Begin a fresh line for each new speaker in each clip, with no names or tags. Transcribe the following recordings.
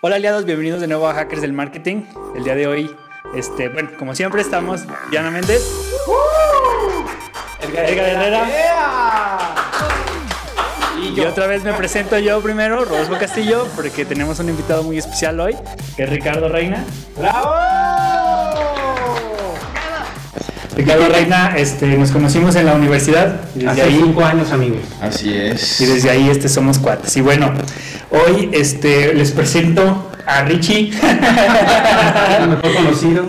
Hola aliados, bienvenidos de nuevo a Hackers del Marketing. El día de hoy, este, bueno, como siempre estamos Diana Méndez, Edgar, Herrera
Y
y
yo.
otra vez me presento yo primero, Rosbo Castillo, porque tenemos un invitado muy especial hoy, que es Ricardo Reina.
¡Bravo!
Ricardo Reina, este, nos conocimos en la universidad y desde
Hace
ahí
cinco años, amigos.
Así es.
y desde ahí este, somos cuates. Y bueno, hoy este, les presento a Richie.
El mejor conocido.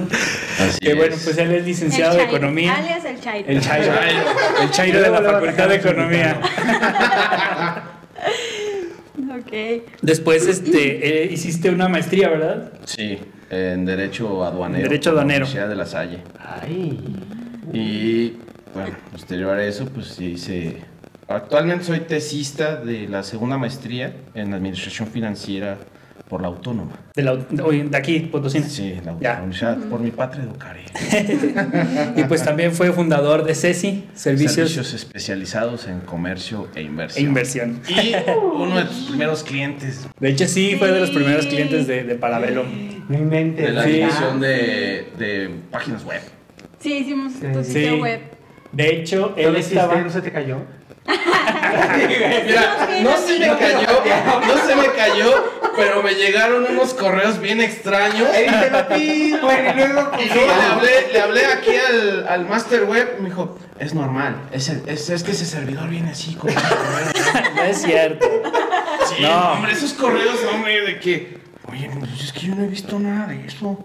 Así
que bueno,
es.
pues él es licenciado de
Chairo, Ah,
Economía.
Alias el Chairo.
El Chairo.
El Chairo de la Facultad de Economía.
Ok.
Después este, eh, hiciste una maestría, ¿verdad?
Sí, en Derecho Aduanero.
Derecho
por la
aduanero.
Universidad de La Salle.
Ay.
Y bueno, posterior a eso, pues sí, hice. Actualmente soy tesista de la segunda maestría en Administración Financiera por la Autónoma.
De, la, oye, de aquí, Potosina.
Sí, la
Ya.
Autónoma. Por mi patria educaré.
Y pues también fue fundador de CESI, Servicios,
Servicios especializados en comercio e
e
inversión.
Inversión.
y uno de tus primeros clientes
De hecho, sí, fue de los
Sí.
primeros clientes de, de Parabelo.
No inventes.
de la
Sí.
división de, de páginas web.
Sí, hicimos
Sí.
tu sitio
Sí.
web.
De hecho,
¿No
él
le hiciste?
estaba.
¿No se te cayó?
Mira, no se me cayó, no se me cayó, pero me llegaron unos correos bien extraños.
te lo pido. Bueno, y luego
Y luego le hablé, le hablé aquí al, al Master Web, me dijo, es normal, es, el- es, es que ese servidor viene así con los correos".
No es cierto.
Sí,
No.
hombre, esos correos, hombre, de que, oye, pues es que yo no he visto nada de eso.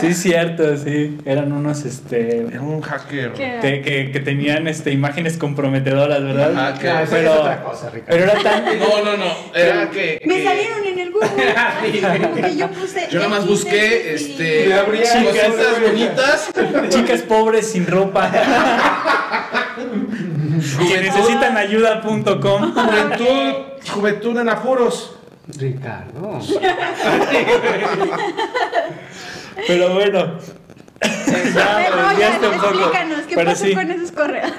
Sí, es cierto, sí. Eran unos este.
Era un hacker.
¿Qué?
Que, que- que tenían este, imágenes comprometedoras, ¿verdad?
Ajá, que-
Esa es
pero,
otra cosa, Ricardo.
pero era tan.
No, no, no, era que...
Me
que-
salieron en el Google. así como que yo puse.
Yo nada más
X,
busqué,
X,
este,
Me abría
chicas,
cositas bonitas.
Chicas pobres sin ropa que necesitan ayuda.com.
Juventud, juventud en apuros.
Ricardo.
Pero bueno.
A
me
ver, no, Este, ya,
desviaste un poco.
explícanos, ¿qué
Pero
pasó
sí.
con esos correos?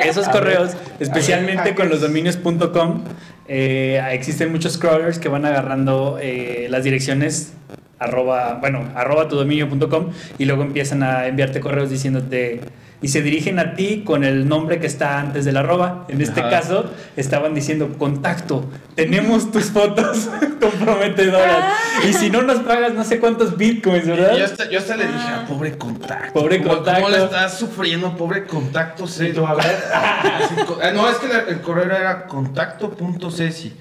Esos
A ver,
correos,
a ver,
especialmente con
hackers.
los dominios.com, eh, existen muchos crawlers que van agarrando eh, las direcciones arroba, bueno, arroba tu dominio.com y luego empiezan a enviarte correos diciéndote y se dirigen a ti con el nombre que está antes del arroba. En este
Ajá.
caso, estaban diciendo contacto, tenemos tus fotos comprometedoras
Ah.
y si no nos pagas no sé cuántos bitcoins, ¿verdad?
Yo hasta, yo hasta le dije, "Ah, pobre contacto.
¿Eh? Pobre
¿Cómo-
contacto.
¿Cómo le estás sufriendo, pobre contacto?
Y
Ceci?"
tú, a ver.
Así co- Ah, no, es que la- el correo era contacto.ceci.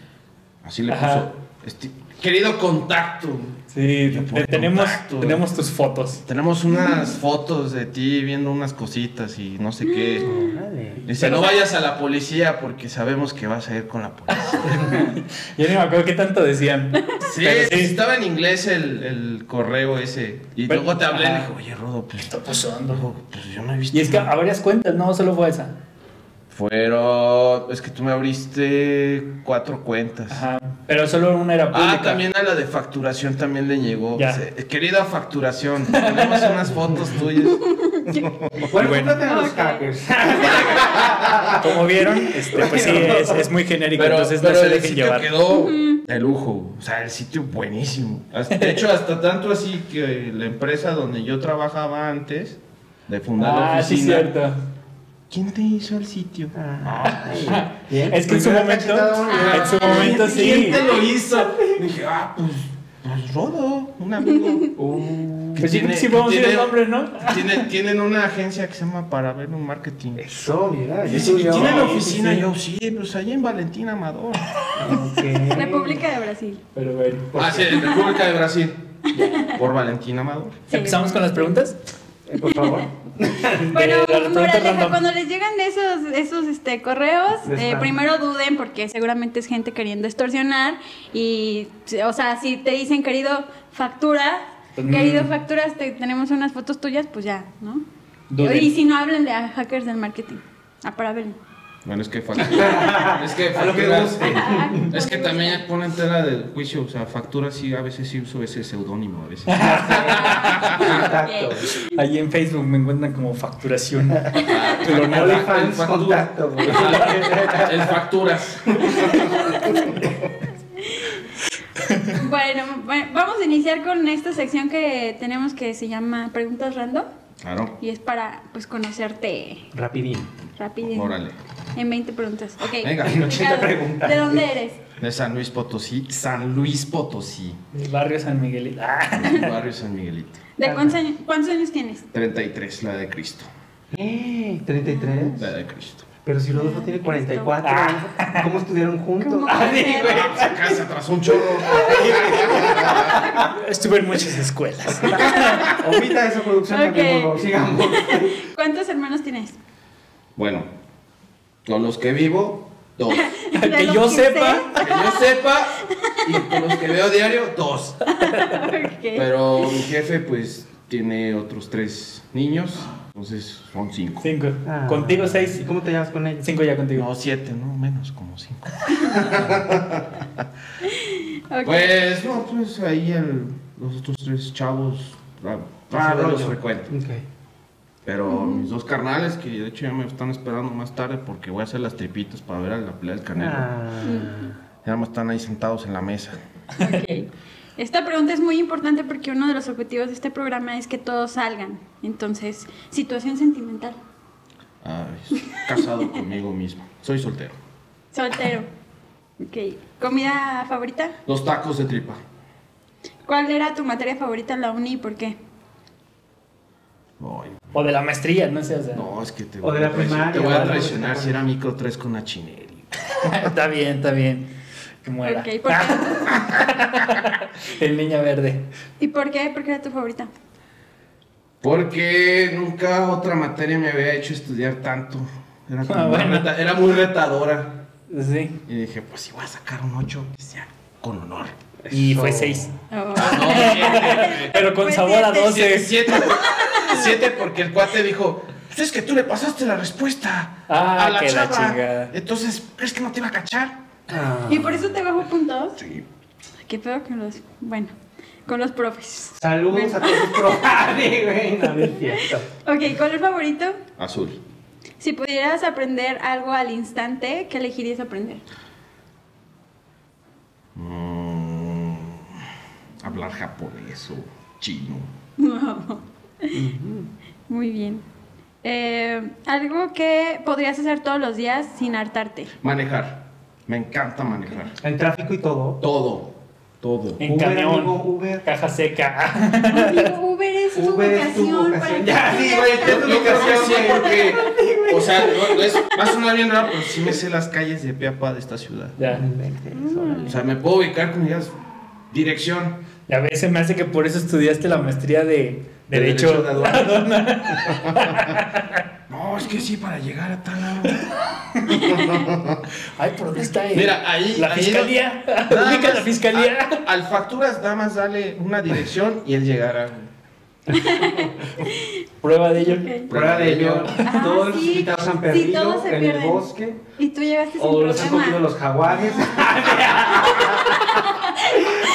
Así le
Ajá.
puso. este, querido contacto,
Sí,
Yo
te-
por
tenemos,
contacto.
tenemos tus fotos.
tenemos unas fotos de ti viendo unas cositas y no sé qué.
Mm.
Órale.
Dice, no vayas a la policía porque sabemos que vas a ir con la policía.
Yo ni me acuerdo qué tanto decían.
Sí,
Pero sí.
estaba en inglés el, el correo ese. Y
Pero-
luego te hablé y
Ajá.
le dije, oye, Rodo, pues,
está pasando?
Rodo, pues yo no he visto.
Y es que
nada".
a varias cuentas, no, solo fue esa.
Fueron. Es que tú me abriste cuatro cuentas.
Ajá. Pero solo una era pública.
Ah, también a la de facturación también le llegó.
Ya.
Se- Querida facturación, tenemos unas fotos tuyas.
Bueno,
bueno.
cuéntame de los
Ah, Ok.
hackers.
Como vieron, este, pues sí, es, es muy genérico,
Pero,
entonces
pero
no se
el
dejen
sitio
llevar.
quedó de lujo. O sea, el sitio buenísimo. Hasta- De hecho, hasta tanto así que la empresa donde yo trabajaba antes, de fundar la
Ah, sí,
oficina.
cierto.
¿Quién te hizo el sitio?
Ay, bien.
Es que en su
Primera
momento,
cachetada, una-
en su momento sí.
Ah. ¿Quién te lo hizo? Dije, ah, pues, pues Rodo, un amigo.
Uh,
Pues sí,
tiene-
sí podemos decir el
tiene-
nombre, ¿no?
Tienen, tienen una agencia que se llama Parabellum Marketing.
Eso, mira.
Y dice, "¿Y
yo-
¿Tienen
sí,
oficina?
sí.
Yo, sí, pues allá en Valentín Amador.
Ok.
República de Brasil.
Pero bueno.
Ah, sí, en República de Brasil. Por Valentín Amador.
Sí.
¿Empezamos con las preguntas?
Eh, Por favor.
De las
Bueno,
preguntas
moraleja,
random.
cuando les llegan esos, esos este, correos,
De
eh,
spam.
primero duden porque seguramente es gente queriendo extorsionar y, o sea, si te dicen querido factura,
Pues,
querido
mm.
facturas, te- tenemos unas fotos tuyas, pues ya, ¿no?
Duden.
Y si no, háblenle a hackers del marketing, ah, a Parabellum.
Bueno, es que factura. Es que
A lo que
factura-
guste.
Es que también ponen tela de juicio. O sea, factura sí, a veces sí uso ese seudónimo, a veces.
Contacto.
Ahí en Facebook me encuentran como facturación.
Factura,
OnlyFans,
el factura.
contacto, güey.
Ajá, El facturas.
Bueno, bueno, vamos a iniciar con esta sección que tenemos que se llama Preguntas Random
Claro.
y es para pues conocerte
Rapidín.
rápido.
Órale.
En 20 preguntas. Ok.
Venga,
Ricardo,
80 preguntas.
¿De dónde eres?
De San Luis Potosí. San Luis Potosí.
El barrio San Miguelito. Ah.
Barrio San Miguelito.
¿De
Ah.
cuántos años, cuántos años tienes?
33, la de Cristo.
Eh, 33.
La de Cristo.
Pero si Rodolfo tiene 44.
Ah.
¿Cómo estudiaron juntos?
¿Cómo
Ah,
que
sí,
no?
güey.
Acá se atrasó un chorro.
Estuve en muchas escuelas.
Omita esa producción
Ok.
también, por favor. Sigamos.
¿Cuántos hermanos tienes?
Bueno, con los que vivo, dos. Que
De
que
los
yo
que
sepa.
yo sepa, y con los que veo diario, dos.
sé. Ok.
Pero mi jefe, pues, tiene otros tres niños, entonces son cinco.
Cinco.
Ah.
Contigo seis.
¿Y cómo te llevas con ellos?
Cinco ya contigo.
No, siete, no, menos, como cinco.
Ok.
Pues, no, pues ahí el- los otros tres chavos, ah, ah, no los frecuento.
Ok.
Pero mis dos carnales, que de hecho ya me están esperando más tarde porque voy a hacer las tripitas para ver a la pelea del canelo.
Ah.
Ya me están ahí sentados en la mesa.
Ok. Esta pregunta es muy importante porque uno de los objetivos de este programa es que todos salgan. Entonces, situación sentimental.
Ay, casado conmigo mismo. Soy soltero.
Soltero. Ok. ¿Comida favorita?
Los tacos de tripa.
¿Cuál era tu materia favorita en la uni y por qué?
Ay,
O de la maestría, no sé. O sea.
no, es que te
O
voy,
de la
a, traicionar,
primaria,
te voy
o
a
algo que
traicionar
te
si era micro 3 con la chineri.
está bien, está bien. Que muera.
Ok, ¿por qué?
El niña verde.
¿Y por qué? ¿Por qué era tu favorita?
Porque nunca otra materia me había hecho estudiar tanto. Era, como
Ah,
muy
bueno.
reta- era muy retadora.
Sí.
Y dije, pues si voy a sacar un 8, que sea con honor.
Y
Eso.
fue seis.
Oh.
Ah,
Pues
No, siete,
Pero con
Fue
sabor a
siete.
siete,
12.
siete, siete, porque el cuate dijo, pues es que tú le pasaste la respuesta
Ah,
a la
que la
chava.
chingada.
Entonces, ¿crees que no te iba a cachar?
Ah.
¿Y por eso te bajo puntados?
Sí.
¿Qué pedo con los... Bueno, con los profes.
Saludos a todos los profes. Ah, sí, güey, no, no es cierto.
Ok, color favorito.
Azul.
Si pudieras aprender algo al instante, ¿qué elegirías aprender?
Mm, hablar japonés o chino.
Muy bien. Eh, algo que podrías hacer todos los días sin hartarte.
Manejar. Me encanta manejar.
El tráfico y todo.
Todo. Todo.
En
Uber,
camión.
amigo, Uber.
Caja seca.
Amigo, Uber es tu
Uber es tu
vocación.
vocación.
para
Ya,
que
sí, güey, es
Yo
te hagas
tu
yo creo que sí,
Ubicación,
porque. O sea, no, no es, va a sonar bien raro, pero sí me sé las calles de Peapa de esta ciudad.
Ya.
Mm.
O sea, me puedo ubicar con ellas. Dirección.
Y a veces me hace que por eso estudiaste la maestría de
De
Derecho.
Derecho de Aduana.
Aduana.
No, es que sí, para llegar a tal lado.
Ay, ¿por dónde está él?
Mira, ahí.
La
ahí-
fiscalía.
Nada
Ubica la
más, Ah.
fiscalía.
a- al facturas, nada más dale una dirección y él llegará.
Prueba de ello.
Ok.
Prueba de ello.
Ah,
todos los
sí.
invitados han
Sí,
perdido
todos se
en el
pierden.
bosque.
Y tú llegaste sin
Oh,
O los han
problema.
comido los jaguares.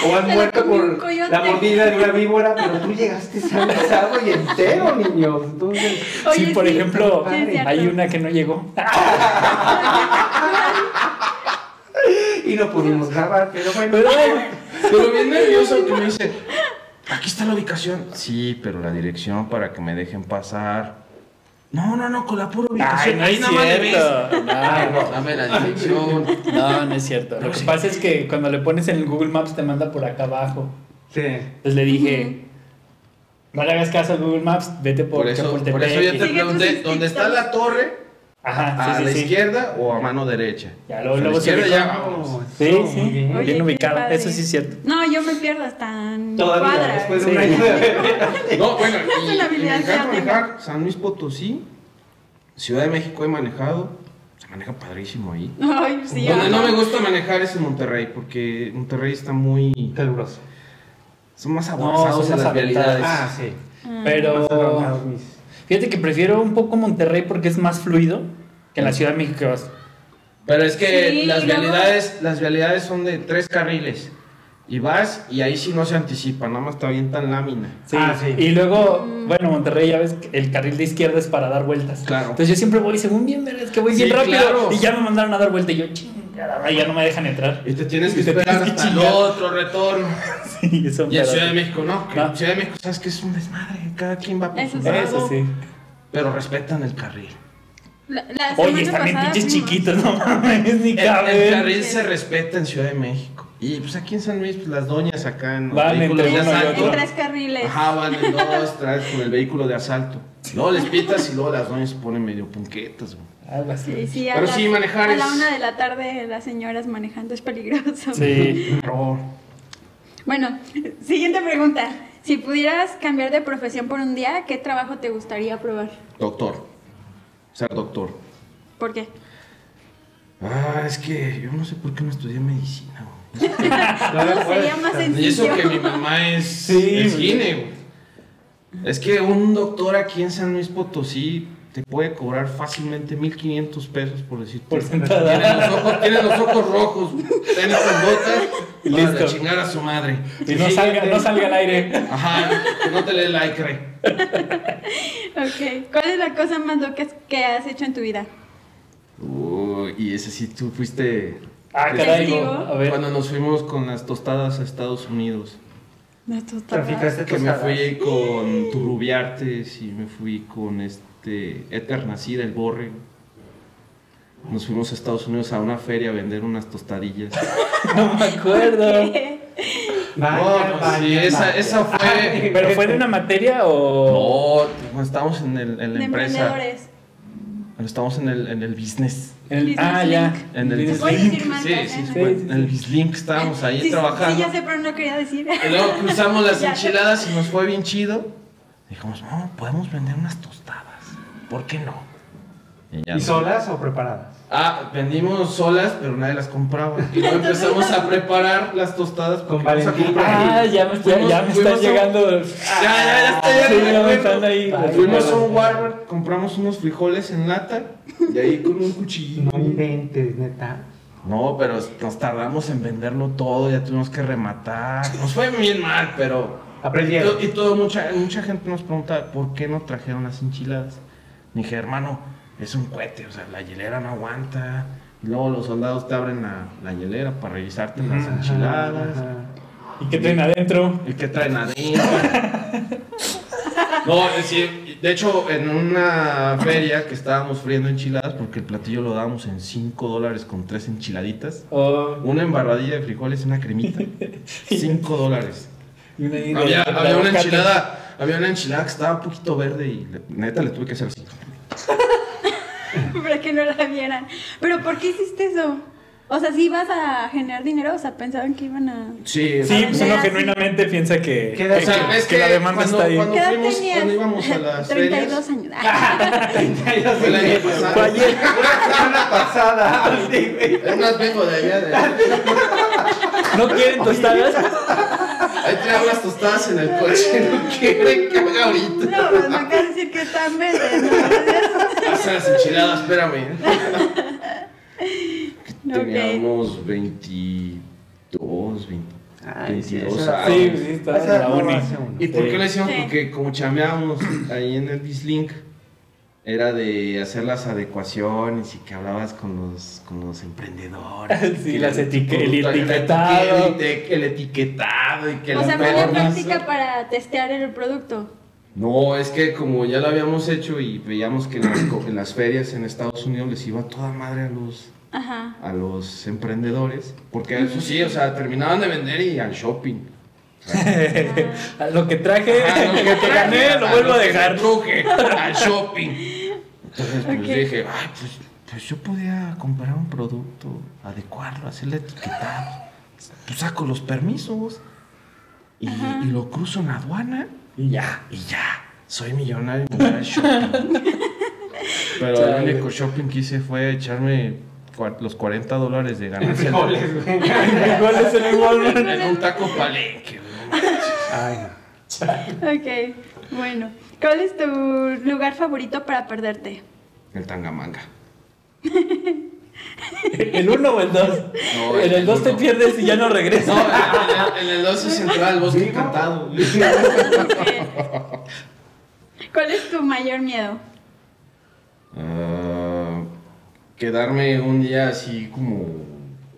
o
Se
han
lo
muerto
comió un
por
coyote.
la mordida de una víbora. Pero tú llegaste sano y salvo y entero, niños. Entonces,
sí, por ejemplo,
sí, es cierto.
hay una que no llegó.
y no pudimos grabar. Pero bueno.
Pero,
Pero bien nervioso que me dice, aquí está la ubicación. Sí, pero la dirección para que me dejen pasar. No, no, no, con la pura
ay,
ubicación.
no
ahí
es
nada más le ves.
cierto.
Ay,
No,
no, dame la dirección.
no, no es cierto. Lo que pasa es que cuando le pones en el Google Maps te manda por acá abajo.
Sí.
Entonces le dije, no le hagas caso al Google Maps, vete por,
Por eso,
Chapultepec.
por eso yo te
Sigue tus
pregunté, ¿dónde está la torre?
Ajá,
¿A
sí,
la
sí, sí.
izquierda o a mano derecha?
Ya, luego-
A la
luego se
izquierda
ubicó.
ya vámonos.
Sí,
Eso,
sí.
muy bien.
Bien
Oye, qué
ubicado.
padre.
Eso sí es cierto.
No, yo me pierdo hasta en
Todavía,
cuadras.
después de
Sí.
un año de
No, bueno,
Es una
y, y
habilidad
me encanta
que ya
manejar San Luis Potosí, Ciudad de México he manejado, se maneja padrísimo ahí.
Ay, sí,
Donde
ah.
no me gusta manejar es en Monterrey, porque Monterrey está muy...
caluroso.
Son más
No,
avanzados
son
en
más
las vialidades.
Ah, sí. Más
Pero
avanzados mis-
fíjate que prefiero un poco Monterrey porque es más fluido que en la Ciudad de México.
Pero es que
Sí,
las,
luego-
vialidades, las vialidades son de tres carriles. Y vas y ahí sí no se anticipa, nada más te avientan lámina.
Sí.
Ah, sí.
Y luego, bueno, Monterrey, ya ves, que el carril de izquierda es para dar vueltas.
Claro.
Entonces yo siempre voy, según bien, verás que voy
Sí,
bien rápido.
claro.
Y ya me mandaron a dar vuelta y yo, chinga. ahora ya no me dejan entrar.
Y te tienes que
Y te
esperar
tienes que
hasta el
chingar.
otro retorno.
Sí, eso
Y en
pero-
Ciudad de México, ¿no? Que
No.
Ciudad de México, sabes que es un desmadre. Cada quien va por
Eso
su
sí.
Eso
lado.
sí.
Pero respetan el carril.
La- la
Oye,
semana
están bien
pasada
pinches
fuimos.
chiquitos, no mames, ni
El, el
caben.
carril se respeta en Ciudad de México. Y pues aquí en San Luis, pues las doñas acá en los
Van
vehículos
entre
de
uno y
asalto.
otro.
En tres carriles.
Ajá, van en dos, tres con el vehículo de asalto. Luego les pitas y luego las doñas se ponen medio punquetas, güey.
Algo
Sí,
así.
sí, a,
Pero
la,
sí, manejar
a la
es-
una de la tarde las señoras manejando es peligroso.
Sí.
Pero
Bueno, siguiente pregunta. Si pudieras cambiar de profesión por un día, ¿qué trabajo te gustaría probar?
Doctor. Ser doctor.
¿Por qué?
Ah, es que yo no sé por qué no estudié medicina, güey.
¿Cómo sería más
Y pues, eso
sencillo?
que mi mamá es,
Sí,
es
güey.
gine, güey. Es que un doctor aquí en San Luis Potosí te puede cobrar fácilmente 1500 pesos por decir.
Por
Tienen
sentada.
los ojos, tienen los ojos rojos, güey. tienen con botas
Y
para
listo.
chingar a su madre.
Y no salga, no salga al aire.
Ajá, que no te le dé like, rey.
Ok. ¿Cuál es la cosa más loca que has hecho en tu vida?
Uy, y ese sí tú fuiste.
Ah,
fuiste
caray.
Testigo.
A ver.
Cuando nos fuimos con las tostadas a Estados Unidos.
No, esto está raro.
Traficaste
Que me
tostadas.
fui con Turrubiartes y me fui con este Éter Nasir, el Borre. Nos fuimos a Estados Unidos a una feria a vender unas tostadillas.
No me acuerdo.
Vaya,
No, pues
vaya,
sí, esa-
vaya.
esa fue-
Ay,
¿Pero fue de una materia o.?
No, cuando estábamos en, el- en la
De
empresa.
emprendedores.
Cuando estábamos en el, en el business.
En el- ah,
Business
ya.
Link.
En el
Business
¿Se puede
Link.
decir marcas,
Sí,
eh?
sí,
Sí,
fue-
sí,
en el business estábamos ahí
Sí,
trabajando.
Sí, ya sé, pero no quería decir.
Y luego cruzamos las
Ya.
enchiladas y nos fue bien chido. Dijimos, no, podemos vender unas tostadas. ¿Por qué no? Y ya
¿Y
nos-
solas o preparadas?
Ah, vendimos solas, pero nadie las compraba. Y luego empezamos a preparar las tostadas
Con
porque vamos a
Valentín.
Ah,
comprar.
ya me, está,
Fuimos-
ya me están
fuimos a-
llegando.
Ya, ya, ya está
Sí, ya
ya.
me
te
están
recuerdo.
ahí.
Nos Fuimos a un Walmart, compramos unos frijoles en lata y ahí con un cuchillo.
No inventes, neta.
No, pero nos tardamos en venderlo todo, ya tuvimos que rematar. Nos fue bien mal, pero Y,
Aprendieron.
to- y todo, mucha, mucha gente nos pregunta por qué no trajeron las enchiladas. Dije, hermano, es un cohete, o sea, la hielera no aguanta. Y luego los soldados te abren la, la hielera para revisarte las
Ajá,
enchiladas.
ajá.
¿Y qué traen adentro?
¿Y qué traen adentro? no, es decir, de hecho, en una feria que estábamos friendo enchiladas, porque el platillo lo dábamos en 5 dólares con tres enchiladitas.
O
Una embarradilla de frijoles y una cremita. 5 dólares.
y una, y
Había,
de- de
había una
aguacate.
enchilada, había una enchilada que estaba un poquito verde y le- neta le tuve que hacer así.
para que no la vieran. Pero ¿por qué hiciste eso? O sea, si ibas a generar dinero, o sea, pensaban que iban a...
Sí,
Sí, pues uno
Ah, sí.
genuinamente piensa que,
Que-
que-
o sea, es
que la demanda
cuando,
está ahí.
Cuando,
¿Qué edad
fuimos,
tenías?
cuando íbamos a las
32
ferias,
años.
fue el año pasado.
Fue ayer.
Una semana pasada. Sí, güey.
Es más vengo de allá. de-
¿No quieren tostadas?
Ahí traía las tostadas en el coche. No quieren que haga ahorita.
No, pues me acabas de decir que están verdes. ¿no?
Pasan las enchiladas, espérame. ¿eh?
Ok.
Teníamos 22, 20.
Ay, sí,
22
esa-
años.
sí, sí, estaba en
Esa
la
no
uni.
hace uno.
¿Y por
Sí.
qué lo hicimos?
Sí.
Porque como chameábamos ahí en el Dislink, era de hacer las adecuaciones y que hablabas con los, con los emprendedores.
Sí,
Que
las
tu
etique- el
producto-
etiquetado.
El, etiquet- el etiquetado y que
O
las
sea, fue una
normas.
práctica para testear el producto.
No, es que como ya lo habíamos hecho y veíamos que en las, co- en las ferias en Estados Unidos les iba toda madre a los,
Ajá.
a los emprendedores. Porque eso sí, o sea, terminaban de vender y al shopping.
A lo que traje,
Ah, no,
lo que gané, lo vuelvo a
lo que
dejar.
me truje, al shopping. Entonces, pues
Ok.
dije, ay, pues, pues yo podía comprar un producto, adecuarlo, hacerle etiquetado. Pues saco los permisos y, y lo cruzo en la aduana
Y ya.
y ya, soy millonario y me voy al shopping. Pero
Chale.
el único shopping que hice fue echarme cua- los 40 dólares de ganancia en,
Frijoles, güey.
¿Cuál es el Walmart?
en un taco palenque. ¿no?
Ay, no.
Ok, bueno. ¿Cuál es tu lugar favorito para perderte?
El tangamanga.
¿El 1 o el 2?
No,
en el 2 te
uno.
pierdes y ya no regresas.
No, en el- en el 12 se entraba al bosque encantado.
Ok. ¿Cuál es tu mayor miedo?
Ah, quedarme un día así como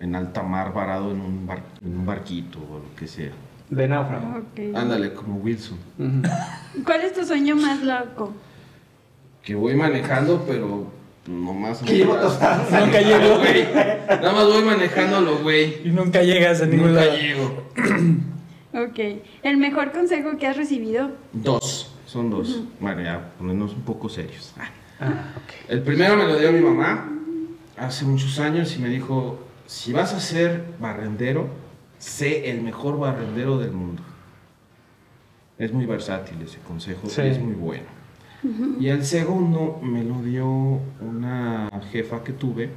en alta mar varado en un, bar- en un barquito o lo que sea.
De náufrago.
Ok.
Ándale, como Wilson.
Ujú.
¿Cuál es tu sueño más loco?
Que voy manejando, pero nomás...
Que llevo tostadas.
Nunca llego.
Güey, Nada más voy manejándolo, güey.
Y nunca llegas a ningún
Nunca
lado.
llego.
Ok. ¿El mejor consejo que has recibido?
Dos. Son dos. Bueno, ya ponernos un poco serios. Ah.
Ah,
El primero me lo dio mi mamá hace muchos años y me dijo, si vas a ser barrendero, sé el mejor barrendero del mundo. Es muy versátil ese consejo,
Sí.
es muy bueno. Y el segundo me lo dio una jefa que tuve,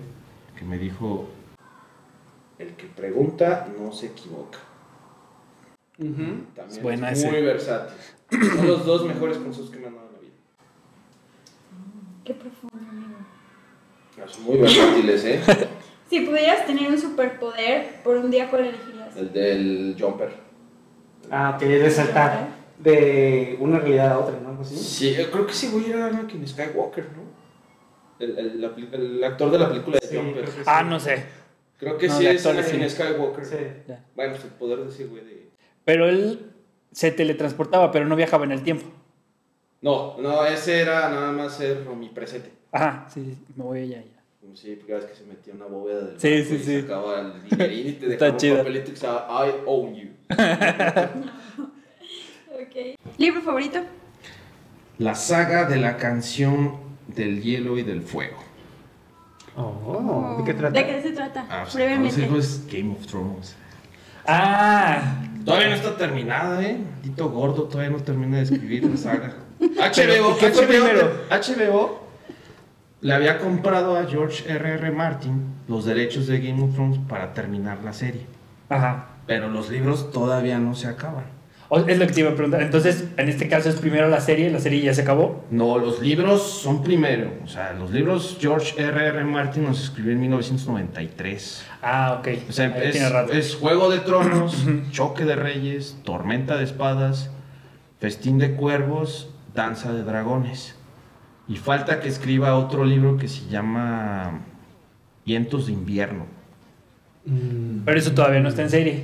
que me dijo, el que pregunta no se equivoca.
Ujú.
También
Es buena
es
ese.
muy versátil. Son los dos mejores consejos que me han dado en la vida.
Qué profundo, amigo.
Ah, Son muy versátiles, ¿eh?
Si pudieras tener un superpoder, por un día, ¿cuál elegirías?
El del jumper.
Ah, ok, de saltar de una realidad a otra, ¿no? Algo así.
Sí, yo creo que sí voy a ir a darme Anakin Skywalker, ¿no? El, el- la peli- el actor de la película de
Sí,
Jumper.
creo que
Ah, no sé.
Creo que
No,
sí
de
es
actores,
Anakin
sí.
Skywalker.
Sí.
Bueno, pues el poder decir, güey, de...
Pero él se teletransportaba, pero no viajaba en el tiempo.
No, no, ese era nada más ser omnipresente.
Ajá, sí, sí, me voy allá. ya.
Sí, porque cada vez que se metía en una bóveda del
Sí,
banco
sí,
y
sí.
sacaba el dinerín y
Está
te dejaba un
chido.
papelito que estaba I own you.
Ok. ¿Libro favorito?
La saga de la canción del hielo y del fuego.
Oh, ¿de qué trata? Ah, pues,
¿De qué se trata?
Ah,
Brevemente.
pues, es Game of Thrones.
Ah,
Todavía no está terminada, ¿eh? Tito Gordo todavía no termina de escribir la saga.
Pero,
HBO,
¿qué fue
HBO,
primero?
HBO le había comprado a George R.R. Martin los derechos de Game of Thrones para terminar la serie.
ajá.
Pero los libros todavía no se acaban.
O- Es lo que te iba a preguntar. Entonces, en este caso es primero la serie, la serie ya se acabó.
No, los libros son primero. O sea, los libros George R.R. Martin los escribió en 1993.
Ah, ok.
O sea,
Ahí
es,
tiene rato.
es Juego de Tronos, Choque de Reyes, Tormenta de Espadas, Festín de Cuervos, Danza de Dragones. Y falta que escriba otro libro que se llama Vientos de Invierno.
Mm.
Pero eso todavía no está en serie.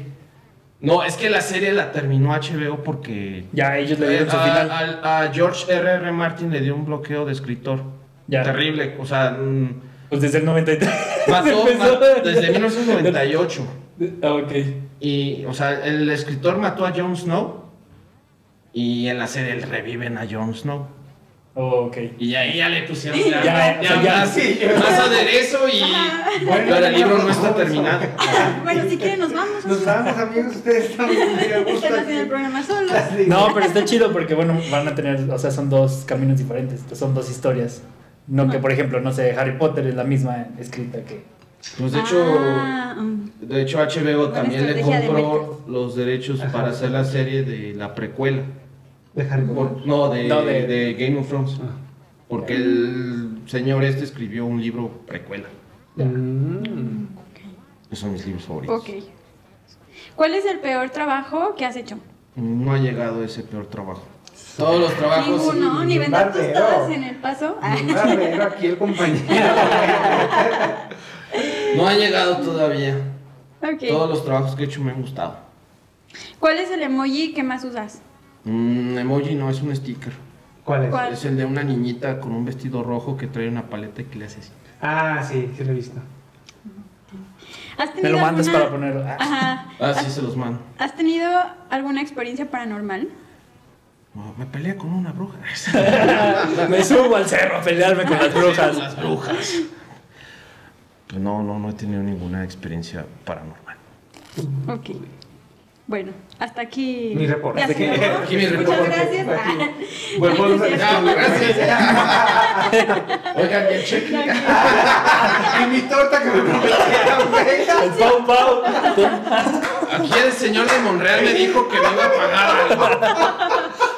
No, es que la serie la terminó HBO porque
Ya ellos le dieron su
a,
final.
al- a George R.R. Martin le dio un bloqueo de escritor.
Ya.
Terrible, o sea, mm,
Pues desde el 93.
mató-
empezó.
ma- desde 1998.
Ah, ok.
Y, o sea, el escritor mató a Jon Snow. Y en la serie reviven a Jon Snow.
Oh, ok.
Y ahí ya le pusieron
Ya, o sea, ya.
más, más aderezo y. pero el libro no está terminado.
bueno, si quieren nos vamos.
Nos vamos, amigos, ustedes están muy a gusto
Están
aquí.
haciendo el programa solos.
Así.
No, pero está chido porque, bueno, van a tener, o sea, son dos caminos diferentes, son dos historias. No que, por ejemplo, no sé, Harry Potter es la misma escrita que...
Pues de hecho.
Ah, mm.
De hecho, HBO también le
estrategia de
compró los derechos para hacer la serie de la precuela.
De Harry Potter.
Por- no, de,
No, de-
de Game of Thrones.
Ah.
Porque el señor este escribió un libro precuela.
Mm.
Esos son mis libros favoritos.
ok. ¿Cuál es el peor trabajo que has hecho?
No ha llegado ese peor trabajo. Todos los trabajos.
Ninguno, ni vender
barbero.
tostadas en el paso. Ah,
Un barbero aquí el compañero.
No ha llegado todavía. Todos
Ah, ok.
los trabajos que he hecho me han gustado.
¿Cuál es el emoji que más usas?
Mm, emoji no, es un sticker.
¿Cuál es?
¿Cuál?
Es el de una niñita con un vestido rojo que trae una paleta y que le hace así.
Ah, sí, sí lo he visto.
¿Has tenido
Me lo mandas
alguna-
para ponerlo. Ah,
Ajá.
Ah, sí, se los mando.
¿Has tenido alguna experiencia paranormal?
No, Ah, me peleé con una bruja.
Ah.
me subo al cerro a pelearme con las brujas.
Las brujas. Pues no, no, no he tenido ninguna experiencia paranormal.
Ok. Bueno, hasta aquí.
Mi reporte.
Ya
Hasta aquí-
se acabó.
aquí mi
Muchas
reporte.
gracias.
Aquí.
Ah.
Volvemos a
No, gracias. Oigan, bien chequen.
Y mi torta que me prometieron, güey.
El Pau Pau.
Aquí el señor de Monreal me dijo que me iba a pagar algo.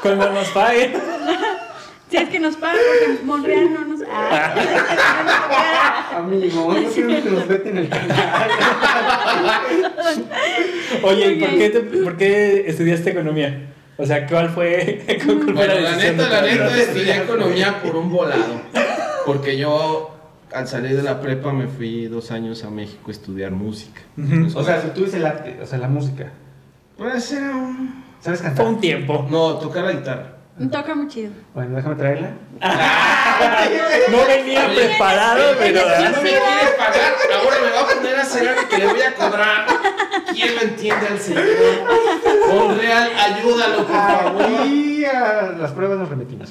Cuando nos paguen.
Si es que nos pagan, porque Monreal no nos. Ah.
Amigo, no quiero que nos veten el canal.
Oye, ¿y por
Ok.
qué, te- por qué estudiaste economía? O sea, ¿cuál fue? ¿Cuál fue
Bueno, la
decisión
neta,
de tu
la
vida?
neta, estudié economía por un volado. Porque yo al salir de la prepa me fui dos años a México a estudiar música.
Ujú.
O sea, si tú dices la, o sea, la música,
Pues era un...
¿sabes
Fue
cantar?
un tiempo.
No, tocar la guitarra.
Toca muy chido.
Bueno, déjame traerla.
No venía preparado, pero...
no me quiere pagar, ahora me va a poner a hacer algo que le voy a cobrar. ¿Quién lo entiende al señor? Monreal, ayúdalo, por favor.
Aquí a las pruebas nos remitimos.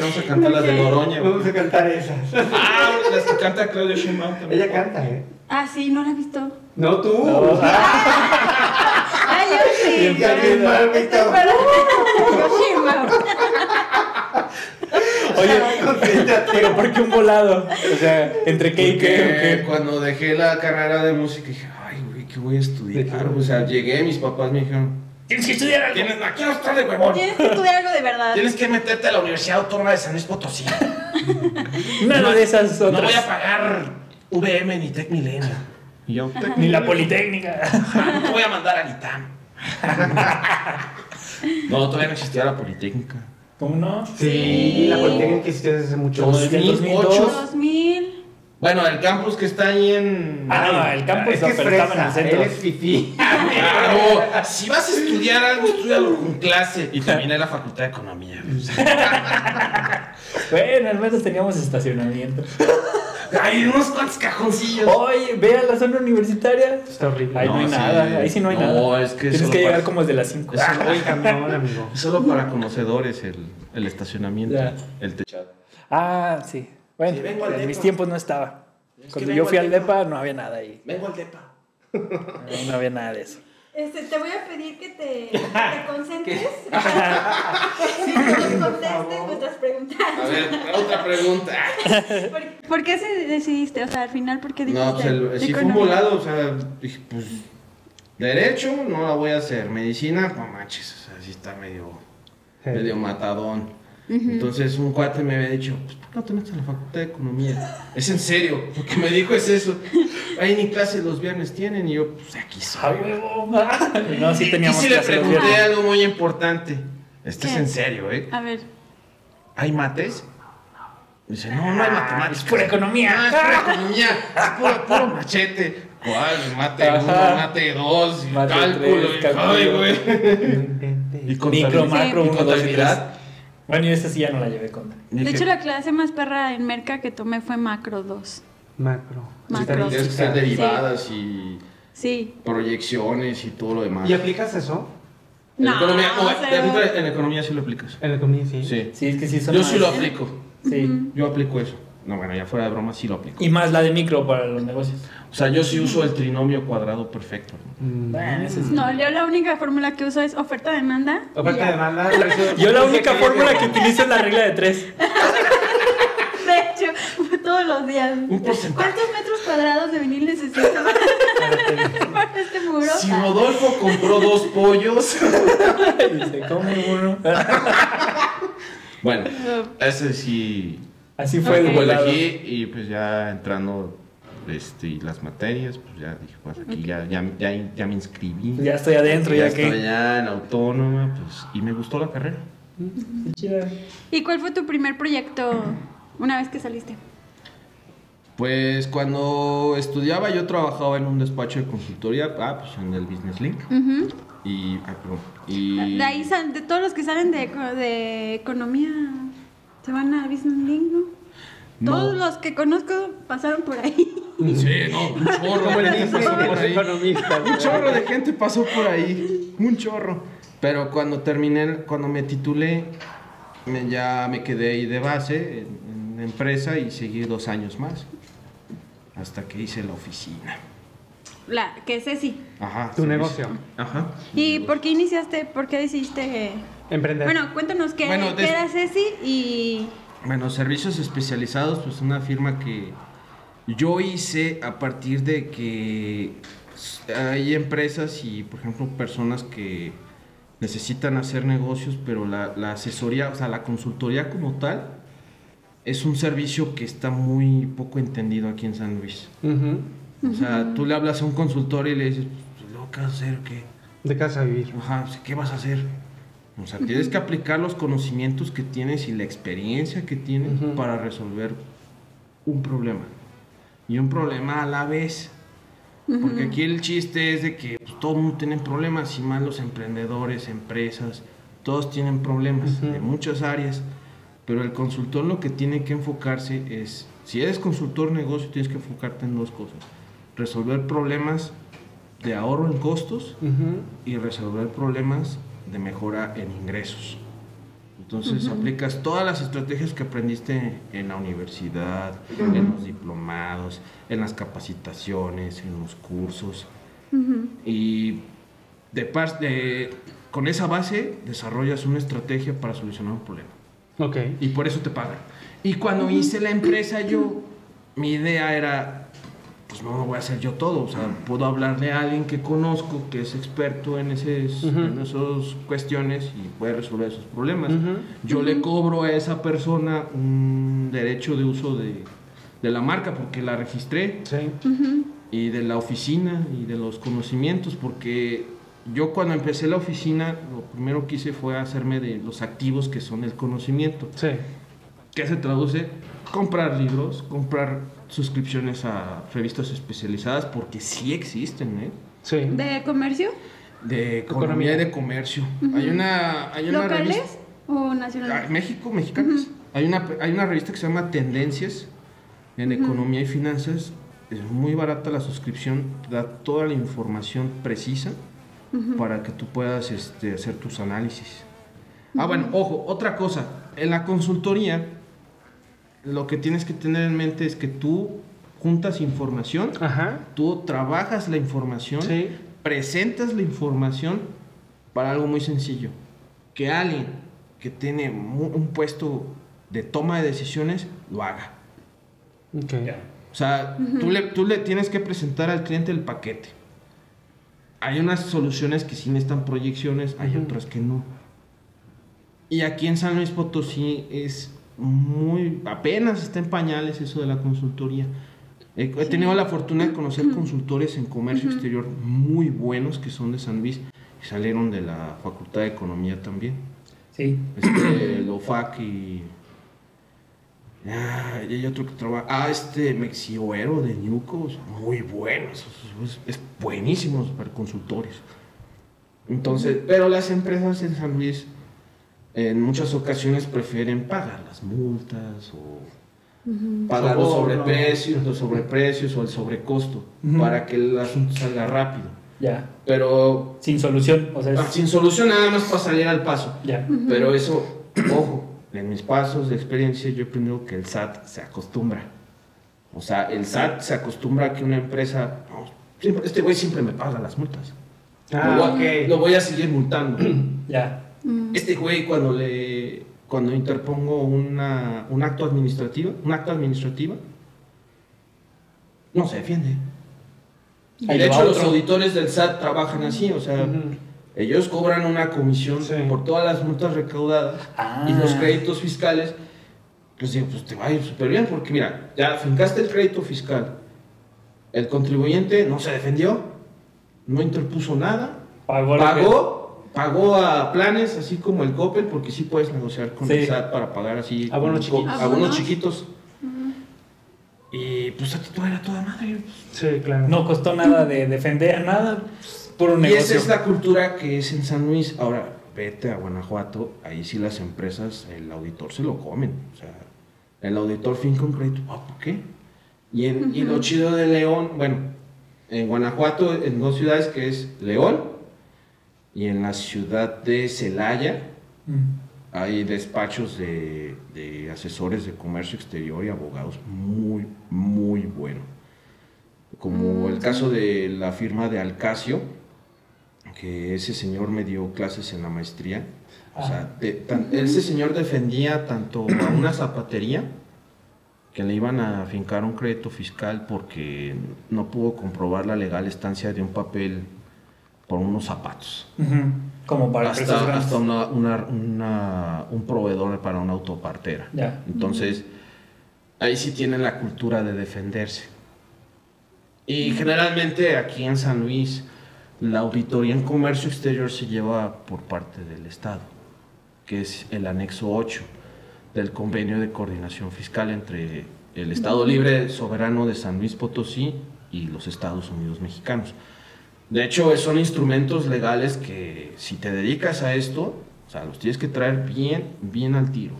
Vamos a cantar las de Noroña. güey.
Vamos a cantar esas.
Ah, las que canta Claudio Sheinbaum también.
Ella canta, ¿eh?
Ah, sí, no la he visto.
No tú.
No, ah,
Ah, yo sí.
Bien, bien,
Pero-
bien,
pero- Yo sí, Mau.
Oye, pero ¿por qué un volado? O sea, ¿entre qué y qué? o
Porque
qué?
cuando dejé la carrera de música dije, ay, güey, ¿qué voy a
¿De
estudiar?
qué?
O sea, llegué, mis papás me dijeron,
Tienes que estudiar algo.
tienes, aquí no está de huevón.
Tienes que estudiar algo de verdad.
Tienes que meterte a la Universidad Autónoma de San Luis Potosí.
Nada de esas
No voy a
otras.
pagar VM ni Tech Milenio. Y yo, "Tec
Ni la
Milenio".
Politécnica.
Ah, no te voy a mandar al ITAM. No, todavía no existía la Politécnica.
¿Cómo no?
Sí, la política que ustedes hace mucho.
Yo- desde el
2008.
2000.
Bueno, el campus que está ahí en.
Ah, no, el campus
Es que
no,
es
pero estaba en el
fresa, él
centro.
es fifí.
Claro, si vas a estudiar algo, estudialo con clase. Y terminé la Facultad de Economía. güey. O sea,
Bueno, al menos teníamos estacionamiento.
Hay unos cuantos cajoncillos.
Oye, ve a la zona universitaria.
Está horrible.
Ahí no, hay
sí.
nada, ahí sí no hay
No,
nada.
es que
Tienes
solo
que llegar
para-
como desde las 5.
Es solo,
Ay, cabrón, amigo.
solo para conocedores el, el estacionamiento,
Ya.
el techado.
Ah, sí. Bueno,
Sí, vengo al
en
depa.
mis tiempos no estaba.
Es que
Cuando
vengo
yo fui
al
al
depa.
DEPA no había nada ahí.
Vengo al depa.
No, no había nada de eso.
Este, te voy a pedir que te, que te concentres. Y que nos contestes nuestras
A
preguntas.
ver, otra pregunta.
¿Por, por qué se decidiste? O sea, al final, ¿por qué dijiste?
No, pues el, sí fue un
Economía?
volado, o sea, dije, pues, derecho no la voy a hacer, medicina, no manches, o sea, sí está medio, medio matadón. Entonces un cuate me había dicho, pues, ¿por qué no te metes a la facultad de economía? es en serio, lo que me dijo es eso. Ahí ni clases los viernes tienen, y yo, pues, aquí soy.
No, sí
y
teníamos
sí le
clase los
pregunté
viernes.
algo muy importante. Esto es
¿Qué? Ah.
en serio, ¿eh?
A ver.
¿Hay mates? Dice, no, no hay matemáticas.
es pura economía.
Ah, es pura economía. Es puro, puro machete. ¿Cuál? Mate
Ajá.
uno, mate dos, y
Mate
cálculo.
tres,
y-
cálculo.
Ay, güey.
Y
Micro, macro,
¿Y
uno, dos, y tres.
contabilidad?
Bueno, yo esa sí ya no la llevé contra.
De
Dije,
hecho, la clase más perra en Merca que tomé fue Macro 2.
Macro.
Macro.
Tienes que ser derivadas y
Sí.
proyecciones y todo lo demás.
¿Y aplicas eso?
En
No,
economía, no,
cero.
en- en economía sí lo aplicas.
En la comida, sí.
Sí.
Sí, es que sí son
Yo
más.
sí lo aplico.
Sí.
Yo aplico eso. No, bueno, ya fuera de broma, sí lo aplico.
Y más la de micro para los negocios.
O sea, yo sí uso el trinomio cuadrado perfecto. ¿no?
Mm.
Bueno, ese sí.
No, yo la única fórmula que uso es oferta-demanda.
Oferta
Ya.
de demanda. precio-
Yo la
precio
única
que-
fórmula que utilizo es la regla de tres.
De hecho, todos los días.
Un porcentaje.
¿Cuántos metros cuadrados de vinil necesito para este muro?
Si Rodolfo compró dos pollos.
Y se come uno.
Bueno, ese sí
Así fue el
Ok.
lo
volado.
elegí y pues ya entrando este, y las materias, pues ya dije, pues aquí ya, ya, ya, ya me inscribí.
Ya estoy adentro, ya,
Ya
que.
estoy ya en autónoma, pues, y me gustó la carrera.
Qué chida.
¿Y cuál fue tu primer proyecto una vez que saliste?
Pues cuando estudiaba yo trabajaba en un despacho de consultoría, ah, pues en el Business Link.
Ujú.
Y, ah, perdón, y
De ahí sal- de todos los que salen de, eco- de economía se van a Business Link, ¿no?
No.
Todos los que conozco pasaron por ahí.
Sí, no, un chorro
Como
de
el
gente
Disney
pasó
de
por
los
ahí.
economistas.
Un
güey.
chorro de gente pasó por ahí. Un chorro. Pero cuando terminé, cuando me titulé, me- ya me quedé ahí de base en, en empresa y seguí dos años más. Hasta que hice la oficina.
La que es Ceci.
Ajá.
Tu
sí,
negocio.
sí. Ajá.
¿Y por qué iniciaste? ¿Por qué decidiste?
Emprender.
Bueno, cuéntanos qué,
Bueno,
qué
des-
era Ceci y
Bueno, servicios especializados, pues una firma que yo hice a partir de que s- hay empresas y, por ejemplo, personas que necesitan hacer negocios, pero la, la asesoría, o sea, la consultoría como tal, es un servicio que está muy poco entendido aquí en San Luis.
Ujú.
O sea, tú le hablas a un consultor y le dices, "Pues, ¿luego qué vas a hacer? o ¿Qué?
De casa a vivir.
Ajá, o sea, ¿qué vas a hacer? O sea, tienes que aplicar los conocimientos que tienes y la experiencia que tienes
Ujú.
para resolver un problema. Y un problema a la vez. Porque aquí el chiste es de que pues, todo el mundo tiene problemas, y más los emprendedores, empresas, todos tienen problemas
Ujú.
de muchas áreas. Pero el consultor lo que tiene que enfocarse es, si eres consultor negocio, tienes que enfocarte en dos cosas. Resolver problemas de ahorro en costos
Ujú.
y resolver problemas de mejora en ingresos. Entonces aplicas todas las estrategias que aprendiste en la universidad, en los diplomados, en las capacitaciones, en los cursos. Y de par- de- con esa base desarrollas una estrategia para solucionar un problema.
Ok.
Y por eso te pagan. Y cuando hice la empresa yo, mi idea era, pues no lo voy a hacer yo todo. O sea, puedo hablarle a alguien que conozco, que es experto en, esas-
Ujú.
en esas cuestiones y puede resolver esos problemas.
Ujú.
Yo le cobro a esa persona un derecho de uso de, de la marca porque la registré
Sí.
y de la oficina y de los conocimientos, porque yo cuando empecé la oficina, lo primero que hice fue hacerme de los activos que son el conocimiento,
Sí.
que se traduce comprar libros, comprar suscripciones a revistas especializadas, porque sí existen, ¿eh?
Sí.
¿De comercio?
De economía y de comercio. Hay una, hay una revista-
¿Locales o
Ah,
nacionales?
México, mexicanos. hay, una, hay una revista que se llama Tendencias en Economía y Finanzas. Es muy barata la suscripción, te da toda la información precisa para que tú puedas este, hacer tus análisis. Ah, bueno, ojo, otra cosa. En la consultoría, lo que tienes que tener en mente es que tú juntas información,
Ajá.
tú trabajas la información,
Sí.
presentas la información para algo muy sencillo. Que alguien que tiene mu- un puesto de toma de decisiones lo haga.
Ok.
Ya.
O sea, tú, le, tú le tienes que presentar al cliente el paquete. Hay unas soluciones que sí necesitan proyecciones, hay
Ujú.
otras que no. Y aquí en San Luis Potosí es muy... apenas está en pañales eso de la consultoría. He, he tenido la fortuna de conocer consultores en comercio exterior muy buenos que son de San Luis y salieron de la Facultad de Economía también.
Sí.
Este, el OFAC y. Ah, y hay otro que trabaja. Ah, este Mexioero de Ñucos. Muy buenos. Es, es buenísimos para consultores. Entonces, pero las empresas en San Luis en muchas ocasiones prefieren pagar las multas o pagar los
Soborno.
sobreprecios, los sobreprecios o el sobrecosto
Ujú.
para que el asunto salga rápido.
Ya.
Pero
Sin solución. O sea, es-
ah, sin solución nada más para salir al paso.
ya.
Pero eso, ojo, en mis pasos de experiencia yo he aprendido que el SAT se acostumbra. O sea, el SAT se acostumbra a que una empresa, no, siempre- este güey siempre me paga las multas.
Ah,
lo, voy a,
ok.
lo voy a seguir multando.
Ya.
Este güey cuando le cuando interpongo una, un acto administrativo, un acto administrativo, no se defiende. Y
Ahí
de
le va
hecho los
otro.
auditores del SAT trabajan así, o sea,
Ujú.
ellos cobran una comisión
Sí.
por todas las multas recaudadas
Ah.
y los créditos fiscales. Pues digo, pues te va a ir súper bien, porque mira, ya fincaste el crédito fiscal. El contribuyente no se defendió, no interpuso nada,
Pagó. lo
pagó, pagó a planes, así como el Coppel, porque sí puedes negociar con
Sí.
el SAT para pagar así.
Abonos
con-
chiquitos.
Abonos
Abonos.
chiquitos. Y pues a ti todo era toda madre.
Sí,
que
claro.
No costó nada de defender, nada. Por un
Y esa
negocio.
es la cultura que es en San Luis. Ahora, vete a Guanajuato, ahí sí las empresas, el auditor se lo comen. O sea, el auditor finca un crédito, ah, ¿por qué? Y, en, y lo chido de León, bueno, en Guanajuato, en dos ciudades que es León y en la ciudad de Celaya,
Mm.
hay despachos de, de asesores de comercio exterior y abogados muy, muy buenos. Como el caso de la firma de Alcacio, que ese señor me dio clases en la maestría. O sea, de- tan- ese señor defendía tanto a una zapatería que le iban a fincar un crédito fiscal porque no pudo comprobar la legal estancia de un papel por unos zapatos
Ujú. Como para empresas
hasta,
grandes.
hasta una- una- una- un proveedor para una autopartera.
Ya.
Entonces, ahí sí tienen la cultura de defenderse. Y generalmente aquí en San Luis, la auditoría en comercio exterior se lleva por parte del Estado. que es el anexo 8 del convenio de coordinación fiscal entre el Estado Libre Soberano de San Luis Potosí y los Estados Unidos mexicanos. De hecho, son instrumentos legales que si te dedicas a esto, o sea, los tienes que traer bien, bien al tiro.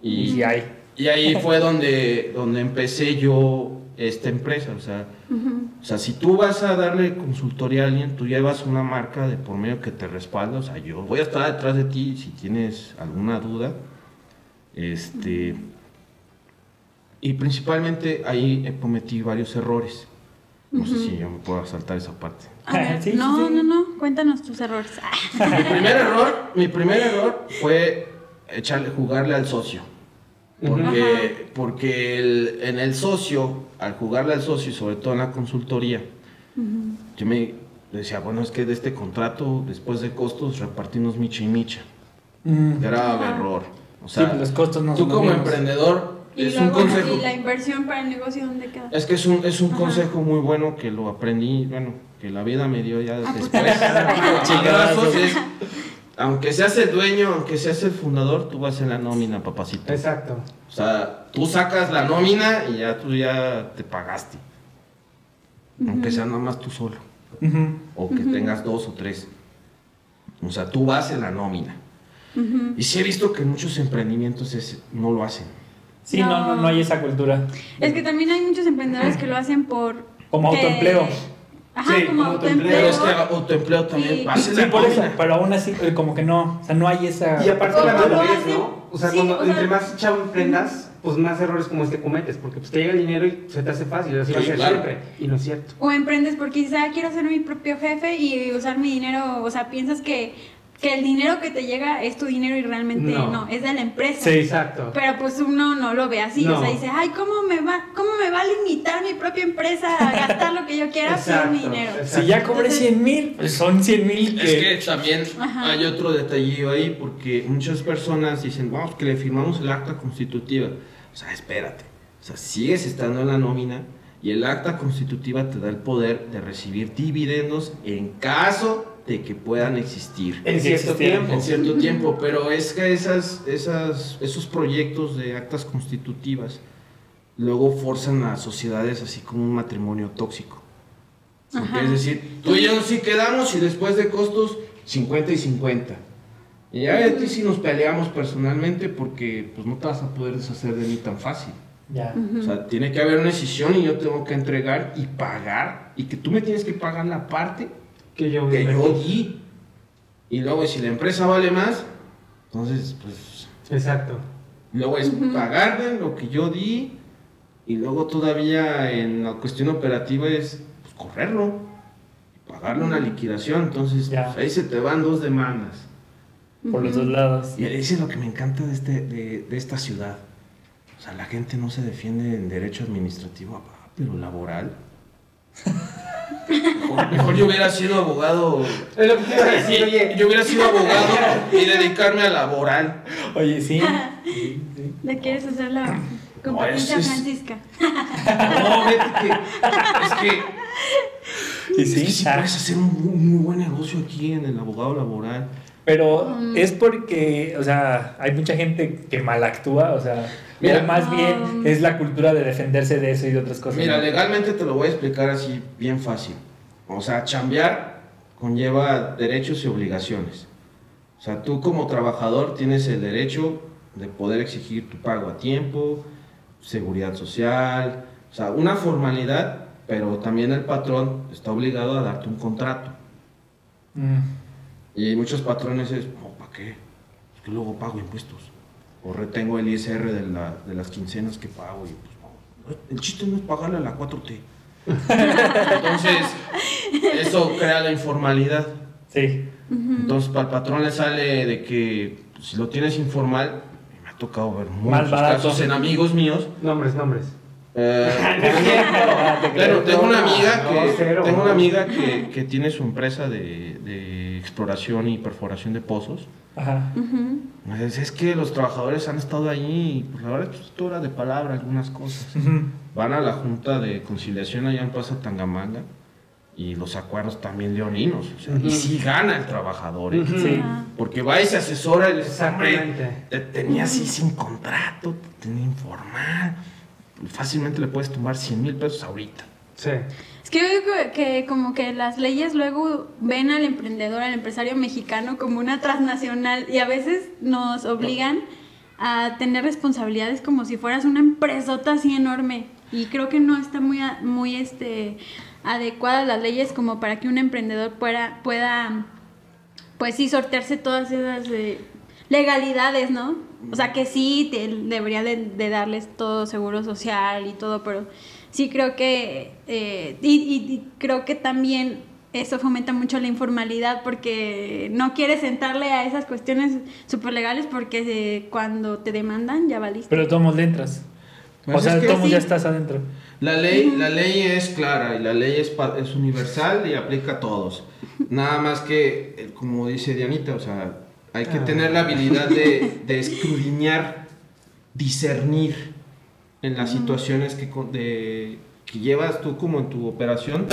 Y,
Y,
hay.
y ahí fue donde, donde empecé yo esta empresa. O sea,
Ujú.
o sea, si tú vas a darle consultoría a alguien, tú llevas una marca de por medio que te respalda. O sea, yo voy a estar detrás de ti si tienes alguna duda. Este. Y principalmente ahí eh, cometí varios errores. No sé si yo me puedo saltar esa parte.
A ver,
Sí, sí,
no,
sí.
no, no, cuéntanos tus errores. Ah,
Mi primer error, mi primer error fue echarle, jugarle al socio. Porque, porque el- en el socio, al jugarle al socio y sobre todo en la consultoría, yo me decía, bueno, es que de este contrato, después de costos, repartimos micha y micha.
Mm.
Grave
Ajá.
error. O
Sí,
sea,
pues los costos no
tú
son los
como
mismos.
emprendedor,
y
es un
luego,
consejo.
¿y la inversión para el negocio dónde queda?
Es que es un, es un
Ajá.
consejo muy bueno que lo aprendí, bueno, que la vida me dio ya
Ah,
después.
pues,
Chingadazo.
Entonces, aunque seas el dueño, aunque seas el fundador, tú vas en la nómina, papacito.
Exacto.
O sea, tú sacas la nómina y ya tú ya te pagaste. Aunque sea nada más tú solo.
Ujú.
O que tengas dos o tres. O sea, tú vas en la nómina.
Ujú.
Y sí he visto que muchos emprendimientos es- no lo hacen.
Sí, no. No,
No.
no, hay esa cultura.
Es que también hay muchos emprendedores que lo hacen por...
Como
que-
autoempleo.
Ajá,
Sí,
como
como autoempleo.
autoempleo.
Pero es que autoempleo también
Sí.
vas en
Sí,
la
por eso,
nómina.
pero aún así, eh, como que no, o sea, no hay esa...
Y aparte
¿Cómo
cuando
lo
lo ves,
hacen?
¿no? O sea,
Sí,
cuando
o sea-
entre más chavo emprendas, pues más errores como este cometes, porque pues te llega el dinero y se te hace fácil, así va a
Sí,
ser
claro.
siempre. Y no es cierto.
O emprendes porque dices, ah, quiero ser mi propio jefe y usar mi dinero. O sea, piensas que, que el dinero que te llega es tu dinero y realmente no,
No.
es de la empresa.
Sí.
Exacto.
Pero pues uno no lo ve así, o
No.
sea, dice, ay, ¿cómo me va, cómo me va a limitar mi propia empresa a gastar lo que yo quiera
Exacto,
sin mi dinero?
exacto.
Si ya cobré
Entonces-
100 mil, pues son 100 mil
Es
que...
que también
Ajá.
hay otro detallillo ahí, porque muchas personas dicen, vamos, que le firmamos el acta constitutiva. O sea, espérate. O sea, sigues estando en la nómina y el acta constitutiva te da el poder de recibir dividendos en caso de que puedan existir
En
Sí
cierto
existieron.
tiempo.
en cierto tiempo, pero es que esas, esas, esos proyectos de actas constitutivas luego forzan a sociedades así como un matrimonio tóxico. Porque
Ajá.
es decir, tú y yo sí quedamos y después de costos 50 y 50. Y ya de ti sí nos peleamos personalmente porque pues no te vas a poder deshacer de mí tan fácil.
Ya.
O sea, tiene que haber una decisión y yo tengo que entregar y pagar y que tú me tienes que pagar la parte
Que yo
que yo
vi.
di. Y luego, si la empresa vale más, entonces, pues,
Exacto.
luego es pagarme lo que yo di. Y luego todavía en la cuestión operativa es pues, correrlo, pagarle una liquidación. Entonces,
Ya.
pues, ahí se te van dos demandas.
Por los dos lados.
Y ese es lo que me encanta de, este, de, de esta ciudad. O sea, la gente no se defiende en derecho administrativo, ah, pero laboral. Mejor, mejor yo hubiera sido abogado
Es lo que te iba a decir,
Sí,
oye.
yo hubiera sido abogado y dedicarme a laboral.
Oye, sí.
¿Le quieres hacer la
No,
competencia
es- es-
Francisca?
No, vete que. Es que.
Y
es que
sí.
sí
ah,
puedes hacer un muy, muy buen negocio aquí en el abogado laboral.
Pero
Mm.
es porque, o sea, hay mucha gente que mal actúa, o sea,
Mira.
pero más
Ah.
bien es la cultura de defenderse de eso y de otras cosas.
Mira,
¿no?
legalmente te lo voy a explicar así, bien fácil. O sea, chambear conlleva derechos y obligaciones. O sea, tú como trabajador tienes el derecho de poder exigir tu pago a tiempo, seguridad social, o sea, una formalidad, pero también el patrón está obligado a darte un contrato.
Mm.
Y muchos patrones es, no, ¿para qué? Es que luego pago impuestos. O retengo el ISR de, la- de las quincenas que pago. Y pues, no. El chiste no es pagarle a la 4T. Entonces, eso crea la informalidad.
Sí.
Entonces, para el patrón le sale de que pues, si lo tienes informal, y me ha tocado ver muchos
barato.
casos en amigos míos.
Nombres, nombres.
eh,
Ah, te creo.
Claro, tengo una amiga
No,
que,
cero.
tengo una amiga que, que tiene su empresa de, de exploración y perforación de pozos.
Ajá.
Ujú.
Me dice, es que los trabajadores han estado ahí y pues la verdad es hora de palabra algunas cosas.
Ujú.
Van a la junta de conciliación allá en Plaza Tangamanga y los acuerdos también leoninos. o sea,
Ujú.
Y si gana el trabajador. ¿eh?
Ujú.
Sí.
Ajá.
Porque va y se asesora y le dice, hombre,
Exactamente.
te tenía así sin contrato, te tenía informal. Fácilmente le puedes tomar 100 mil pesos ahorita.
Sí.
Es que yo digo que- que como que las leyes luego ven al emprendedor, al empresario mexicano como una transnacional y a veces nos obligan a tener responsabilidades como si fueras una empresota así enorme y creo que no está muy a- muy este adecuadas las leyes como para que un emprendedor pueda pueda pues sí sortearse todas esas eh, legalidades, ¿no? O sea que sí te- debería de, de darles todo seguro social y todo, pero sí creo que eh, y, y- y creo que también eso fomenta mucho la informalidad porque no quieres sentarle a esas cuestiones súper legales porque eh, cuando te demandan ya valiste.
Pero de todos modos le entras.
Pues
o sea,
es
de
que
todos modos
sí.
ya estás adentro.
La ley, la ley es clara y la ley es, pa- es universal y aplica a todos. Nada más que, eh, como dice Dianita, o sea, hay que
Ah.
tener la habilidad de, de escudriñar, discernir en las situaciones que, con- de- que llevas tú como en tu operación.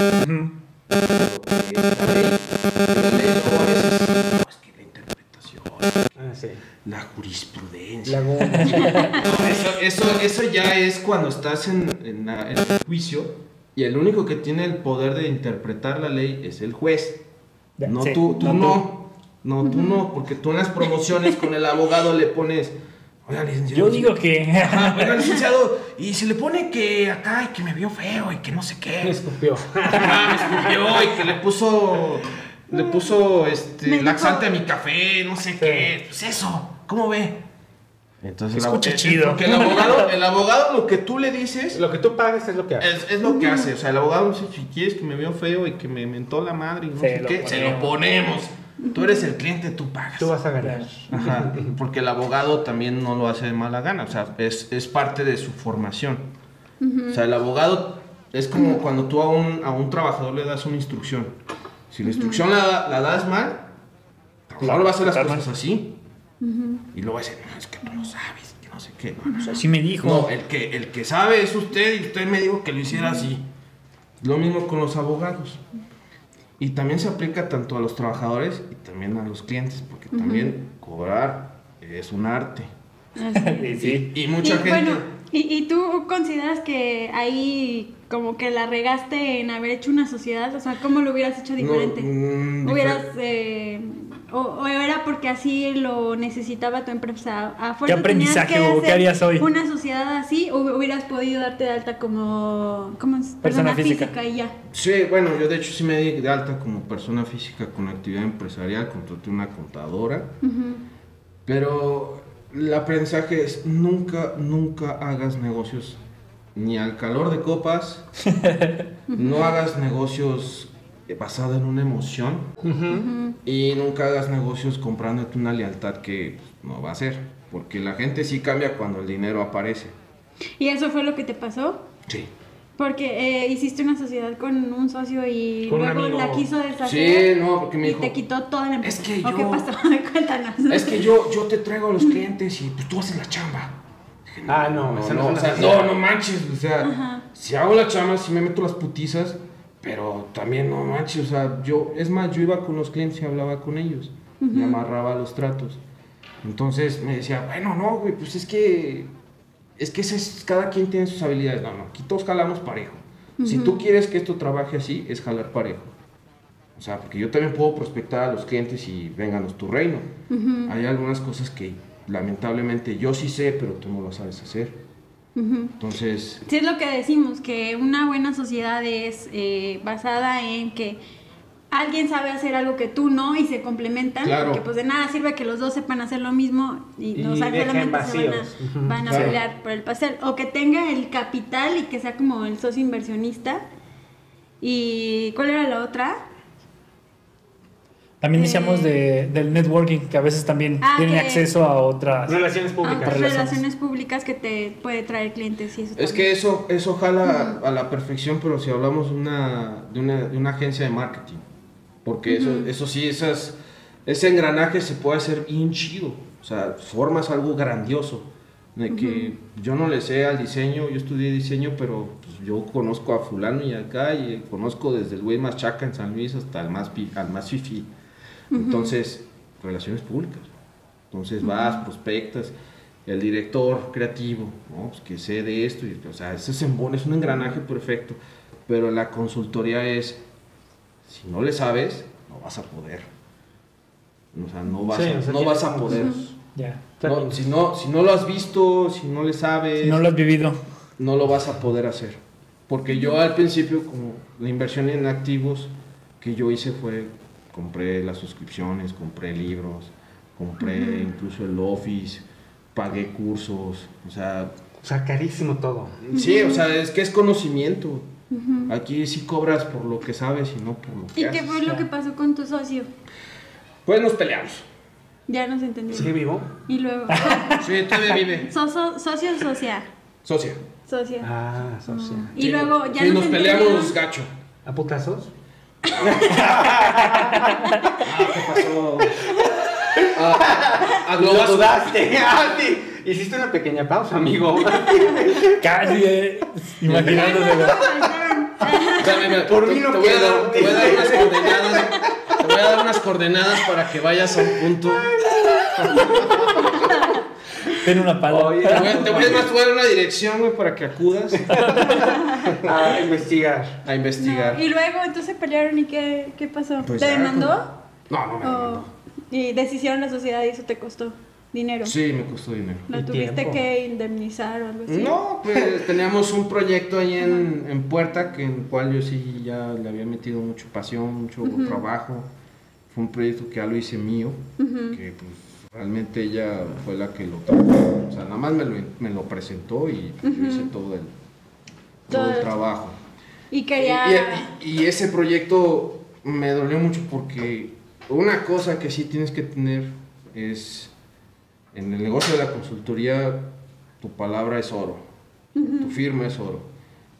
Pero que la ley- que la ley luego a veces, "No, es que la interpretación,
Ah, sí.
la jurisprudencia,
La goma.
eso, eso, eso ya es cuando estás en, en la- en el juicio y el único que tiene el poder de interpretar la ley es el juez.
Ya,
No
sí,
tú, tú
no
no.
tú.
No, tú no, porque tú en las promociones con el abogado le pones. Oiga, licenciado.
Yo digo que.
Ajá, oiga, licenciado, y se le pone que acá y que me vio feo y que no sé
Me
qué.
escupió.
Ajá, me escupió y que le puso. Le puso este,
Me dijo-
laxante a mi café, no sé qué. Pues eso, ¿cómo ve? Entonces, el
Escucha
abo- eh,
chido.
Porque el abogado, el abogado, lo que tú le dices
Lo que tú pagas es lo que haces.
es, es lo que hace. O sea, el abogado dice: si quieres que me veo feo y que me mentó la madre y no
Se
sé
lo
qué, se lo ponemos. Tú eres el cliente, tú pagas.
Tú vas a ganar.
Ajá, porque el abogado también no lo hace de mala gana, o sea, es, es parte de su formación. O sea, el abogado es como cuando tú a un, a un trabajador le das una instrucción. Si la instrucción la, la das mal, el trabajador va a hacer las
Está mal.
cosas así. Y luego va a decir, no, es que tú no sabes, que no sé qué. No, no,
Así me dijo.
no, el que, el que sabe es usted y usted me dijo que lo hiciera así. Lo mismo con los abogados. Y también se aplica tanto a los trabajadores y también a los clientes, porque también cobrar es un arte.
Así.
Sí, sí.
Y mucha
y,
gente...
Bueno, y, y tú consideras que ahí como que la regaste en haber hecho una sociedad? O sea, ¿cómo lo hubieras hecho
no,
diferente?
mm,
Hubieras,
difer-
eh, o, o era porque así lo necesitaba tu empresa. A fuerza
¿Qué aprendizaje
tenías que
hubo? ¿Qué
hacer
harías hoy?
Una sociedad así, o hubieras podido darte de alta como, como persona,
Persona física.
física. y ya.
Sí, bueno, yo de hecho sí me di de alta como persona física con actividad empresarial, contraté una contadora.
Ujú.
Pero el aprendizaje es nunca, nunca hagas negocios ni al calor de copas, no hagas negocios basado en una emoción y nunca hagas negocios comprándote una lealtad que pues, no va a ser, porque la gente sí cambia cuando el dinero aparece.
¿Y eso fue lo que te pasó?
Sí.
Porque eh, hiciste una sociedad con un socio y
Con un
luego
amigo.
la quiso deshacer.
Sí, no, porque me
y
dijo,
te quitó toda la empresa.
"Es que
¿O
yo-
qué pasó? Cuéntanos.
es que yo, yo te traigo a los clientes y pues tú haces la chamba.
Ah, no,
No,
esa
no,
no,
o
es
sea,
una
no,
sociedad.
no manches, o sea,
Ajá.
si hago la chama, si me meto las putizas, pero también no manches, o sea, yo, es más, yo iba con los clientes y hablaba con ellos, y amarraba los tratos. Entonces me decía, bueno, no, güey, pues es que, es que ese es- cada quien tiene sus habilidades, no, no, aquí todos jalamos parejo. Si tú quieres que esto trabaje así, es jalar parejo. O sea, porque yo también puedo prospectar a los clientes y vénganos tu reino. Hay algunas cosas que lamentablemente yo sí sé, pero tú no lo sabes hacer.
Ujú.
Entonces,
Sí, es lo que decimos, que una buena sociedad es eh, basada en que alguien sabe hacer algo que tú no y se complementan,
Claro.
porque pues de nada sirve que los dos sepan hacer lo mismo y,
Y
no, o sea,
dejen
solamente se van
vacíos. Ujú.
a, van a
Claro.
pelear por el pastel, o que tenga el capital y que sea como el socio inversionista. ¿Y cuál era la otra?
También
Eh.
decíamos de, del networking, que a veces también
Ah,
tienen
que-
acceso a otras.
Relaciones
Ah,
públicas.
relaciones.
relaciones públicas que te puede traer clientes y eso
es que eso, eso jala a la perfección, pero si hablamos de una, de una, de una agencia de marketing, porque eso, eso sí, esas, ese engranaje se puede hacer bien chido, o sea, formas algo grandioso,
De que yo no le sé al diseño, yo estudié diseño, pero pues, yo conozco a fulano y acá, y conozco desde el güey más chaca en San Luis hasta el más, pi- al más fifí. Entonces, relaciones públicas. Entonces vas, prospectas, el director creativo, ¿no? Pues que sé de esto, y, o sea, ese es, embone, es un engranaje perfecto, pero la consultoría es, si no le sabes, no vas a poder. O sea, no vas,
Sí,
a,
o sea,
no
tiene-
vas a poder.
Ya.
No, si, no, si no lo has visto, si no le sabes,
Si no
no,
lo has vivido.
lo vas a poder hacer. Porque yo al principio, como la inversión en activos que yo hice fue, compré las suscripciones, compré libros, compré incluso el Office, pagué cursos, o sea,
O sea, carísimo todo.
sí, o sea, es que es conocimiento. Aquí sí cobras por lo que sabes y no por lo que
¿Y
haces.
qué fue lo que pasó con tu socio?
Pues nos peleamos.
Ya nos entendimos.
¿Sigue vivo?
Y luego,
Sí, todavía vive.
socio, socio, socia.
Socia.
Socia.
Ah, socia.
Y luego ya
Sí,
nos
nos peleamos
entendieron.
gacho.
¿A putazos?
Ah, ¿qué pasó? Ah, a
Lo
globazos.
dudaste. Ah, sí. Hiciste una pequeña pausa, amigo.
Casi, eh, imaginándoselo.
Espérame, espérame,
Por
te-
mí no
te voy, a
quedó.
dar, te voy a dar unas coordenadas. Te voy a dar unas coordenadas para que vayas a un punto.
Ten una pala.
Oye,
Te voy, a- te voy a- es más, te voy a dar una dirección, güey, para que acudas
a investigar.
a investigar.
No, Y luego, entonces pelearon y qué, qué pasó.
Pues
¿Te
ya, pues.
demandó?
No, no me
O-
demandó.
y deshicieron la sociedad y eso te costó dinero.
Sí, me costó dinero.
¿Lo
Y
tuviste
tiempo.
que indemnizar o algo así?
No, pues teníamos un proyecto ahí en, en Puerta, que en el cual yo sí ya le había metido mucho pasión, mucho trabajo. Fue un proyecto que ya lo hice mío, que pues realmente ella fue la que lo trajo. O sea, nada más me lo, me lo presentó y pues, yo hice todo el, todo
Todo.
el trabajo.
Y
Eh, Y,
quería...
y- y ese proyecto me dolió mucho porque una cosa que sí tienes que tener es, en el negocio de la consultoría, tu palabra es oro, tu firma es oro.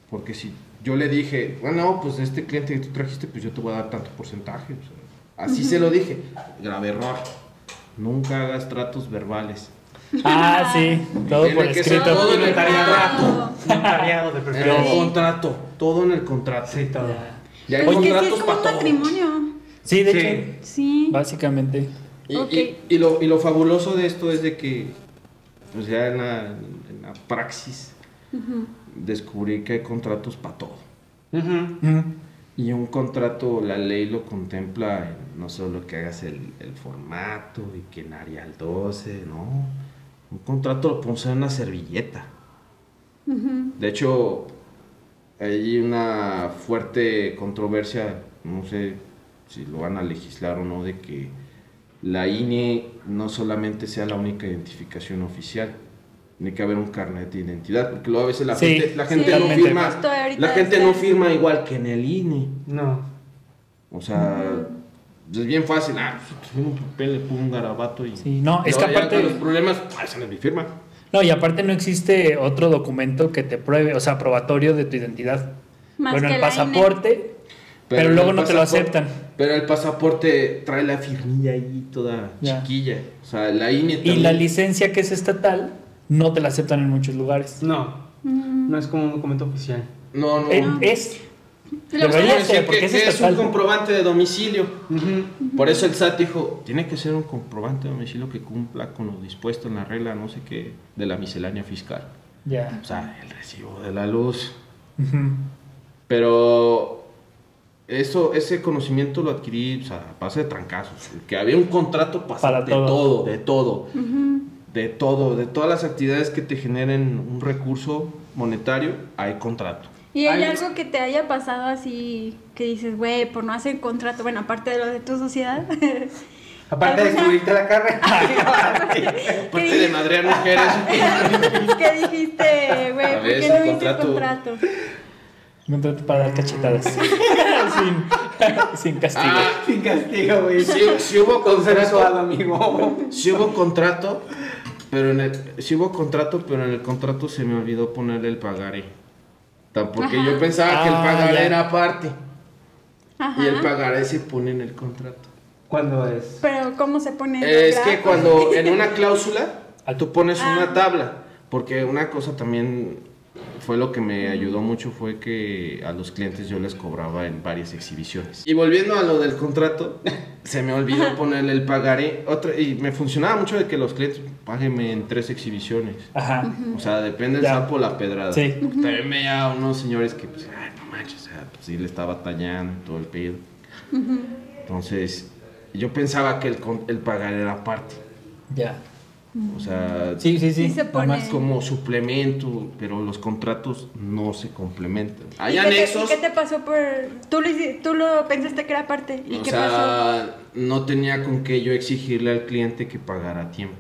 Porque si yo le dije, bueno, pues de este cliente que tú trajiste, pues yo te voy a dar tanto porcentaje. o sea, así se lo dije, grave error. Nunca hagas tratos verbales.
Ah, sí. Todo por
Tiene que ser
escrito.
todo en el
Notariado.
contrato.
Notariado de
En el
preferencia.
contrato, todo en el contrato.
Sí, todo.
Y hay
Pues que sí,
contratos
es como
para
un
todo.
matrimonio.
Sí, de
Sí.
hecho.
Sí.
Básicamente.
Y,
Ok.
y- y lo, y lo fabuloso de esto es de que, pues ya en la, en la praxis, descubrí que hay contratos para todo.
Ujú.
Y un contrato, la ley lo contempla, en no solo que hagas el, el formato y que en Arial 12, no. Un contrato lo pones en una servilleta. De hecho, hay una fuerte controversia, no sé si lo van a legislar o no, de que la INE no solamente sea la única identificación oficial. Tiene que haber un carnet de identidad, porque luego a veces la
Sí,
gente, la gente no
totalmente.
firma,
Justo ahorita
la gente
está-
no firma igual que en el INE.
No.
O sea, es bien fácil. Ah, pues, firma un papel, le pongo un garabato y.
Sí, no, es que
Luego ya
aparte-
con los problemas, ah, esa no es mi firma.
No, y aparte no existe otro documento que te pruebe, o sea, probatorio de tu identidad.
Más
bueno,
que
el
la
pasaporte. Pero
en
luego
el
no te lo
pasapor-
aceptan.
Pero el pasaporte trae la firmilla ahí toda
Ya.
chiquilla. O sea, la INE
Y
también.
la licencia que es estatal no te la aceptan en muchos lugares.
No.
Mm.
No es como un documento oficial.
No, no.
Eh,
no.
Es.
Lo que
Debería
Vamos a
ser,
decir
porque
que,
es
que es un
estatal.
comprobante de domicilio.
Ujú.
Por eso el SAT dijo, tiene que ser un comprobante de domicilio que cumpla con lo dispuesto en la regla, no sé qué, de la miscelánea fiscal.
Ya.
O sea, el recibo de la luz,
Ujú.
Pero eso, ese conocimiento lo adquirí o sea, a base de trancazos. Que había un contrato para,
Para
de
todo.
todo. de todo. De todo, de todas las actividades que te generen un recurso monetario, hay contrato.
¿Y hay
Ay,
algo que te haya pasado así que dices, güey, por no hacer contrato, bueno, aparte de lo de tu sociedad?
Aparte de descubrirte la carrera.
Aparte de madrear mujeres.
¿Qué dijiste, güey?
A
¿Por
ver,
qué
ese
no hice
contrato.
contrato?
Un trato para dar cachetadas. sin, sin castigo.
ah,
Sin castigo, güey.
sí, sí hubo
Consensuado,
contrato.
amigo.
Sí hubo contrato, pero en el, sí hubo contrato, pero en el contrato se me olvidó ponerle el pagaré. Tan- Porque yo pensaba que el
Ah,
pagaré
ya.
era aparte.
Ajá.
Y el pagaré se pone en el contrato.
¿Cuándo es?
Pero ¿cómo se pone? en el
Es que
gráfico?
cuando en una cláusula tú pones
Ah.
una tabla.
Porque una cosa también fue lo que me ayudó mucho fue que a los clientes yo les cobraba en varias exhibiciones. Y volviendo a lo del contrato, se me olvidó ponerle el pagaré. Otra, y me funcionaba mucho de que los clientes páguenme en tres exhibiciones.
Ajá.
O sea, depende del
Ya.
sapo la pedrada.
Sí.
También veía a unos señores que, pues, ay, no manches, o sea, pues sí le estaba tallando y todo el pedo. Entonces, yo pensaba que el, con- el pagar era aparte.
Ya.
O sea,
Sí, sí, sí.
Sí se
nada más
pone.
como suplemento, pero los contratos no se complementan.
¿Y
Hay
qué te-
anexos.
¿Y qué te pasó por.? Tú lo, hici- tú lo pensaste que era parte. ¿Y
o
qué
sea,
pasó?
no tenía con qué yo exigirle al cliente que pagara a tiempo.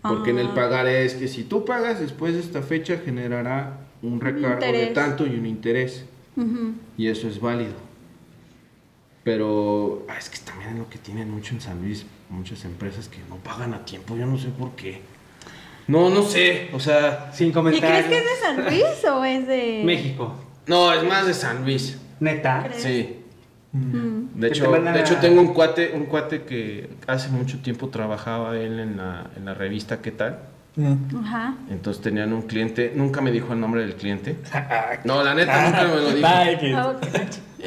Porque en el
Ah.
pagar es que si tú pagas después de esta fecha generará un recargo de
interés.
tanto y un interés.
Ujú.
Y eso es válido. Pero ah, es que también es lo que tienen mucho en San Luis, muchas empresas que no pagan a tiempo, yo no sé por qué. No, no sé, o sea,
Sin
pues,
¿Y
comentarios.
crees que es de
ah,
San Luis o es de.?
México.
no, es más de San Luis.
Neta.
¿Crees?
Sí.
Mm.
De
Que te
hecho,
van a-
de hecho tengo un cuate, un cuate que hace mucho tiempo trabajaba él en la, en la revista ¿Qué tal?
Mm.
Ajá.
Entonces tenían un cliente, nunca me dijo el nombre del cliente.
Ah,
No, la neta, nunca me lo dijo.
Ay, que-
Ah, ok.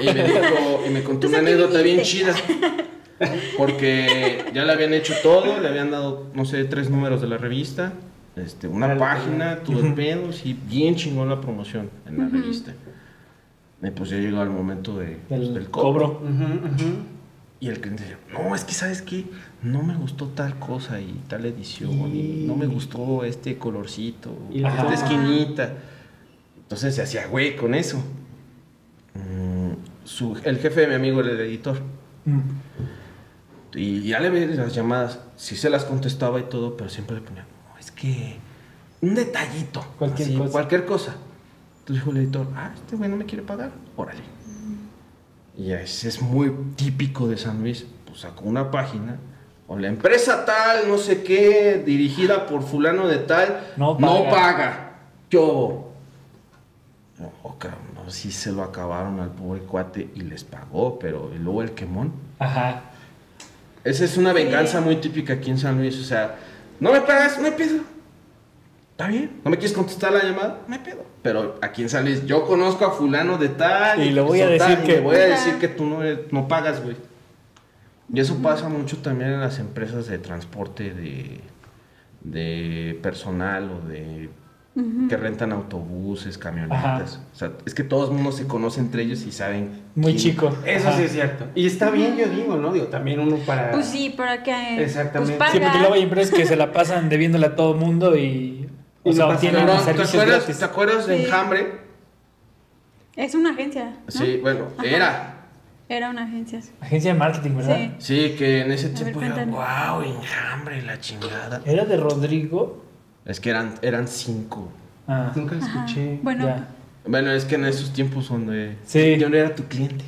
Y me dijo, y me contó
Entonces,
una
¿a qué
anécdota bien chida.
viniste?
Porque ya le habían hecho todo, le habían dado, no sé, tres números de la revista, este, una
Dale,
página, todo el pedo, sí, bien chingón la promoción en la revista. Y pues ya llegó el momento de, pues,
Del,
del
cobro.
Ujú, ujú.
Y el cliente dice, no, es que sabes qué, no me gustó tal cosa y tal edición, y no me gustó este colorcito,
Y la
esta
toma.
esquinita. Entonces se hacía güey con eso. Mm, su- el jefe de mi amigo era el editor.
Mm.
Y ya le veía las llamadas, sí se las contestaba y todo, pero siempre le ponía, no, es que un detallito.
Cualquier
así,
cosa.
Cualquier cosa. Entonces dijo el editor, ah, este güey no me quiere pagar, órale. Y es, es muy típico de San Luis, pues sacó una página, o la empresa tal, no sé qué, dirigida por fulano de tal,
No paga.
paga. Yo. No, cabrón, no, Oh, sí se lo acabaron al pobre cuate y les pagó, pero y luego el quemón.
Ajá.
Esa es una venganza muy típica aquí en San Luis. O sea, no me pagas, no hay pedo. Está bien. ¿No me quieres contestar la llamada? No hay pedo. Pero aquí en San Luis, yo conozco a fulano de tal.
Y le voy a
hizo
decir
tal, y
que-
le voy a
Ajá.
decir que tú no, eres- no pagas, güey. Y eso pasa mucho también en las empresas de transporte de, de personal o de... Que rentan autobuses, camionetas. O sea, es que todo el mundo se conoce entre ellos y saben.
Muy
quién-
chico.
Eso
Ajá.
sí es cierto. Y está bien, yo digo, ¿no? Digo, también uno para.
Pues sí, para que.
Exactamente.
Pues
Sí,
paga.
porque luego hay empresas que se la pasan debiéndole a todo mundo y.
Y
O
no
sea,
pasa
obtienen
nada.
Cabrón, ¿Te
servicios
acuerdas,
gratis.
¿te acuerdas de
Sí.
Enjambre?
Es una agencia. ¿no?
Sí, bueno, era.
Era una agencia. sí.
Agencia de marketing, ¿verdad?
Sí, que en ese
ver,
tiempo era,
cuéntanos.
wow, Pues, enjambre, la chingada.
¿Era de Rodrigo?
Es que eran, eran cinco.
Ah,
Nunca lo
Ajá.
escuché.
Bueno,
ya.
Bueno, es que en esos tiempos donde
Sí.
yo no era tu cliente.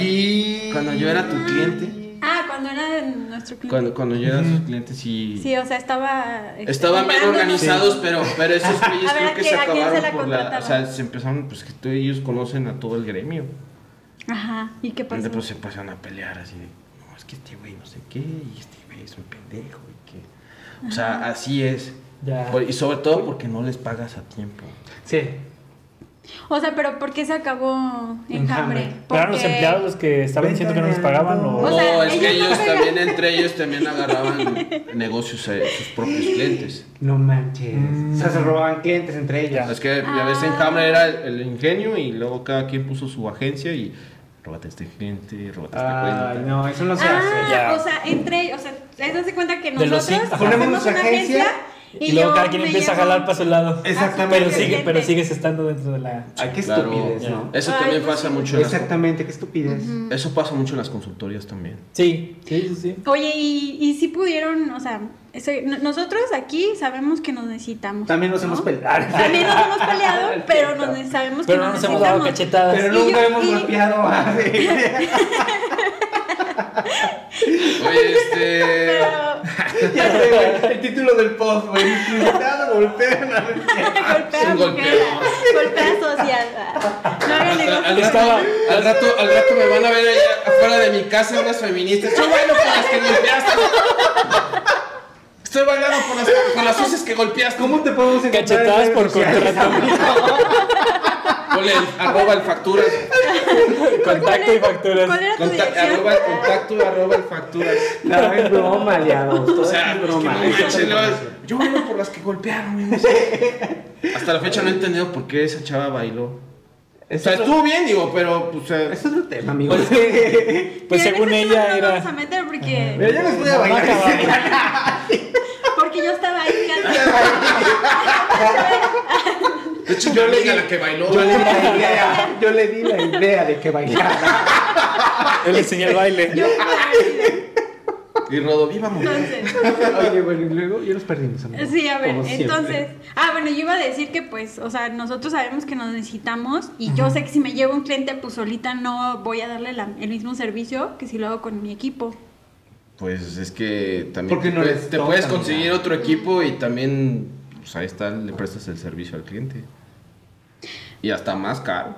y cuando yo era tu cliente,
ah, cuando era de nuestro cliente.
cuando, cuando yo era sus clientes y
Sí, o sea, estaba. este,
estaban bien
comprando, ¿no?
organizados, pero, pero esos güeyes
A
creo
ver, ¿a
que
quién-
se
a quién se
acabaron
la
por la, o sea,
contrataban?
se empezaron, pues que tú- ellos conocen a todo el gremio.
Ajá. ¿Y qué pasó?
Entonces pues, se empezaron a pelear así de, no, es que este güey no sé qué, y este güey es un pendejo, y que... O sea, así es.
Ya.
Por- y sobre todo porque no les pagas a tiempo.
Sí.
O sea, pero ¿por qué se acabó
Enjambre.
Enjambre?
¿Pero eran los
Porque-
empleados los que estaban diciendo que no les pagaban? O...
O sea,
no, es que
ellos
ellos
no pagan.
también, entre ellos también agarraban negocios a sus propios clientes.
No manches.
Mm.
O sea, se robaban clientes entre ellos.
Es que a veces en Hambre era el, el ingenio y luego cada quien puso su agencia y róbate este cliente, róbate esta
Ay,
cuenta.
no, eso no se
Ah,
hace.
Ya.
o sea, entre, o sea, ¿te das cuenta que
De los
nosotros
cinco.
Ponemos
hacemos una
agencia
agencia
y, luego
yo
cada quien
me
empieza a
llevo-
jalar para su lado.
Exactamente.
Pero, sigue, pero
Gente.
sigues estando dentro de la.
Ay, qué
Claro.
estupidez, ¿no?
Eso
Ay,
también
pues
pasa
sí.
mucho en las-
Exactamente, qué estupidez.
Eso pasa mucho en las consultorías también.
Sí, sí, sí. sí.
Oye, y, y si pudieron, o sea, ese- no- nosotros aquí sabemos que nos necesitamos.
También nos
¿no?
hemos peleado.
También nos hemos peleado, pero nos ne- sabemos
Pero
que
no
nos
nos hemos dado
necesitamos.
cachetadas.
Pero
Y
nunca
yo-
hemos
y-
golpeado a
Oye, este...
Ya sé, güey, El título del post, güey. Intimidado, golpean a
Golpea
Sin
mujer,
golpeo.
golpea social. No hagan
Al,
negocios.
al rato,
Estaba-
al, rato, al rato me van a ver allá afuera de mi casa unas feministas. Yo bailo con las que golpeaste. Estoy bailando con las, con las sucias que golpeaste.
¿Cómo te podemos encontrar? en
Cachetadas
redes
por
sociales,
contrato.
amigo?
Ponle el, arroba el facturas.
Contacto y facturas.
¿Cuál era tu
Conta-
dirección?
arroba el contacto, arroba el facturas.
No, es broma, aliados. Todo
O sea,
es
pues, que no
broma.
manches, luego, yo bailo por las que golpearon, güey, no sé. Hasta la fecha no he entendido por qué esa chava bailó. O
Es
sea,
otro-
estuvo bien, digo, pero pues, o sea,
es otro tema, amigo.
Pues
Mira, en
según
este
ella
tema no nos
era.
vamos a meter porque,
Mira, yo les voy a bailar.
porque yo estaba ahí. fíjate.
de hecho yo le dije a la que bailó.
Yo le di la idea, yo le di la idea de que bailara.
Él le enseñó el baile.
Yo estaba ahí.
Y Rodo, viva mujer.
Entonces,
Oye, bueno, y luego ya nos perdimos, amigos.
Sí, a ver,
Como siempre.
entonces. Ah, bueno, yo iba a decir que, pues, o sea, nosotros sabemos que nos necesitamos y yo sé que si me llevo un cliente, pues solita no voy a darle la- el mismo servicio que si lo hago con mi equipo.
Pues es que también
Porque
te,
no
puedes-
les
te puedes
toca,
conseguir
mira.
otro equipo y también, pues ahí está, le prestas el servicio al cliente. Y hasta más caro.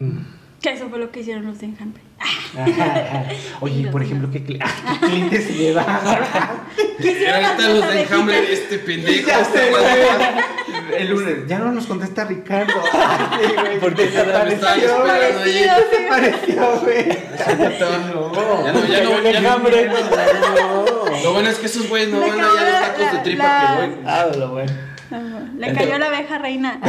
Mm.
Que eso fue lo que hicieron los de Enjambre.
Oye, por ejemplo, ¿qué cli- ah, qué cliente se lleva?
Eran hasta los de enjambre de este pendejo.
Ya
este
sé,
güey.
güey. El lunes, ya no nos contesta Ricardo. Ay, güey,
¿Por qué
Me estaba
desapareció, güey.
esperando ahí.
Parecido, sí.
Desapareció, güey.
Ya no, ya no, ya no.
Hambre.
Lo bueno es que esos güeyes no
Me
van allá
acabo
a los
la-
tacos de
la-
tripa
la-
que voy.
Ah, lo bueno.
Ajá, Le cayó la abeja reina.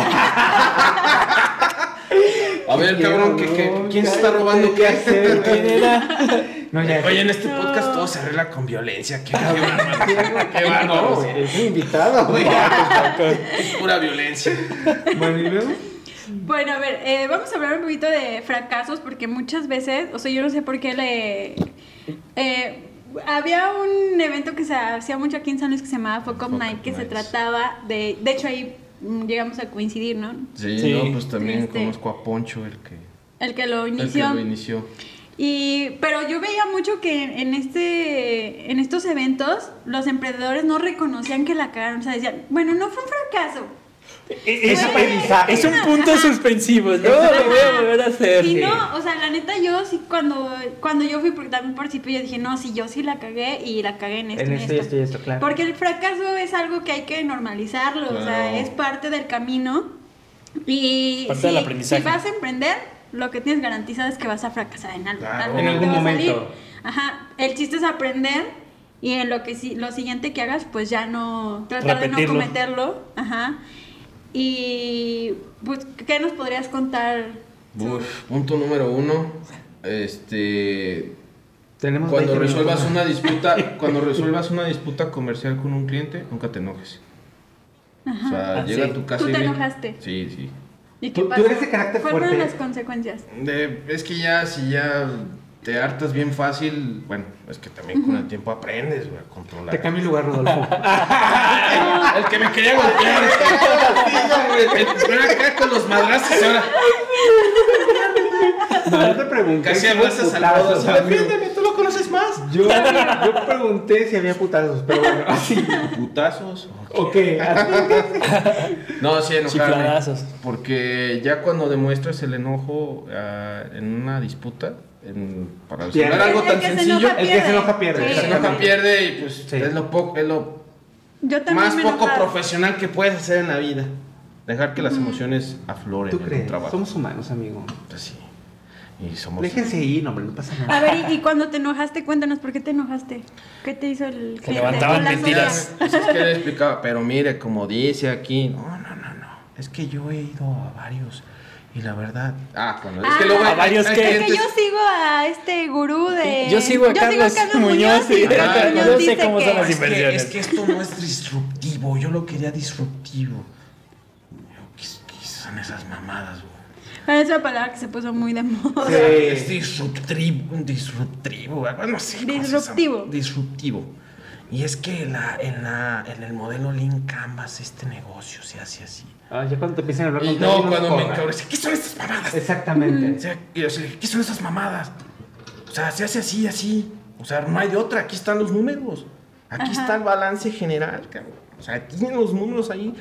A ver, cabrón, que, que- ¿quién se está robando qué?
hacer?
¿Quién era?
No, ya.
Oye, en este
No.
podcast todo se arregla con violencia. Qué, qué bárbaro, qué
no,
bárbaro.
eres un invitado, güey.
Es pura violencia.
Bueno, y luego.
Bueno, a ver, eh, vamos a hablar un poquito de fracasos porque muchas veces, o sea, yo no sé por qué le... eh, había un evento que se hacía mucho aquí en San Luis que se llamaba Fuck Up
Fuck
Night,
Up
que se
Nights.
trataba de... De hecho, ahí mm, llegamos a coincidir, ¿no?
Sí,
Sí.
no, pues también
Triste.
conozco a Poncho, el que,
El que lo
el que
inició.
lo inició.
Y, pero yo veía mucho que en, este, en estos eventos los emprendedores no reconocían que la cagaron. O sea, decían, bueno, no fue un fracaso.
Es,
Fue-
aprendizaje.
es un punto suspensivo. No, lo voy a volver a hacer.
Si no, o sea, la neta yo sí cuando, cuando yo fui, porque también participé, yo dije, no, sí, yo sí la cagué y la cagué en esto.
En esto y esto y esto, claro.
Porque el fracaso es algo que hay que normalizarlo, o sea,
Claro.
es parte del camino. Y
Parte
si,
del aprendizaje.
si vas a emprender, lo que tienes garantizado es que vas a fracasar en algo.
Claro.
algo
En
no te
algún
va a salir.
momento.
Ajá, el chiste es aprender y en lo que si- lo siguiente que hagas, pues ya no tratar de no
Repetirlo.
cometerlo. Ajá. Y pues, ¿qué nos podrías contar?
Uf, punto número uno, este,
Tenemos
cuando
20
resuelvas
minutos.
una disputa, cuando resuelvas una disputa comercial con un cliente, nunca te enojes. O sea,
Ah,
llega
sí.
a tu casa
¿Tú
y
te
ve-
enojaste?
Sí, sí.
¿Y
Tú- tú
pasó?
eres de carácter
¿Cuáles fueron
fuerte.
las consecuencias?
De- es que ya, si ya te hartas bien fácil, bueno, es que también con el tiempo aprendes, güey, a
Te
controlar.
cambio el lugar, Rodolfo.
El que me quería golpear. Pero acá con los madrazos ahora.
No te pregunté.
Casi
si hubo
abrazas al
putazos,
Rodolfo.
amigo.
Defiéndeme, tú lo conoces más.
Yo, yo pregunté si había putazos, pero bueno, así.
Putazos.
Ok, así.
No, sí, enojarme.
Chifladazos.
Porque ya cuando demuestras el enojo ah, en una disputa, en- para
Pierde.
resolver algo
El que
tan
se enoja,
sencillo,
el que se enoja pierde.
el que
Sí.
se enoja pierde y pues
Sí.
es lo, po- es lo
Yo también
más
me
poco
enojaba.
profesional que puedes hacer en la vida. Dejar que las emociones afloren
¿Tú
en
crees?
tu trabajo.
Somos humanos, amigo.
Pues sí. Y somos.
Déjense ir, hombre, no pasa nada.
A ver, y, y cuando te enojaste, cuéntanos por qué te enojaste. ¿Qué te hizo el cliente?
levantaban
Hola,
mentiras.
Sonia.
Pues es que le explicaba, pero mire, como dice aquí, no, no, no, no, es que yo he ido a varios y la verdad, ah, bueno, es que
Ah,
luego
¿a varios qué?
Es que
clientes-
yo sigo a este gurú de.
Yo sigo a Carlos Muñoz y-
y Carlos
Ah,
Muñoz
yo sé
dice
cómo
que-
son las
Es que,
inversiones.
es que esto no es disruptivo. Yo lo quería disruptivo. Yo, ¿Qué, qué son esas mamadas, güey?
Bueno, es una palabra que se puso muy de moda.
Es disruptivo, disruptivo, güey. bueno, sí. ¿cómo se
Disruptivo.
llama? Disruptivo. Y es que la, en, la, en el modelo Lean Canvas este negocio se hace así.
Ah, ya cuando te empiezan a hablar
Y
con
no,
términos,
cuando me Mm.
corran.
encabrece, ¿qué son estas mamadas? O
Exactamente.
sea, y yo así, ¿qué son esas mamadas? O sea, se hace así, así. O sea, no hay de otra. Aquí están los números. Aquí está el balance general, cabrón. O sea, tienen los números ahí.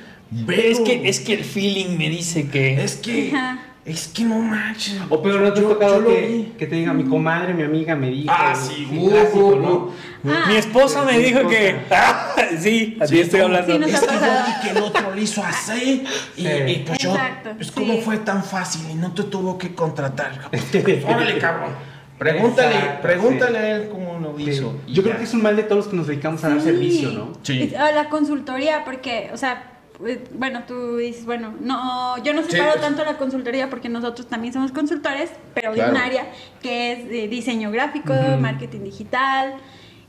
Pero es
Velo.
que, Uh. es que el feeling me dice que.
Es que
Ajá.
Es que no manches.
O peor, ¿no te ha
Yo- yo
tocado
lo
que,
vi.
que te diga mi comadre, mi amiga me dijo?
Ah, sí,
Sí,
uh,
clásico,
uh,
¿no?
uh.
Ah,
Mi esposa me
mi
dijo que. Ah, sí, así estoy hablando.
Sí, nos
Es
ha
que yo
pasado.
vi que el otro lo hizo así. Y,
Sí.
y pues yo.
Exacto,
Pues cómo
sí.
fue tan fácil y no te tuvo que contratar. Pues, Órale, cabrón. Pregúntale,
Exacto,
pregúntale
sí.
a él cómo lo
Sí.
hizo. y
Yo creo
ya.
que es un mal de todos los que nos dedicamos a dar
Sí.
servicio, ¿no?
Sí.
Es- o la consultoría, porque, o sea, pues, bueno, tú dices, bueno, no, yo no separo
pues-
tanto la consultoría porque nosotros también somos consultores, pero de un
Claro.
área que es de diseño gráfico, marketing digital.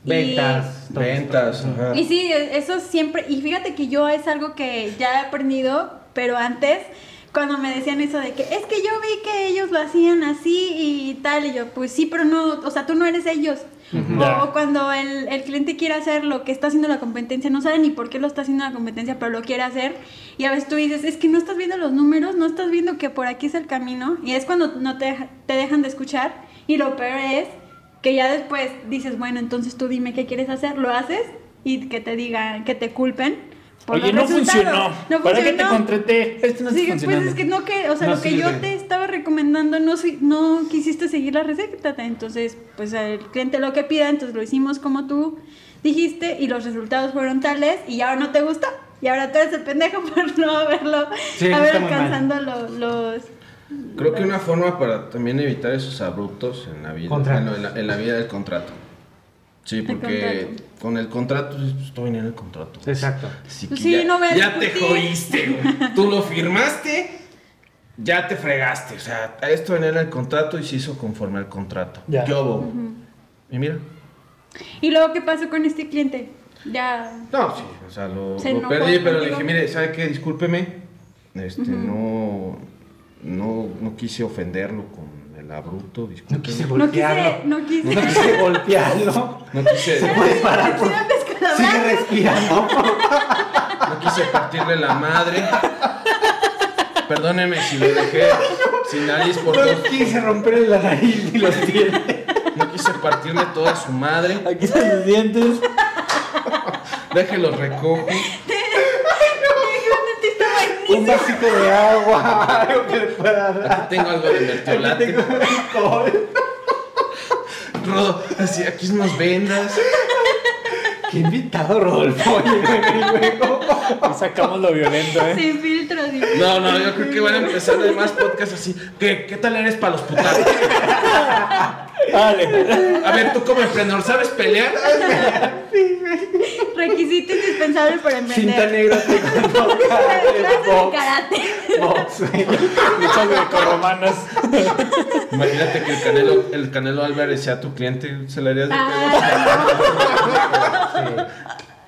y-
Ventas. todo esto.
Ventas, ajá.
Y sí, e, eso siempre, y fíjate que yo es algo que ya he aprendido, pero antes, cuando me decían eso de que es que yo vi que ellos lo hacían así y tal, y yo, pues sí, pero no, o sea, tú no eres ellos.
Ujú.
O
Ya.
cuando el, el cliente quiere hacer lo que está haciendo la competencia, no sabe ni por qué lo está haciendo la competencia, pero lo quiere hacer. Y a veces tú dices, es que no estás viendo los números, no estás viendo que por aquí es el camino. Y es cuando no te, deja- te dejan de escuchar. Y lo peor es que ya después dices, bueno, entonces tú dime qué quieres hacer, lo haces y que te digan, que te culpen. por
Oye,
los
no funcionó.
resultados. No
¿Para qué te
funcionó.
contraté? Esto no
Sí,
está
pues
funcionando.
es que no que, o sea,
No
lo que yo
sirve.
te estaba recomendando no si- no quisiste seguir la receta, entonces pues el cliente lo que pida, entonces lo hicimos como tú dijiste y los resultados fueron tales y ahora no te gusta y ahora tú eres el pendejo por no haberlo
Sí, eso
haber
está muy mal.
alcanzando lo- los
Creo que una forma para también evitar esos abruptos en la vida,
Contratos.
bueno, en, la, en la vida del contrato. Sí, porque
contrato.
con el contrato, dices, pues, estoy en el contrato.
Exacto.
Así que
Pues Sí,
ya,
no me
ya te
discutí.
jodiste, güey. Tú lo firmaste, ya te fregaste. O sea, esto venía en el contrato y se hizo conforme al contrato.
Ya.
¿Qué hubo? Y mira.
y luego qué pasó con este cliente ya
No, sí, o sea, lo,
Se
lo
enojó
perdí, pero le
contigo.
dije, mire, ¿sabe qué? Discúlpeme. Este, no, no, no quise ofenderlo con el abrupto,
No
discúlpeme.
quise
no quise
golpearlo.
no quise
No quise golpearlo.
No quise,
puede parar, por-
Acción
Sigue
descalabrante.
respirando.
no quise partirle la madre. Perdóneme si lo dejé sin nariz por dos.
No quise romperle la nariz ni los dientes.
No quise partirle toda su madre.
Aquí están los dientes.
Déjelo recojo.
Un vasito de agua. Algo que le pueda dar.
Aquí tengo algo de
Aquí
mertiolate.
tengo un alcohol.
Rodo, así, aquí unas vendas.
Qué invitado, Rodolfo. Oye, güey, luego.
Y sacamos lo violento, ¿eh?
sin filtro sin
No, no, yo creo que van a empezar además podcasts así. ¿Qué, qué tal eres para los putazos?
Vale.
A ver, tú como emprendedor, ¿sabes pelear?
requisito indispensable para
Cinta
emprender
negra. tengo, no,
Clases de
box,
karate
box, güey.
Luchas grecorromanas.
Imagínate que el Canelo, el Canelo Álvarez sea tu cliente, se le harías de pedo.
Ah,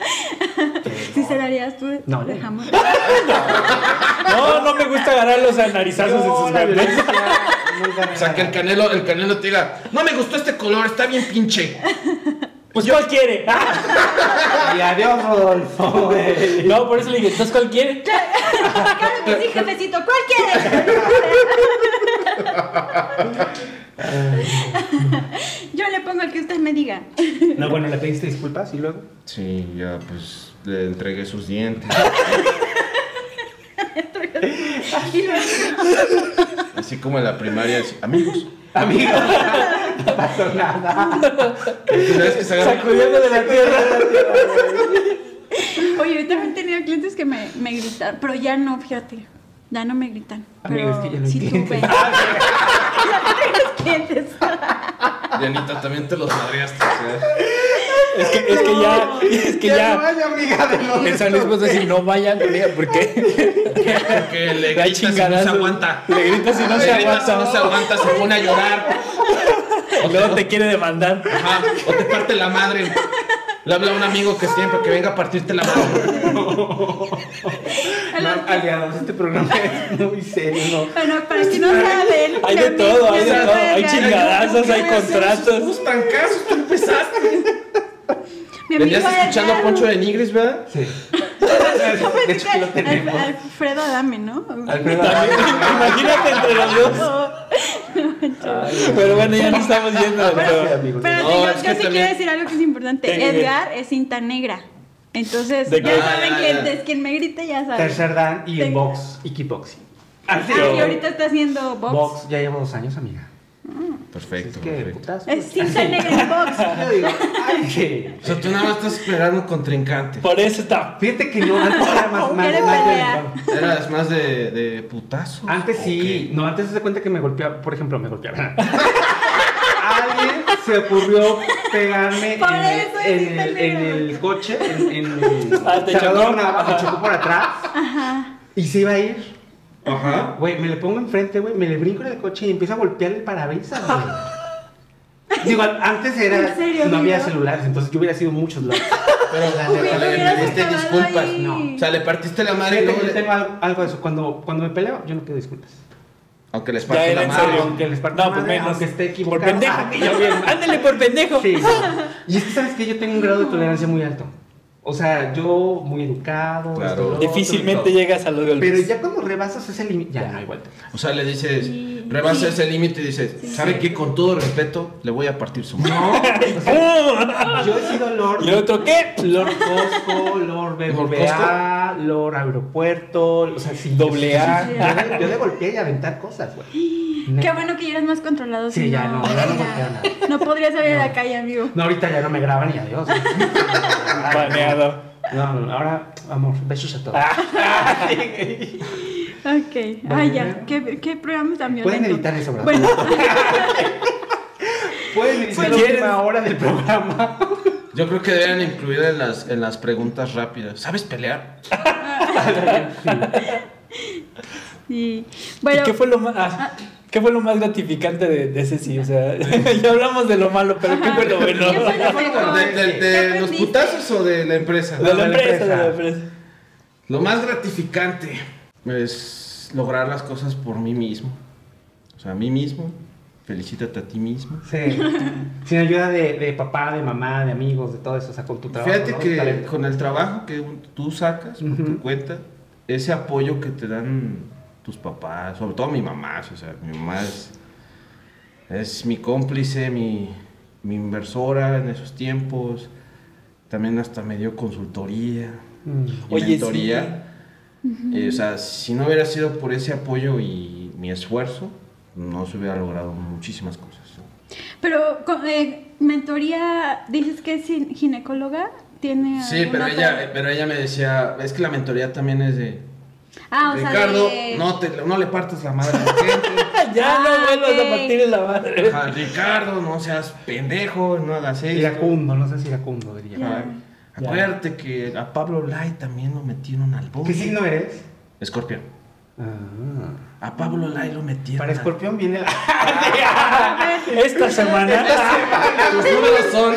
Sí.
Si se la harías tú de-
No.
de jamón.
No, no me gusta agarrar los anarizazos en sus
No, la
bandas.
violencia nunca me
O sea, que el Canelo, el Canelo te diga, no me gustó este color, está bien pinche.
Pues ¿cuál quiere? Ah,
gana. Y adiós, Rodolfo, güey.
No, por eso le dije, entonces ¿cuál quiere?
Claro que sí, jefecito. ¿Cuál quieres? Yo le pongo el que usted me diga.
No, bueno, le pediste disculpas y luego.
Sí, ya, pues, le entregué sus dientes.
Y luego-
Así como en la primaria, así, amigos.
Amigo, no pasó nada.
Una vez que se agarran-
Sacudiendo de la tierra.
Oye, yo también tenía clientes que me, me gritan, pero ya no, fíjate. Ya no me gritan.
Amigo, es
Pero
que ya no hay
sí tuve.
clientes.
Ya no hay clientes.
Dianita, también te los madreaste. o sea.
Es que, es que ya, es que
no
ya.
hay amiga de los.
En San Luis vas a decir, no vayan con ella, ¿por qué?
Porque le
Da
gritas y no se
chingadazos.
aguanta.
Le gritas y no
Le
se
gritas y no
aguanta.
se aguanta, se pone a llorar.
Luego te quiere demandar.
Ajá, o te parte la madre. Le habla a un amigo que siempre que venga a partirte la madre.
No, aliados, este programa es muy serio, ¿no?
Bueno, para que no saben.
Hay de
mi-
todo, hay
mi
de
amigo
todo,
de
hay
la-
chingadazos, hay contratos.
trancazos tú empezaste.
mi amigo
Venías
de
escuchando a
allá.
Poncho de Nigris, ¿verdad?
Sí. De hecho, aquí lo tenemos.
Al- Alfredo Adame, ¿no?
Alfredo,
Imagínate entre los dos. Pero bueno, ya no estamos yendo.
gracias,
pero-
amigos.
Pero
No,
yo,
es
yo
que
sí
también-
quiero decir algo que es importante.
Venga, venga.
Edgar es cinta negra. Entonces,
¿De
ya
qué?
saben
Ah, ya,
quién
ya.
es. Quien me grite ya sabe.
Tercer Dan y el box y kickboxing.
Ah, y ahorita está haciendo box.
Box, ya llevo dos años, amiga.
Perfecto.
es que,
perfecto.
putas.
Es cinta negra en box.
Yo digo, ay, que.
O sea, tú nada más estás esperando un contrincante.
Por eso está.
Fíjate que no, antes era más, más,
Quiere
más
pelear.
delicado.
Eras más de, de putazo.
Antes sí, no, antes se da cuenta que me golpeaba, por ejemplo, me golpeaba. Alguien se ocurrió pegarme
Por
en, el-
eso
en
hiciste
el,
el negro.
en el coche, en, en el
Ah, te
cerrador
chocó.
nada más, me chocó por atrás y se iba a ir.
Ajá.
Güey, me le pongo enfrente, güey, me le brinco en el coche y empiezo a golpear el parabrisas, güey. Digo, an- antes era,
¿En serio,
no había
amigo?
celulares, entonces yo hubiera sido muchos lados.
Pero
Uy,
le, le
hubieras
pediste
acabado
disculpas.
ahí.
No. O sea, le partiste la madre y
Fíjate
luego
que yo
le-
tengo algo, algo de eso, cuando, cuando me peleo, yo no pido disculpas.
Aunque les
Ya
parte
era
la
en
madre.
serio.
aunque les parta
No,
la
pues
madre,
menos.
aunque esté
Por
equivocado.
pendejo.
Ah, y yo bien.
Ándale por pendejo.
Sí. Y es que sabes que yo tengo un grado de tolerancia muy alto. O sea, yo muy educado.
Claro.
esto, lo otro,
Difícilmente
y todo.
llegas a los golpes.
Pero ya cuando rebasas ese límite, ya no hay vuelta.
O sea, le dices,
Sí.
rebasa
Sí.
ese límite y dices, ¿sabe qué? Con todo respeto, le voy a partir su madre.
No, o sea,
¡Oh!
yo he sido Lord.
¿Y el otro qué?
Lord Costco, Lord BBVA, Lord Aeropuerto, o sea, sí,
Doble A.
sí, sí, sí. Yo, le- yo le golpeé y aventar cosas, güey.
Qué bueno que ya eres más controlado.
Sí,
si
ya no, ya no golpeo
mira,
nada.
no podría salir a la calle, amigo.
No, ahorita ya no me graban y adiós.
Baneado.
No, no, ahora, amor, besos a todos.
Ok. Ay, ya. ¿Qué, qué programa tan violento?
Pueden editar eso, ¿verdad?
Bueno,
Pueden editar
Si
la
quieres.
última hora del programa.
Yo creo que deberían incluir en las, en las preguntas rápidas. ¿Sabes pelear?
y,
¿Y
bueno
qué fue lo más, ah, qué fue lo más gratificante de, de ese sí? O sea, ya hablamos de lo malo, pero ¿qué fue lo bueno?
¿Qué fue lo mejor?
¿De, de- de
¿Qué
los
aprendiste?
putazos o de la empresa?
De la
la
empresa, de la
empresa.
empresa.
Lo más gratificante es lograr las cosas por mí mismo. O sea, a mí mismo. Felicítate a ti mismo.
Sí. Sin ayuda de, de papá, de mamá, de amigos, de todo eso, o sea, con tu trabajo.
Fíjate
¿no? Tu
que
talento.
con el trabajo que un- tú sacas por tu
Ujú.
cuenta, ese apoyo que te dan tus papás, sobre todo mi mamá, o sea, mi mamá es, es mi cómplice, mi, mi inversora en esos tiempos, también hasta me dio consultoría
Mm.
y
Oye, sí.
mentoría. Eh, o sea, si no hubiera sido por ese apoyo y mi esfuerzo, no se hubiera logrado muchísimas cosas.
Pero, co- eh, mentoría, dices que es gin- ginecóloga. Tiene
Sí,
Ah,
pero
alguna
ella,
otra-
pero ella me decía, es que la mentoría también es de...
Ah, o
Ricardo,
sea, de-
no, te- no le partas la madre a la gente.
Ya
Ah,
no vuelvas
ok.
a partir la madre.
Ajá, Ricardo, no seas pendejo, no hagas eso.
Iracundo, no sé si iracundo diría.
Ajá. Acuérdate que a Pablo Lai también lo metieron al bote.
¿Qué signo eres?
Escorpión.
Ah.
A Pablo Lai lo metieron.
Para
al-
escorpión viene la.
Esta semana.
Tus números son.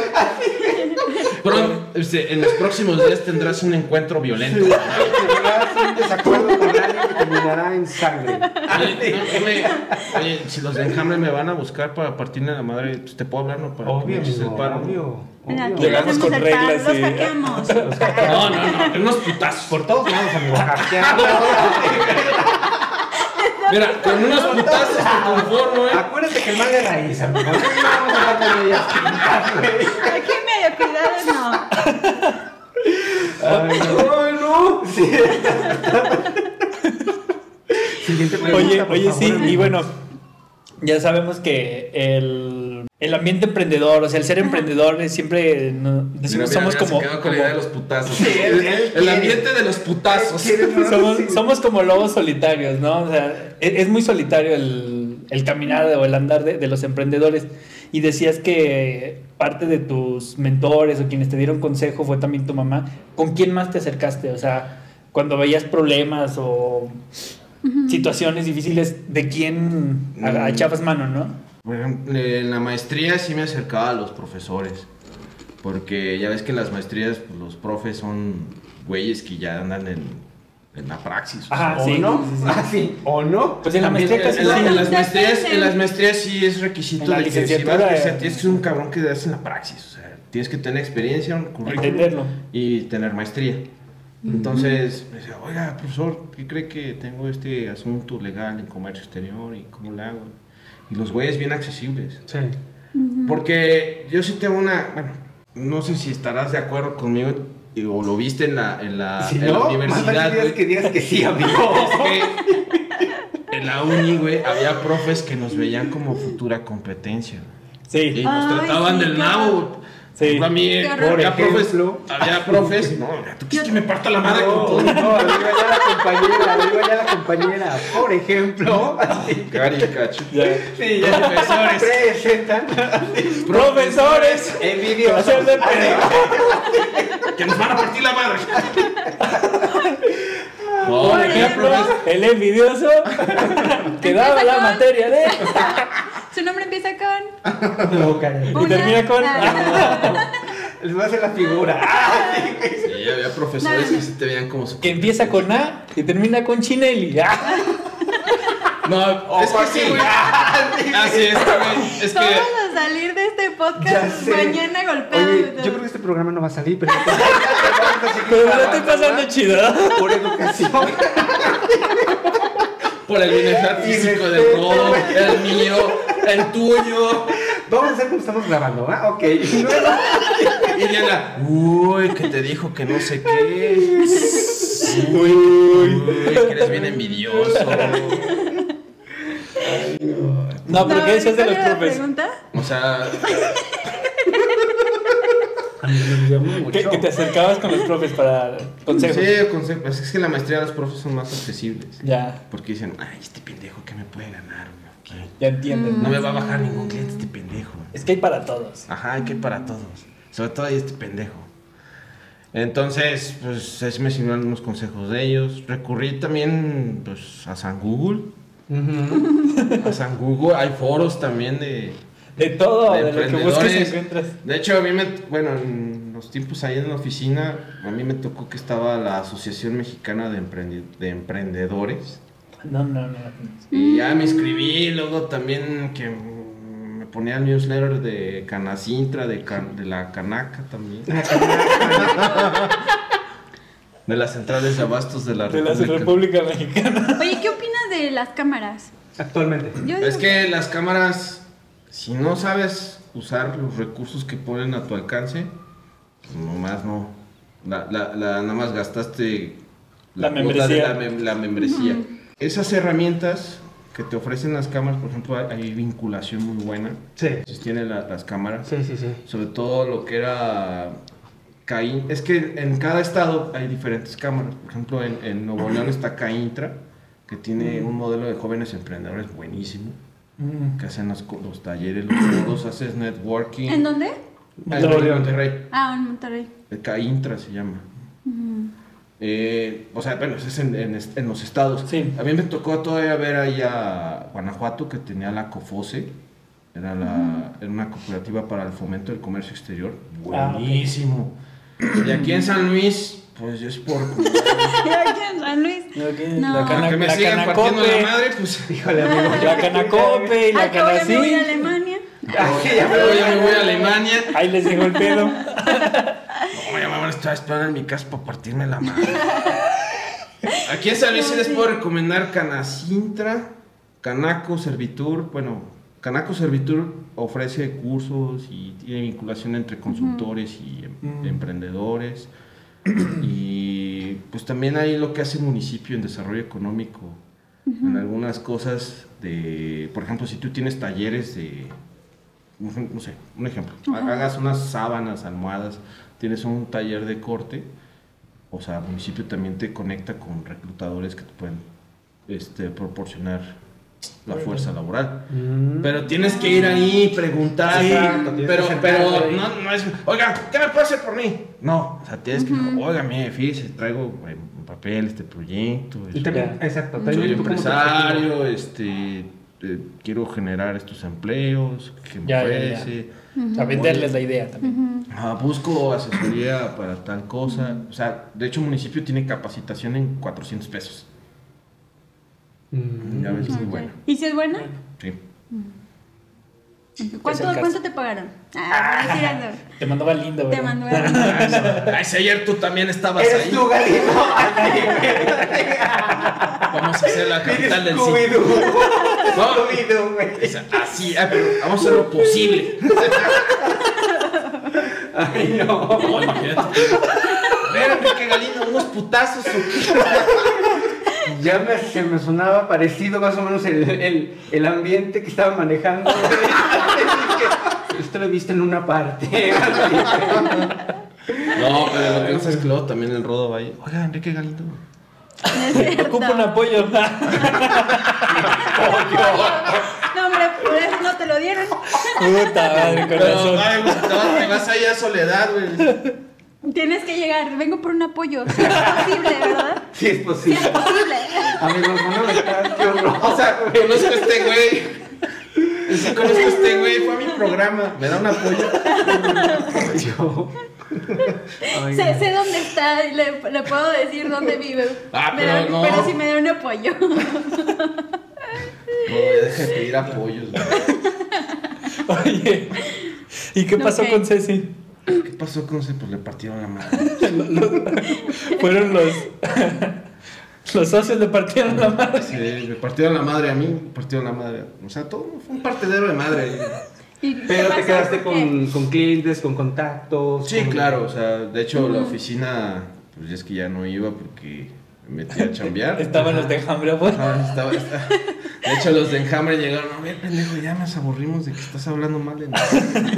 Pronto, este, en los próximos días tendrás un encuentro violento.
Tendrás un desacuerdo con alguien que terminará en sangre.
Oye, no, no me- oye, si los de Enjambre me van a buscar para partirle la madre, pues, ¿te puedo hablar no? Para que me
Obvio,
eches el
amigo,
paro, no?
obvio.
Mira,
obvio.
aquí
Llegamos
hacemos
con
el pan,
reglas,
Los
sí.
hackeamos.
No, no, no, unos putazos.
Por todos lados, amigo. hackeando.
Mira, con unos putazos te conformo, ¿eh?
Acuérdate que el mal de raíz, amigo. No vamos a hablar con ellas.
Aquí mediocridades no.
Ay, no. Sí. Siguiente pregunta,
Oye,
por
oye,
favor,
sí, y
amigo.
bueno, ya sabemos que el, el ambiente emprendedor, o sea, el ser emprendedor es siempre no- decimos somos como, como-
putazos.
Sí, él- él
el
quiere.
ambiente de los putazos.
Él quiere, ¿no?
somos,
Sí.
somos como lobos solitarios, ¿no? O sea, e-, es, es muy solitario el, el caminar o el andar de, de los emprendedores. Y decías que parte de tus mentores o quienes te dieron consejo fue también tu mamá. ¿Con quién más te acercaste? O sea, cuando veías problemas o situaciones difíciles, ¿de quién a-
Mm.
echabas mano, no?
Por ejemplo, en la maestría sí me acercaba a los profesores. Porque ya ves que en las maestrías pues, los profes son güeyes que ya andan en, en la praxis. o sea,
Ajá,
¿O
sí.
no?
sí, sí, sí.
Ah, sí. ¿O no?
Pues en la
También
maestría
en-
casi
en la-
no.
en las maestrías,
Depende.
en las maestrías sí es requisito
En la
de que si vas,
licenciatura,
o sea,
eh.
tienes que ser un cabrón que das en la praxis, o sea, tienes que tener experiencia, un currículum
Entenderlo.
y tener maestría. Entonces, me decía, oiga, profesor, ¿qué cree que tengo este asunto legal en comercio exterior y cómo lo hago? Y los güeyes bien accesibles.
Sí.
Porque yo sí tengo una, bueno, no sé si estarás de acuerdo conmigo y- o lo viste en la, en la,
Si
en la
no, más
universidad.
vale
güey.
días que digas que sí, amigo.
Es que en la uni, güey, había profes que nos veían como futura competencia. güey. Y
Sí,
nos
Ay,
trataban
sí,
del
claro.
sí.
nabo. A mí,
Qué horror.
había
Por
profes,
ejemplo.
había profes, no, tú quieres que me parta la madre con
No,
todo.
no, arriba ya la compañera, arriba ya la compañera. Por ejemplo, así.
Cari, cacho.
Ya.
Sí, ya
Profesores.
Presentan.
Profesores,
Envidiosos.
hacer de pendejo.
Que nos van a partir la madre. No,
Por
había
ejemplo,
profes-
el envidioso que daba la materia de
Su nombre empieza con.
No, cállate.
y termina con
Les voy a hacer la figura. Ah,
Sí, había profesores que se te veían como su-
que empieza con A y termina con Chinelli. Ah,
No, es que sí, güey. Así es, güey. Es
Todos
que.
al salir de este
Ya
podcast
sé.
mañana golpeados.
Oye, yo creo que este programa no va a salir, pero.
Pero me lo estoy pasando chido.
Por educación.
Por el bienestar físico de
respeto,
todo, el mío, el tuyo.
Vamos a hacer como estamos grabando, ¿va? Ok. Y luego-
Y Diana, uy, que te dijo que no sé qué. Uy, que eres bien envidioso.
No, pero ¿qué decías de los
¿cuál era la
profes?
pregunta?
O sea,
Que, que te acercabas con los profes para consejos.
sí, consejo. Pues Es que en la maestría los profes son más accesibles.
Ya,
Porque dicen, ay, este pendejo que me puede ganar, güey?
ya entienden.
No me va a bajar ningún cliente este pendejo.
Es que hay para todos.
Ajá, hay que para todos. Sobre todo hay este pendejo. Entonces, pues es me sirvieron unos consejos de ellos. Recurrí también pues, a San Google.
Ujú.
A San Google. Hay foros también de,
De todo, de, lo
de
que busques
emprendedores.
encuentras.
De hecho, a mí me. Bueno, en los tiempos ahí en la oficina, a mí me tocó que estaba la Asociación Mexicana de, Emprendi- de Emprendedores.
No, no, no.
Y ya me inscribí, luego también que mm, me ponía el newsletter de Canacintra, de, Can- de la Canaca también. de las centrales de abastos de la
De la República
República.
Mexicana.
Oye, ¿qué opinas de las cámaras?
Actualmente.
Yo
Es
digo-
que las cámaras, si no sabes usar los recursos que ponen a tu alcance, pues nomás no. La, la- la- nada más gastaste
La
cuota de
membresía.
la mem- la membresía. Esas herramientas que te ofrecen las cámaras, por ejemplo, hay, hay vinculación muy buena.
Sí.
Sostiene la- las cámaras.
Sí, sí, sí.
Sobre todo lo que era Caín. Es que en cada estado hay diferentes cámaras. Por ejemplo, en, en Nuevo León está Caintra, que tiene
Mm.
un modelo de jóvenes emprendedores buenísimo. Que hacen los, co- los talleres, los foros, haces networking.
¿En dónde?
Ah, en
Nuevo
Monterrey.
León.
Monterrey.
Ah, en Monterrey.
El Caintra se llama. Eh, o sea, bueno, ese es en, en est- en los estados.
Sí.
A mí me tocó todavía ver ahí a Guanajuato que tenía la COFOSE. Era, la, era una cooperativa para el fomento del comercio exterior.
Ah, ok.
Buenísimo. Y aquí en San Luis, pues es por.
Aquí en San Luis. No.
La, cana-
que me
la
sigan partiendo
canacope.
la madre, pues.
Híjole, amigo.
La canacope y
Ah,
la
que ahora me voy a
canacín.
Alemania.
Ah, sí, ya me
Luego
voy
ya
a-
me voy a Alemania.
Ahí les llegó el pedo.
No, ya me van a estar esperando en mi casa para partirme la madre. Aquí en San Luis sí les puedo recomendar Canacintra, Canaco Servitur. Bueno, Canaco Servitur ofrece cursos y tiene vinculación entre consultores y em-
Mm.
emprendedores. Y pues también hay lo que hace el municipio en desarrollo económico. En algunas cosas de, por ejemplo, si tú tienes talleres de, no sé, un ejemplo, hagas unas sábanas, almohadas, tienes un taller de corte, o sea, el municipio también te conecta con reclutadores que te pueden este, proporcionar la fuerza laboral.
Mm.
Pero tienes que ir ahí, preguntar,
Sí, tienes
pero,
que sentarte
pero
ahí.
no, no es, oiga, ¿qué me puede hacer por mí? No, o sea, tienes que, oiga, mire, fíjese, traigo eh, un papel, este proyecto,
Y
es-
también, exacto. También
soy
tú como
empresario, este, eh, quiero generar estos empleos, que me
Ya, ya, ya.
ofrece.
A venderles la idea también.
Ah, busco asesoría para tal cosa. O sea, de hecho, el municipio tiene capacitación en 400 pesos.
Mm.
Ya ves, muy
Ok.
bueno.
¿Y si es buena?
Sí.
Es el
¿Cuánto,
caso.
¿cuánto te pagaron? Ah, por decir algo.
Te mandaba lindo,
Te
¿verdad?
mandó el-
Ay, si ayer tú también estabas
Eres
ahí.
tú, Galindo.
Vamos a hacer la capital del sitio.
Scooby-Doo.
No,
Scooby-Doo, güey.
es así, ah, pero vamos a hacer lo posible.
Ay, no.
No, imagínate. Ver, Enrique Galindo, unos putazos. o qué?
Ya me, se me sonaba parecido más o menos el, el, el ambiente que estaba manejando. Dije, Esto lo viste en una parte.
No, pero lo que pasa es que luego también el Rodo va ahí. Oiga, Enrique Galindo.
No es cierto.
Ocupo un apoyo.
No, hombre, por eso no te lo dieron.
Puta madre, con
Pero,
razón.
ay, güey, no, te vas ahí a Soledad, güey.
Tienes que llegar, vengo por un apoyo. Si es posible, ¿verdad?
Si es
Si es
posible.
posible.
A mí no, no me está, qué horror.
O sea, conozco a este güey. Sí, conozco a este güey, fue a mi programa. Me da un apoyo.
Yo- Ay,
Sé, sé dónde está y le, le puedo decir dónde vive.
Ah,
Me
pero
da-
no.
pero si me da un apoyo.
No, ya deja de pedir apoyos, güey.
Oye, ¿y qué pasó
Ok.
con Ceci?
¿Qué pasó con ese? Pues le partieron la madre.
Fueron los. los socios le partieron la mano.
Sí, me partieron la madre a mí, me partieron la madre. a- O sea, todo fue un partidero de madre.
¿Y qué
Pero te
pasó?
quedaste
¿Por qué?
con, con clientes, con contactos.
Sí,
con-
claro, o sea, de hecho la oficina, pues ya es que ya no iba porque me metí a chambear.
Estaban los de Hambre afuera.
Ah, estaba- estaba- De hecho, los de enjambre llegaron. A ver, pendejo, ya nos aburrimos de que estás hablando mal de nosotros.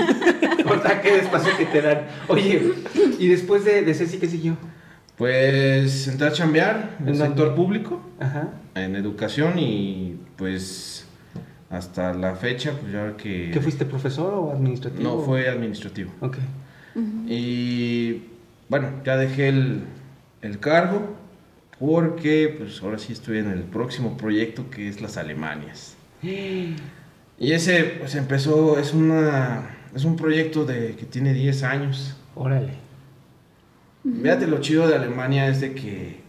Corta qué despacio que te dan. Oye, y después de, de Ceci, ¿qué siguió?
Pues entré a chambear en
¿En
el
dónde?
sector público,
Ajá.
en educación y pues hasta la fecha, pues ya que.
¿Qué fuiste, profesor o administrativo?
No, fue administrativo.
Ok.
Y bueno, ya dejé el, el cargo porque pues ahora sí estoy en el próximo proyecto que es las Alemanias. Y ese pues empezó, es una es un proyecto de que tiene 10 años.
Órale.
Fíjate lo chido de Alemania es de que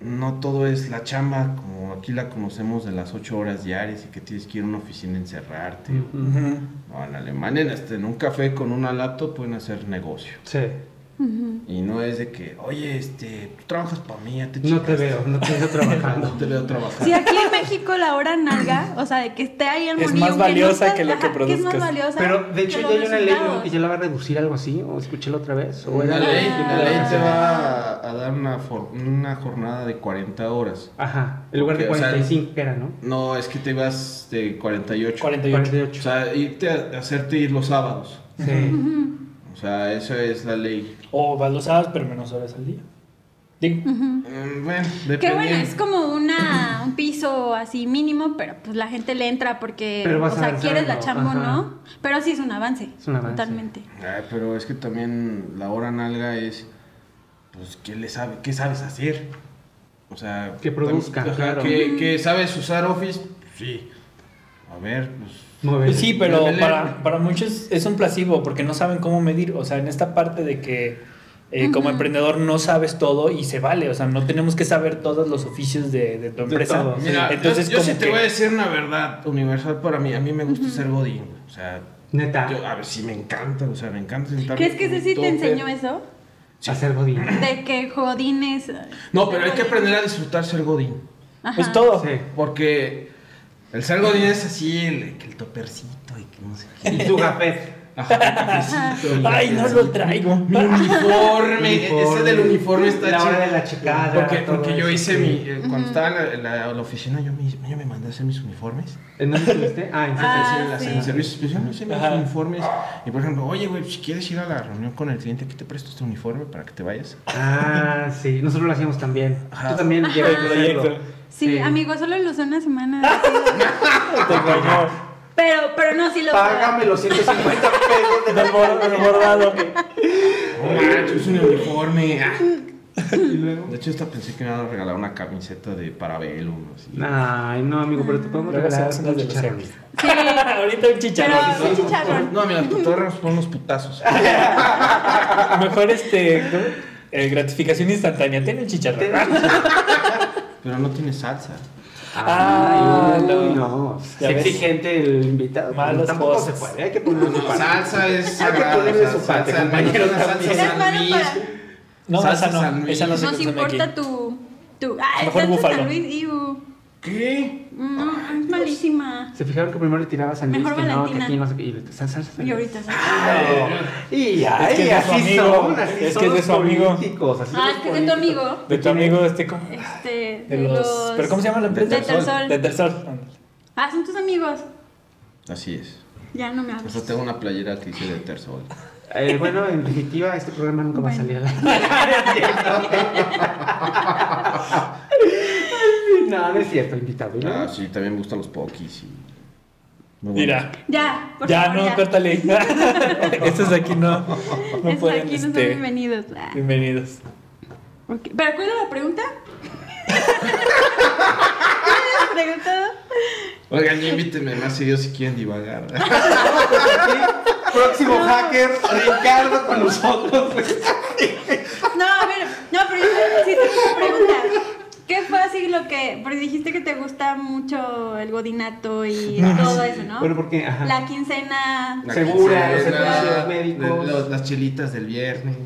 no todo es la chamba como aquí la conocemos de las 8 horas diarias y que tienes que ir a una oficina a encerrarte.
Ujú.
Ujú.
No, en Alemania en, este, en un café con una laptop pueden hacer negocio.
Sí.
Ujú.
Y no es de que, oye, este, tú trabajas para mí, ya te
No te
chingaste".
veo, no te veo
No
trabajando.
te veo trabajando.
Sí, aquí en México la hora nalga, o sea, de que esté ahí el
Es
monillo.
más
que no
valiosa
estás-
que lo que
ajá, Es más
produzcas.
valiosa
Pero de hecho
que
ya
los
hay una ley ¿no?
resultados.
que ya la va a reducir algo así, o escuché la otra vez. O
Una ley,
Ah.
una ley te va a, a dar una, for- una jornada de 40 horas.
Ajá, en lugar de
Ok, o sea,
45 que era, ¿no?
No, es que te vas de 48.
48.
48.
O sea, irte a, hacerte ir los sábados.
Sí.
O sea, eso es la ley.
O vas los sábados, pero menos horas al día. Digo,
Mm, Bueno,
Que
depende.
bueno, es como una, un piso así mínimo, pero pues la gente le entra porque,
Pero vas
o sea,
avanzando,
quieres la chamba o
ajá.
no. Pero sí es un avance.
Es un avance.
Totalmente.
Ay, pero es que también la hora nalga es, pues, ¿qué, le sabe, qué sabes hacer? O sea...
Que produzca,
tam- ajá,
claro.
Que, que sabes usar Office, sí. A ver, pues...
Mover.
sí, pero
Dale.
para, para muchos es un placebo porque no saben cómo medir. O sea, en esta parte de que eh, como emprendedor no sabes todo y se vale. O sea, no tenemos que saber todos los oficios de, de tu empresa.
todo, sí.
Mira,
Entonces,
yo, yo
como
sí te
que-
voy a decir una verdad universal para mí. A mí me gusta ser godín, güey. o sea...
Neta,
Yo, a ver, sí me encanta, o sea, me encanta sentarme
¿Crees que
con un
Ceci te
topper.
enseñó eso?
Sí.
hacer godín.
De que jodines.
No, pero hay que aprender a disfrutar ser godín.
Ajá.
Es todo.
Sí.
Porque el ser godín es así, el, que el topercito y que no sé qué.
Y tu café.
Ajá, el cafecito, el
Ay, no
cafecito.
lo traigo.
Mi uniforme, ese del uniforme está
La hora
chido.
de la checada,
Porque,
todo
porque yo
eso,
hice
sí.
mi. eh, cuando estaba en la, en la- en la oficina, yo me, yo me mandé a hacer mis uniformes.
¿En dónde estuviste? Ah, en
Ah.
Sí, en la- en
sí.
servicios especiales, yo hice mis
Ajá.
uniformes. Y por ejemplo, oye, güey, si quieres ir a la reunión con el cliente, aquí te presto este uniforme para que te vayas.
Ah, sí, nosotros lo hacíamos también. Tú también llegas a
proyecto.
hacerlo.
Sí, amigo, solo lo usé una semana.
Te engañó.
pero, pero no, sí lo
Págame los 150 pesos
Del bor- del bordado.
No manches, es un uniforme. ah. De hecho, hasta pensé que me iban a regalar una camiseta de parabelo. Así.
de... Ay, no, amigo, pero te podemos
Luego
regalar
hacemos unas
unos
de los
chicharrones.
Sí.
Ahorita un
Pero
chicharrón.
un chicharrón.
No, mira, tu torre nos pone unos putazos.
Mejor este. ¿cómo? Eh, gratificación instantánea. Tiene un chicharrón.
Pero no tiene salsa.
Ah,
Ay,
no.
no. Es
Ya ves.
exigente el invitado.
Malas
pero tampoco
cosas.
se puede. Hay que poner su parte.
Salsa es
Hay Ah, que
sagrada,
ponerle
o sea,
su parte,
salsa,
compañero,
no, una
también.
salsa
Es malo
San
para.
Luis.
No,
Salsa
esa no.
San Luis.
Esa no se
Nos
consume aquí.
importa tu. tu ah,
Mejor
Santos
búfalo.
San Luis, iu.
¿Qué?
No, es malísima.
Se fijaron que primero le tirabas al
Mejor
que no, que
Valentina.
aquí no sé qué. Y, le- sa- sa- sa-
Y ahorita sí.
Ah,
Y
Es que
ay,
es de su
así
amigo.
son, así
Es
son
que es de
los
su amigo.
políticos, así son
Ah,
los
es que es de tu
políticos.
amigo.
De tu amigo, este. ¿cómo?
Este,
De los... ¿Pero cómo se llama la
De
empresa?
Tersol.
De Tersol.
Ah, son tus amigos.
Así es.
Ya no me hablas.
Hasta tengo una playera que dice de Tersol.
Eh, bueno, en definitiva, este programa nunca va a
Bueno.
salir. no, no es cierto, invitado. ¿no?
Ah, sí, también me gustan los pokis. Y... Muy
Mira.
Ya, por
Ya,
favor,
no,
ya.
córtale. Estos de aquí no. No
Estos
pueden.
aquí no son
este,
bienvenidos. Ah,
bienvenidos.
ok. ¿Pero cuál era la pregunta? ¿Cuál era la pregunta?
Oigan, ya invítenme más si Dios si quieren divagar.
Próximo hacker, Ricardo con nosotros.
No, a ver, no, pero yo sí tengo una pregunta. ¿Qué fue así lo que.? Porque dijiste que te gusta mucho el godinato y todo eso, ¿no?
Bueno, porque, ajá.
La quincena.
La Segura, los
quincena,
servicios médicos.
los- las chelitas del viernes.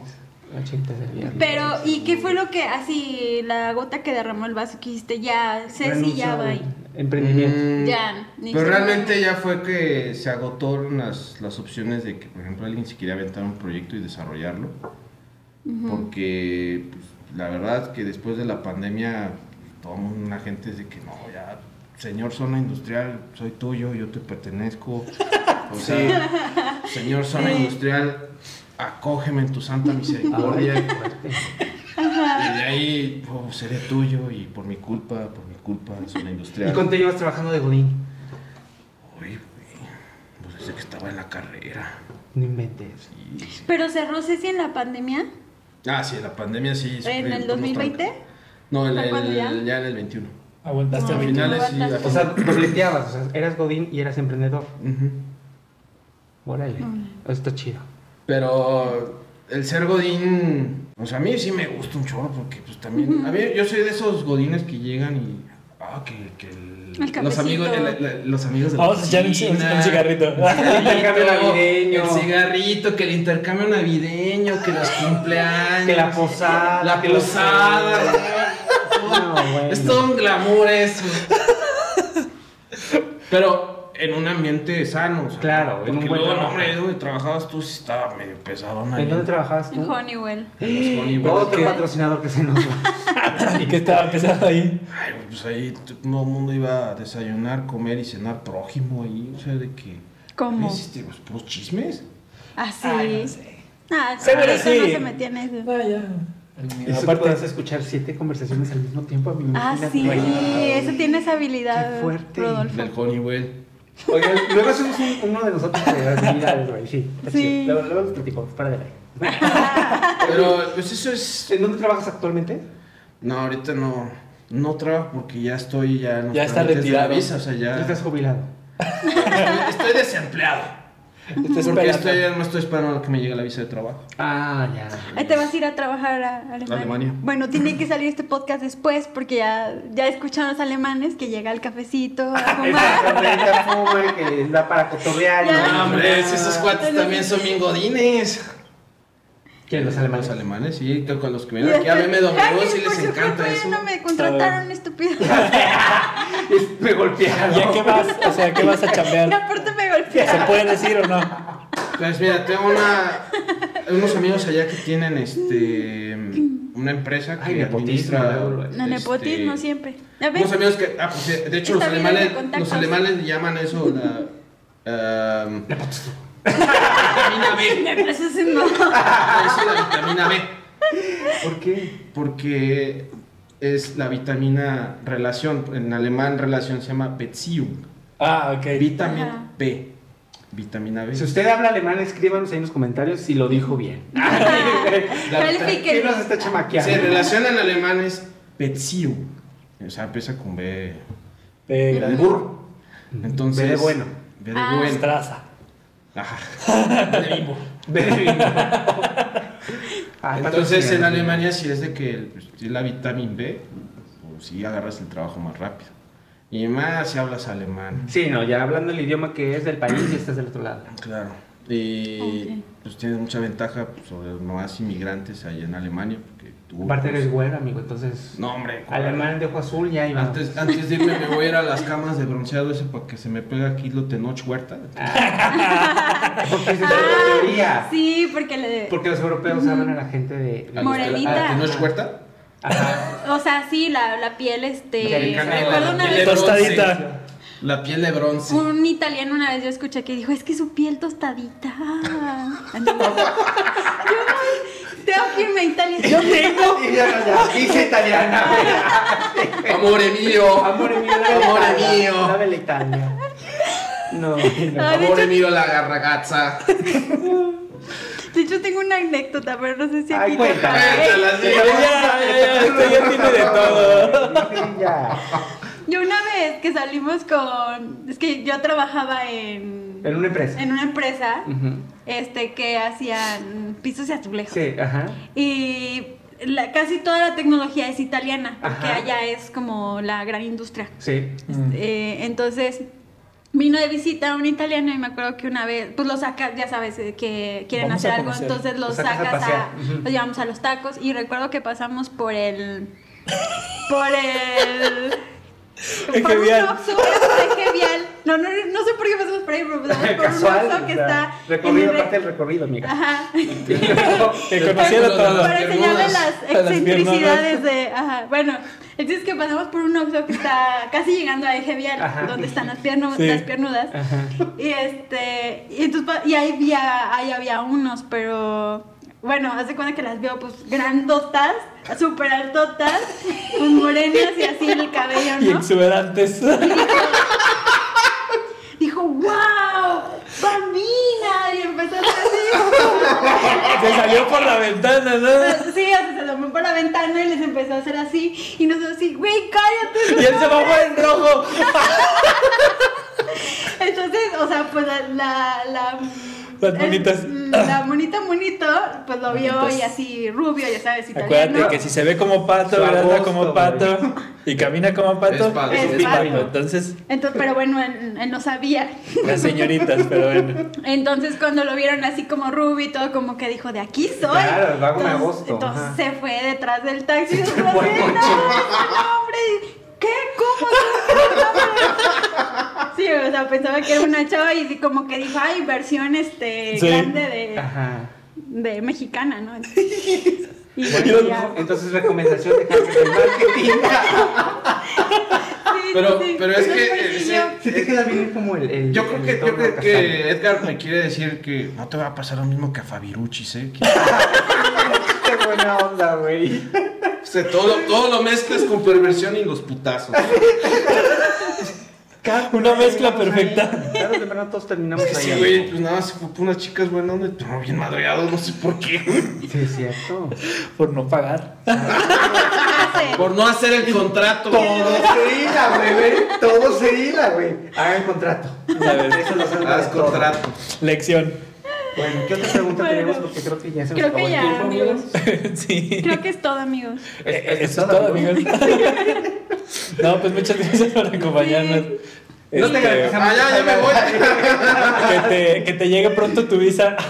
Ochenta del viernes.
Pero, ¿y qué fue lo que así, la gota que derramó el vaso que dijiste? Ya, Ceci
Renuncio
ya
al
va ahí.
Emprendimiento.
Mm,
Ya, ni
Pero
se-
realmente ya fue que se agotaron las, las opciones de que, por ejemplo, alguien se quería aventar un proyecto y desarrollarlo. Porque pues, la verdad que después de la pandemia, toda una gente es de que no, ya, señor zona industrial, soy tuyo, yo te pertenezco. O sea, señor zona industrial, acógeme en tu santa misericordia.
Mm.
Y de ahí oh, seré tuyo y por mi culpa, por mi culpa, zona industrial.
¿Y cuánto llevas trabajando de Godín?
Uy, güey. Pues desde que estaba en la carrera.
No inventes.
Y-
Pero cerró Ceci en la pandemia.
Ah, sí, la pandemia sí. sufrí
¿En el
unos
2020?
tranca- No, el,
¿Fue
el-
cuándo ya?
ya en el 21.
Aguantaste
No,
el
Al
Ay,
video.
qué
final sí.
novatas.
al-
O sea, dobleteabas, o sea, eras Godín y eras emprendedor.
Ujú.
Órale,
Mm.
eso está chido.
Pero el ser Godín. O sea, a mí sí me gusta un chorro porque, pues también. A mí, yo soy de esos Godines que llegan y. Ah, que, que el-
El
los amigos, el- el- los amigos de la
Vamos a echar un, un-
oficina.
un cigarrito.
El
intercambio navideño.
El cigarrito, que el intercambio navideño, que los cumpleaños.
Que la posada.
La
que los-
posada.
No, bueno.
Es todo un glamour eso. Pero en un ambiente sano. o sea,
Claro,
porque
en un buen
luego,
trabajo.
hombre, donde trabajabas tú sí estaba medio pesado. ¿no?
¿En dónde trabajabas
En
tú?
Honeywell.
En los Honeywell.
Otro
Que-
patrocinador que se nos va.
¿Y
este
qué estaba pesado ahí?
Ay, pues ahí t- todo el mundo iba a desayunar, comer y cenar prójimo ahí. O sea, de que.
¿Cómo?
Hiciste los puros chismes.
Así.
Ay, no sé.
Ah,
Seguro
Ceci no
sí.
se metía en eso.
Ah, ya.
Eso
Aparte-
Aparte, puedes escuchar siete conversaciones al mismo tiempo. A mí
Ah, sí, eso tiene esa habilidad,
Qué fuerte.
Rodolfo.
Del Honeywell.
Oigan, luego hacemos un- uno de nosotros de las actividades, güey. Sí, está
Sí.
chido. Luego, luego los platicamos, para de ahí.
Pero pues eso es.
¿En dónde trabajas actualmente?
No, ahorita no. No trabajo porque ya estoy ya. en los
Ya está
trámites de la
retirado.
visa, o sea, ya.
Ya estás jubilado.
Estoy- Estoy desempleado.
este
Está
Porque
esperando.
estoy, no estoy esperando a que me llegue la visa de trabajo.
Ah, ya.
Ahí te vas a ir a trabajar a Alemania.
Alemania.
Bueno, tiene que salir este podcast después porque ya, ya escuchan los alemanes que llega el cafecito a
Ah,
fumar.
Exactamente, a fuma, que da para cotorrear.
Ya.
¿no?
No,
Ah, hombre, si esos cuates también son bien godines.
¿Quién los alemanes?
Los alemanes, sí, con los que
Y
vienen aquí a
después,
BMW
"Ay,
sí
por
les
su
encanta
culpa ya
eso.
no me contrataron, estúpido.
Es- Me golpearon.
¿Y a qué vas? O sea, ¿qué vas a
y
chambear?
aparte me
¿Se
golpearon.
puede decir o no?
Pues mira, tengo una, unos amigos allá que tienen este una empresa que
Ay, nepotismo,
administra.
luego, luego.
No,
este,
nepotismo siempre. Ya ves,
Unos amigos que. Ah, pues, de hecho, los
Esta vida de
alemanes, los
contactos.
alemanes le llaman eso la. ehm,
me parece así, no.
Ah, eso es la vitamina B.
¿Por qué?
porque es la vitamina relación, en alemán relación se llama Beziehung,
Ah, ok.
vitamina
Ajá.
B, vitamina B.
Si usted habla alemán, escríbanos ahí en los comentarios si lo dijo bien.
Califiquen.
¿Quién nos está chamaqueando?
Se relaciona en alemán es Beziehung, o sea, empieza con B,
Eh,
de burro. Entonces,
B de bueno.
B de
Ah.
bueno.
Estraza.
Ajá. B de vivo.
Ah,
Entonces en
patrocinador.
Alemania si es de que pues, si la vitamina B, pues sí agarras el trabajo más rápido. Y más si hablas alemán.
Sí, no, ya hablando el idioma que es del país y estás del otro lado.
Claro. Y
Ok.
pues tienes mucha ventaja pues, sobre los más inmigrantes allá en Alemania. Porque tú,
Aparte
pues,
eres güero, amigo, entonces.
No, hombre. ¿cuál?
Alemán de ojo azul, ya iba.
Antes, antes de irme me voy a ir a las camas de bronceado ese para que se me pegue aquí lo Tenoch Huerta.
Ah,
Porque esa es la teoría.
Ah, Sí, porque le.
Porque los europeos aman a la Ah, gente de.
A los-
Morenita.
¿A Tenoch Huerta?
Ajá.
O sea, sí, la, la piel,
Ya
este.
le cambié la
Recuerdo una
piel
vez.
de bronce.
Tostadita.
La piel de bronce.
Un italiano una vez yo escuché que dijo, es que su piel tostadita. Yo voy, tengo que irme a Italia.
Yo tengo.
Y ya, ya, ya. Dice italiana.
Amore mío.
Amor mío, dame
Amore
la Italia,
mío.
Dame la Italia. No, no.
Ay, de
Amore
hecho-
mío la ragazza.
De hecho, tengo una anécdota, pero no sé si
Ay,
aquí.
cuéntame.
Échalas,
Ya,
sí.
ya, ya, ya, esto ya tiene de todo.
Sí, ya.
Yo una vez que salimos con. Es que yo trabajaba en.
En una empresa.
en una empresa
Ujú.
este, que hacían pisos y azulejos.
Sí, ajá.
Y la- casi toda la tecnología es italiana, porque
Ajá.
allá es como la gran industria.
Sí.
Eh, entonces vino de visita un italiano y me acuerdo que una vez, pues lo sacas, ya sabes, eh, que quieren
Vamos
hacer
a
algo,
conocer.
entonces los
Lo sacas a
sacas a,
pasear. Ujú.
los llevamos a los tacos y recuerdo que pasamos por el, por el...
Eje
Por un
vial.
Oxxo, era un eje vial. No, no, no sé por qué pasamos por ahí, pero pasamos por
Casual.
un Oxxo que
o sea,
está. en
Recorrido,
el re-
aparte del recorrido, amiga.
Ajá.
Te conociera todo.
Para enseñarle las
A las
excentricidades de. Ajá. Bueno, el chiste es que pasamos por un Oxxo que está casi llegando a Eje Vial,
Ajá.
donde están las, piernas
Sí.
las piernudas.
Ajá.
Y este. Y, entonces pa- y ahí, había, ahí había unos, pero. Bueno, hace cuenta que las veo pues grandotas, súper altotas, pues morenas y así el cabello, ¿no?
Y exuberantes.
Dijo, wow, Bambina. Y empezó a hacer así.
Se salió por la ventana, ¿no?
Sí, o sea, se asomó por la ventana y les empezó a hacer así. Y nosotros así, güey, cállate.
Y él se bajó en rojo.
Entonces, o sea, pues la. la, la-
Las
el-
monitas.
la monita monito, pues lo vio
Monitas.
y así rubio, ya sabes, italiano.
Acuérdate que si se ve como pato,
Su
verdad
agosto,
como pato y camina como pato,
Es pato.
Es pato.
Entonces,
Entonces, pero bueno, él, él no sabía.
las señoritas, pero bueno.
Entonces, cuando lo vieron así como rubio y todo, como que dijo, de aquí soy.
Claro, el vago me
entonces,
agosto,
entonces
ajá.
se fue detrás del taxi. y se fue,
fue
"No,
coche.
no, hombre, ¿Qué? ¿Cómo? Sí, o sea, pensaba que era una chava y sí, como que dijo, ay, versión este
Sí.
grande de,
Ajá.
de mexicana, ¿no? Entonces, y
Bueno,
ya.
entonces recomendación de Hacker del Marketing.
Sí,
Pero-
sí,
pero es que,
pues,
eh,
y yo-
Se te queda bien como el. el-
Yo creo
el
que, yo
tono
creo
castaño.
que Edgar me quiere decir que no te va a pasar lo mismo que a Fabiruchis, ¿eh? Que-
Qué buena onda, güey.
o sea, pues, todo, todo lo mezclas con perversión y los putazos.
Una mezcla perfecta.
Claro, de verdad todos terminamos ahí.
Sí, güey, pues nada, se fue por unas chicas buenas donde tú bien madreado, no sé por qué. güey.
Sí, es cierto.
Por no pagar.
Por no hacer el contrato.
Todo se hila, güey, güey. Todo se hila, güey. Hagan contrato.
A ver,
Eso lo salva
Haz
de todo.
contrato.
lección.
Bueno, ¿qué otra pregunta
Bueno.
tenemos? Porque creo que ya se nos
Creo
acabó
que
el
ya,
tiempo,
amigos.
amigos.
Sí.
Creo que es todo, amigos.
Eh, Eso es todo, amigos. No, pues muchas gracias por acompañarnos.
No te
Este,
garantizamos.
Ah, ya, ya me voy.
que te, que te llegue pronto tu visa.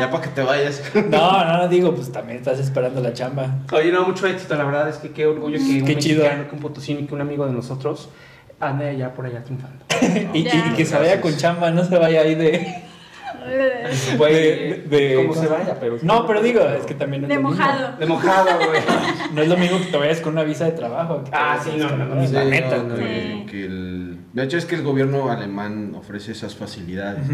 Ya para que te vayas.
No, no, no digo, pues también estás esperando la chamba.
Oye, no, mucho éxito. La verdad es que qué orgullo que un
Qué chido.
mexicano, que un potosino y que un amigo de nosotros ande allá por allá triunfando.
Y, y-
Ya.
y que se vaya con chamba, no se vaya ahí de.
Güey,
de- de-
como
¿cómo
se
llama?
vaya, pero.
No, pero digo, es que también. no es
De
lo mismo.
mojado.
De mojado, güey.
No es lo mismo que te vayas con una visa de trabajo. que te
Ah,
vayas
sí,
con-
no, no, no,
la
Sí,
neta.
no, no,
Sí.
que el- de hecho es que el gobierno alemán ofrece esas facilidades,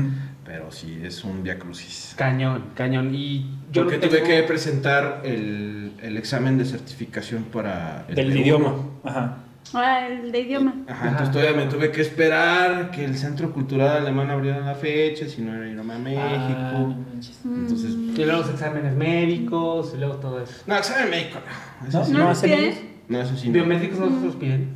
pero sí es un via crucis.
Cañón, cañón. Y yo
Yo que
no
tuve
tengo-
que presentar el, el examen de certificación para el
Del
Este,
B1.
idioma. Ajá.
Ah, el de idioma.
Ajá, entonces todavía me tuve que esperar que el Centro Cultural Alemán abriera la fecha, si no era irme a
Ah, no
México.
manches.
entonces,
Y luego los exámenes médicos y luego todo eso.
no, examen médico. No, eso
¿No?
sí.
¿No
¿No
hacen
qué?
ellos?
No, eso sí, no.
Biomédicos no se los piden.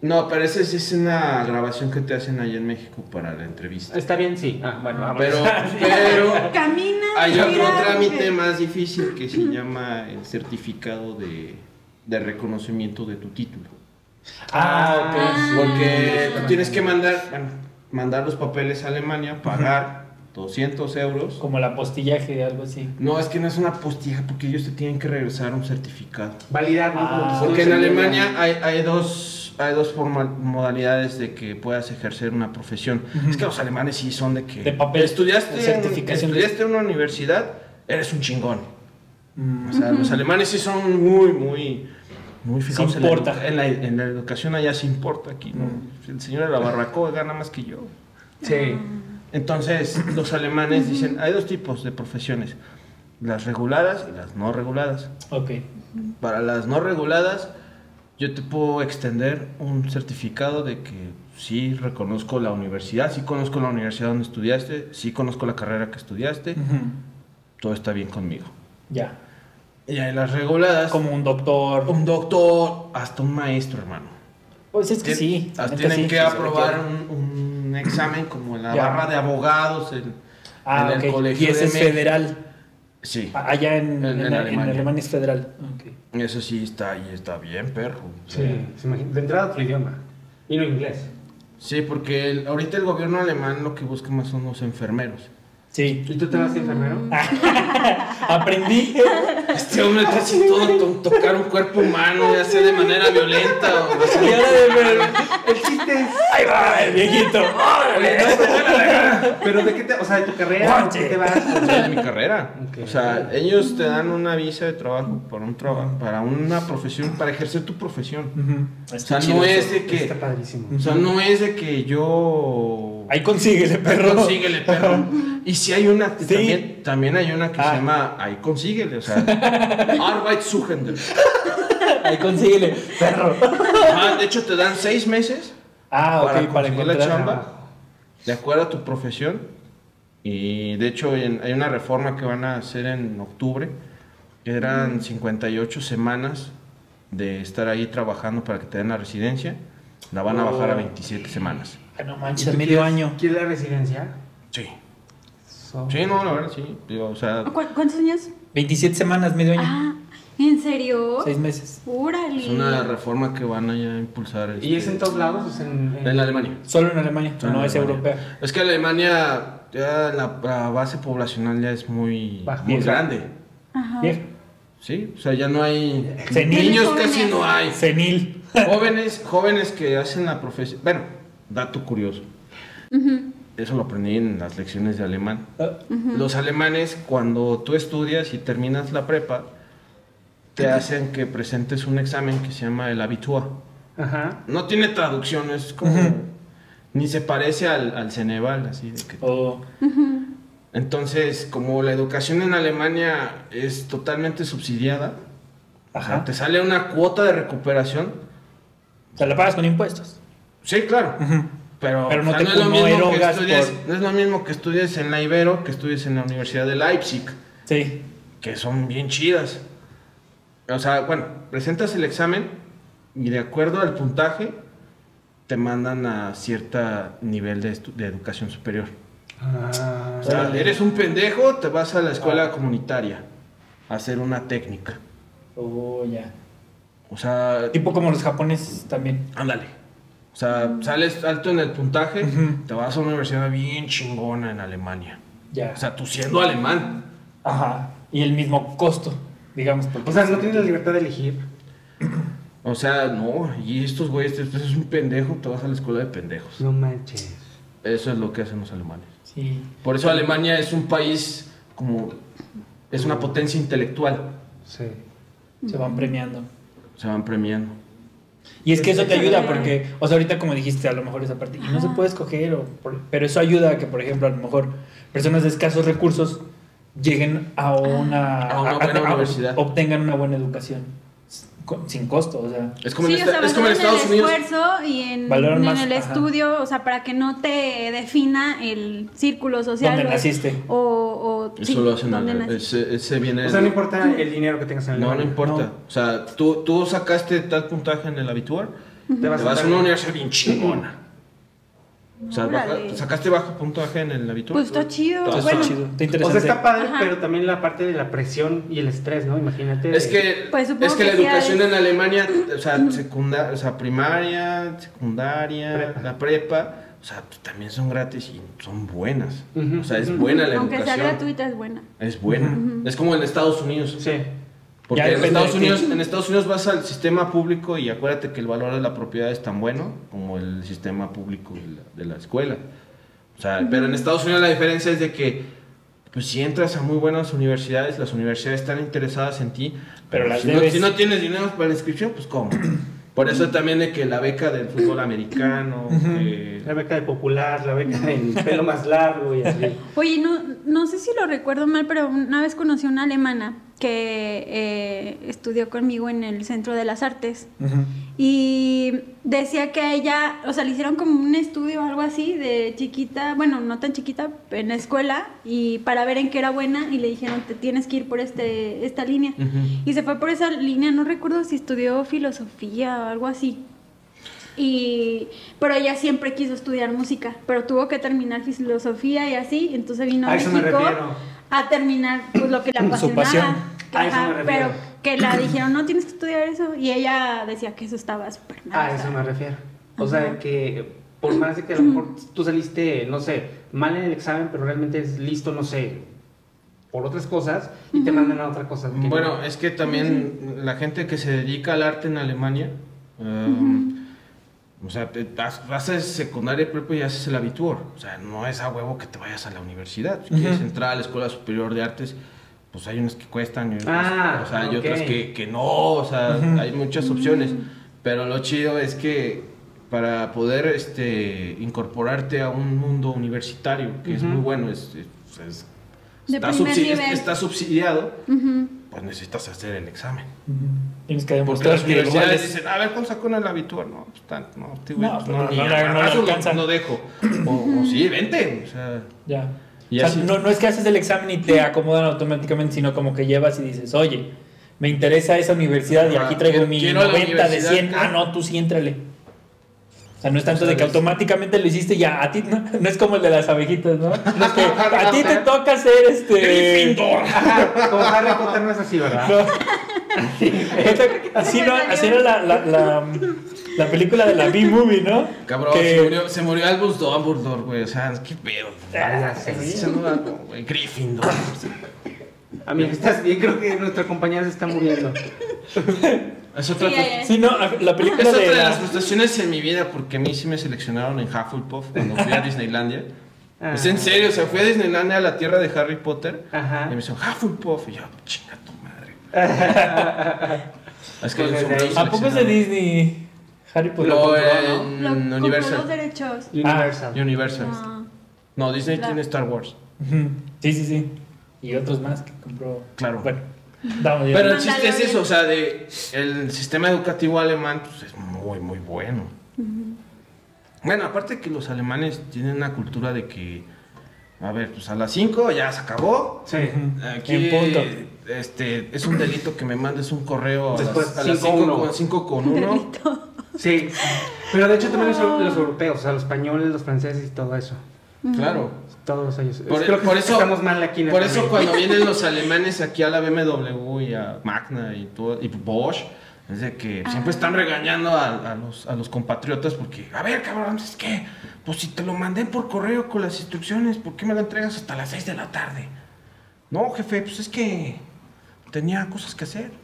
No, pero esa es, es una grabación que te hacen allá en México para la entrevista.
Está bien, sí. Ah, bueno, vamos.
Pero, pero
Camina.
hay otro
mira,
trámite
eh,
más difícil que se llama el certificado de, de reconocimiento de tu título.
Ah,
Ah. Mm.
Porque tú tienes que mandar, bueno, mandar los papeles a Alemania, pagar 200 euros.
Como el apostillaje, algo así.
No, es que no es una postilla porque ellos te tienen que regresar un certificado.
Validar,
Ah,
¿no?
Porque en Alemania hay, hay dos, hay dos forma- modalidades de que puedas ejercer una profesión. Es que los alemanes sí son de que...
De papel,
Estudiaste,
de
en-
certificación de-
estudiaste en una universidad, eres un chingón.
Mm.
O sea, los alemanes sí son muy, muy... Muy fijados en la
importa. Mm.
educa- En, la, en la educación allá se importa aquí, ¿no? El señor de la barbacoa gana más que yo.
Sí.
Entonces, los alemanes dicen, hay dos tipos de profesiones, las reguladas y las no reguladas.
Ok.
Para las no reguladas, yo te puedo extender un certificado de que sí reconozco la universidad, sí conozco la universidad donde estudiaste, sí conozco la carrera que estudiaste, todo está bien conmigo.
Ya.
Y en las reguladas, como
Como un doctor.
un doctor, hasta un maestro, hermano.
Pues es que
Tien-
sí. neta
hasta tienen
sí.
que aprobar un, un examen como la
Ya.
barra de abogados. el-
Ah,
en el
ok.
colegio
Y ese
de
es
México.
federal.
sí.
A- Allá en,
En-
en-
en
en Alemania.
Alemania.
es federal. Ok.
Eso sí está y está bien, perro.
Sí. se imagina- De entrada otro idioma. Y no inglés.
Sí, porque el- ahorita el gobierno alemán lo que busca más son los enfermeros.
Sí.
¿Y tú te vas a enfermero?
Aprendí.
Este hombre está sin todo to- tocar un cuerpo humano, ya sea de manera violenta o así.
Y ahora de ver.
Ah, El chiste es.
Ahí va, el viejito.
¿Pero de qué te.? O sea, de tu carrera. ¿O
Oye.
qué te vas?
O sea, es mi carrera.
Ok.
O sea, ellos te dan una visa de trabajo para un trabajo, para una profesión, para ejercer tu profesión.
Ujú.
O
Está
sea,
chido
no es
eso.
de
Está
que,
padrísimo.
o sea, no es de que yo
Ahí consíguele,
Ahí
perro.
consíguele, perro. Y si hay una,
Sí.
también, también hay una que
Ah.
se llama ahí consíguele, o sea, Arbeitssuchender.
Ahí consíguele, perro.
Ah, de hecho, te dan seis meses
Ah,
para,
ok, para
conseguir la
encontrar.
chamba, de acuerdo a tu profesión. Y de hecho, en- hay una reforma que van a hacer en octubre, que eran
Mm.
58 semanas de estar ahí trabajando para que te den la residencia. La van a bajar a 27 semanas.
Ah, no
¿Y tú
manches,
quieres-
medio año.
¿Quieres la residencia?
Sí.
So-
Sí, no, la verdad, sí. Digo, o sea,
¿Cu- ¿Cuántos años?
27 semanas, medio año.
Ah, ¿en serio?
6 meses.
Órale.
Es una reforma que van a ya impulsar.
¿Y
este,
es en todos lados? ¿Es en, en-
En Alemania.
Solo en Alemania, Ah, no es
Alemania.
europea.
Es que Alemania, ya la, la base poblacional ya es muy,
Baja.
muy
Vieja.
grande.
Ajá.
Viejo.
Sí, o sea, ya no
Eh,
hay.
Senil.
Niños
Jóvenes.
casi no hay.
Senil.
Jóvenes, jóvenes que hacen la profesión. Bueno, dato curioso. Eso lo aprendí en las lecciones de alemán.
Ah,
Los alemanes, cuando tú estudias y terminas la prepa, te hacen que presentes un examen que se llama el Abitua.
Ajá.
No tiene traducción, es como. Ni se parece al, al Ceneval, así de que.
O
Entonces, como la educación en Alemania es totalmente subsidiada,
Ajá.
o sea, te sale una cuota de recuperación.
sea, la pagas con impuestos.
Sí, claro. Pero,
Pero no
o sea,
te-
es lo
no
mismo que
erogas
estudies,
por-
no es lo mismo que estudies en la Ibero que estudies en la Universidad de Leipzig,
Sí.
que son bien chidas. O sea, bueno, presentas el examen y de acuerdo al puntaje te mandan a cierto nivel de estu- de educación superior.
Ah,
O sea, eres un pendejo, te vas a la escuela comunitaria a hacer una técnica.
Oh, ya.
O sea,
Tipo como los japoneses también.
ándale. O sea, sales alto en el puntaje, te vas a una universidad bien chingona en Alemania.
Ya.
O sea, tú siendo alemán.
Ajá. Y el mismo costo, digamos. Porque
o sea, no tienes la libertad de elegir.
O sea, no, y estos güeyes, te es un pendejo, te vas a la escuela de pendejos.
Pues No manches.
Eso es lo que hacen los alemanes.
Sí.
Por eso Alemania es un país como... Es una potencia intelectual.
Sí.
Se van premiando.
Se van premiando.
Y es que eso te ayuda
Ajá.
porque, o sea, ahorita como dijiste, a lo mejor esa parte, y no se puede escoger, o por- pero eso ayuda a que, por ejemplo, a lo mejor personas de escasos recursos lleguen a una,
A una buena universidad.
obtengan una buena educación con- sin costo, o sea,
Es como,
sí,
en, esta-
o sea,
es como en
basado
Estados
el
Unidos.
esfuerzo y en,
Valoran
en
más,
el
ajá.
estudio, o sea, para que no te defina el círculo social.
donde
o-
naciste.
O, o-
Eso
sí,
lo hacen
donde
al-
naciste.
ese, ese viene.
O sea, no importa el dinero que tengas en el
no, no
banco.
importa.
No.
O sea, tú, tú sacaste tal puntaje en el habitual,
Te
te
vas,
vas a
un
una universidad bien chingona. O sea, baja-
Órale.
sacaste bajo puntaje en el habitual.
Pues está chido.
Está
bueno,
chido, está
O
interesante.
sea, está padre,
Ajá.
pero también la parte de la presión y el estrés, ¿no? Imagínate.
Es que,
Pues supongo
es que, la
que sí,
educación
ha de-
en Alemania, o sea, secunda- o sea, primaria, secundaria,
Prepa.
la prepa, o sea, pues, también son gratis y son buenas.
Ujú.
O sea, es buena la
Aunque sea
educación.
gratuita, es buena.
Es buena. Es como en Estados Unidos.
Sí.
Porque
Ya
en
depende de
Estados,
ti.
Unidos, en Estados Unidos vas al sistema público y acuérdate que el valor de la propiedad es tan bueno como el sistema público de la, de la escuela. O sea, pero en Estados Unidos la diferencia es de que pues si entras a muy buenas universidades, las universidades están interesadas en ti, pero,
Pero las
si, no,
debes.
si no tienes dinero para la inscripción, pues cómo. Por eso también de que la beca del fútbol americano, que-
La beca de popular, la beca en pelo más largo y así.
Oye, no, no sé si lo recuerdo mal, pero una vez conocí a una alemana que eh, estudió conmigo en el Centro de las Artes y decía que a ella, o sea, le hicieron como un estudio o algo así de chiquita, bueno, no tan chiquita, en la escuela y para ver en qué era buena y le dijeron, te tienes que ir por este, esta línea. Y se fue por esa línea, no recuerdo si estudió filosofía o algo así. Y, pero ella siempre quiso estudiar música, pero tuvo que terminar filosofía y así, entonces vino a,
A eso me
México
refiero.
a terminar pues, lo que le apasionaba.
pasión.
A eso me
Ajá,
refiero.
pero que la dijeron, no tienes que estudiar eso, y ella decía que eso estaba súper mal.
A
Ah, o sea,
Ah, eso me refiero. O sea, que por más de que a lo mejor tú saliste, no sé, mal en el examen, pero realmente es listo, no sé, por otras cosas y te mandan a otra cosa. que no.
Bueno, es que también la gente que se dedica al arte en Alemania, um, o sea, te- vas- vas a secundaria y prepa y haces el habituor. O sea, no es a huevo que te vayas a la universidad. Si quieres entrar a la Escuela Superior de Artes, pues hay unas que cuestan, y otras,
Ah,
o sea,
ok.
hay otras que, que no, o sea, hay muchas opciones. Pero lo chido es que para poder este, incorporarte a un mundo universitario, que es muy bueno, es- es- es-
De
está,
primer
subsidi-
nivel.
está subsidiado
ujú.
pues necesitas hacer el examen.
Tienes que
Porque
demostrar
las
que igual
universidades
es-
dicen, a ver, ¿cuánto sacó en el habitual? No, pues tan- no, tío,
No,
pues,
pero
no,
no
ni
le-
a
no le
madrazos lo-
alcanzan.
lo dejo. O, o sí, vente. O sea,
Ya.
Y
O sea,
así-
no, no es que haces el examen y te acomodan automáticamente, sino como que llevas y dices, oye, me interesa esa universidad y
Ajá,
aquí traigo
quiero-
mi
quiero la
90 de
universidad
100.
acá. Pues,
Ah, no, tú sí, éntrale. O sea, no es tanto de que
¿Sabes?
automáticamente lo hiciste y ya a ti, no, no es como el de las abejitas, ¿no? No es que a ti te toca ser este...
Ajá, como Harry Potter no es así, ¿verdad?
No. Así, no, así era la, la, la, la película de la B-Movie, ¿no?
cabrón,
Que-
se murió, se murió Albus Dumbledore, güey. O sea, qué pedo.
Ya sé.
Se no da como, güey, Gryffindor.
Amigo, estás bien, creo que nuestra compañera se está muriendo.
Es
Sí,
otra,
ya,
cosa-
ya.
Sí, no, la película
es otra
de...
de las
la-
frustraciones en mi vida porque a mí sí me seleccionaron en Hufflepuff cuando fui a Disneylandia.
Ah.
Es en serio, o sea, fui a Disneylandia a la tierra de Harry Potter
Ajá.
y me dijeron Hufflepuff. Y yo, chinga tu madre. es que
Pues
yo
desde
soy
ahí.
¿A poco es de Disney? Harry Potter.
No,
Lo-
en
compró los
Universal.
derechos.
Universal.
Universal.
Ah,
No, Disney
Claro.
tiene Star Wars.
Ujú. Sí, sí, sí. Y otros más que compró.
Claro.
Bueno, damos ya.
Pero el chiste es
Mandalorian.
eso, o sea, de el sistema educativo alemán pues, es muy, muy bueno. Bueno, aparte que los alemanes tienen una cultura de que, a ver, pues a las 5 ya se acabó.
Sí.
Aquí,
En punto.
Este, es un delito que me mandes un correo a
Después,
las- a las
cinco,
5
uno.
con, cinco con uno.
delito.
Sí. Pero de hecho también los, los europeos, o sea, los españoles, los franceses y todo eso.
Claro.
Todos ellos.
Por, e-
creo que
por eso,
estamos mal aquí en
por
el
eso
país.
cuando vienen los alemanes aquí a la BMW y a Magna y todo, y Bosch, es de que siempre están regañando a, a los, a los compatriotas porque, a ver, cabrón, es que, pues si te lo mandé por correo con las instrucciones, ¿por qué me lo entregas hasta las 6 de la tarde? No, jefe, pues es que tenía cosas que hacer.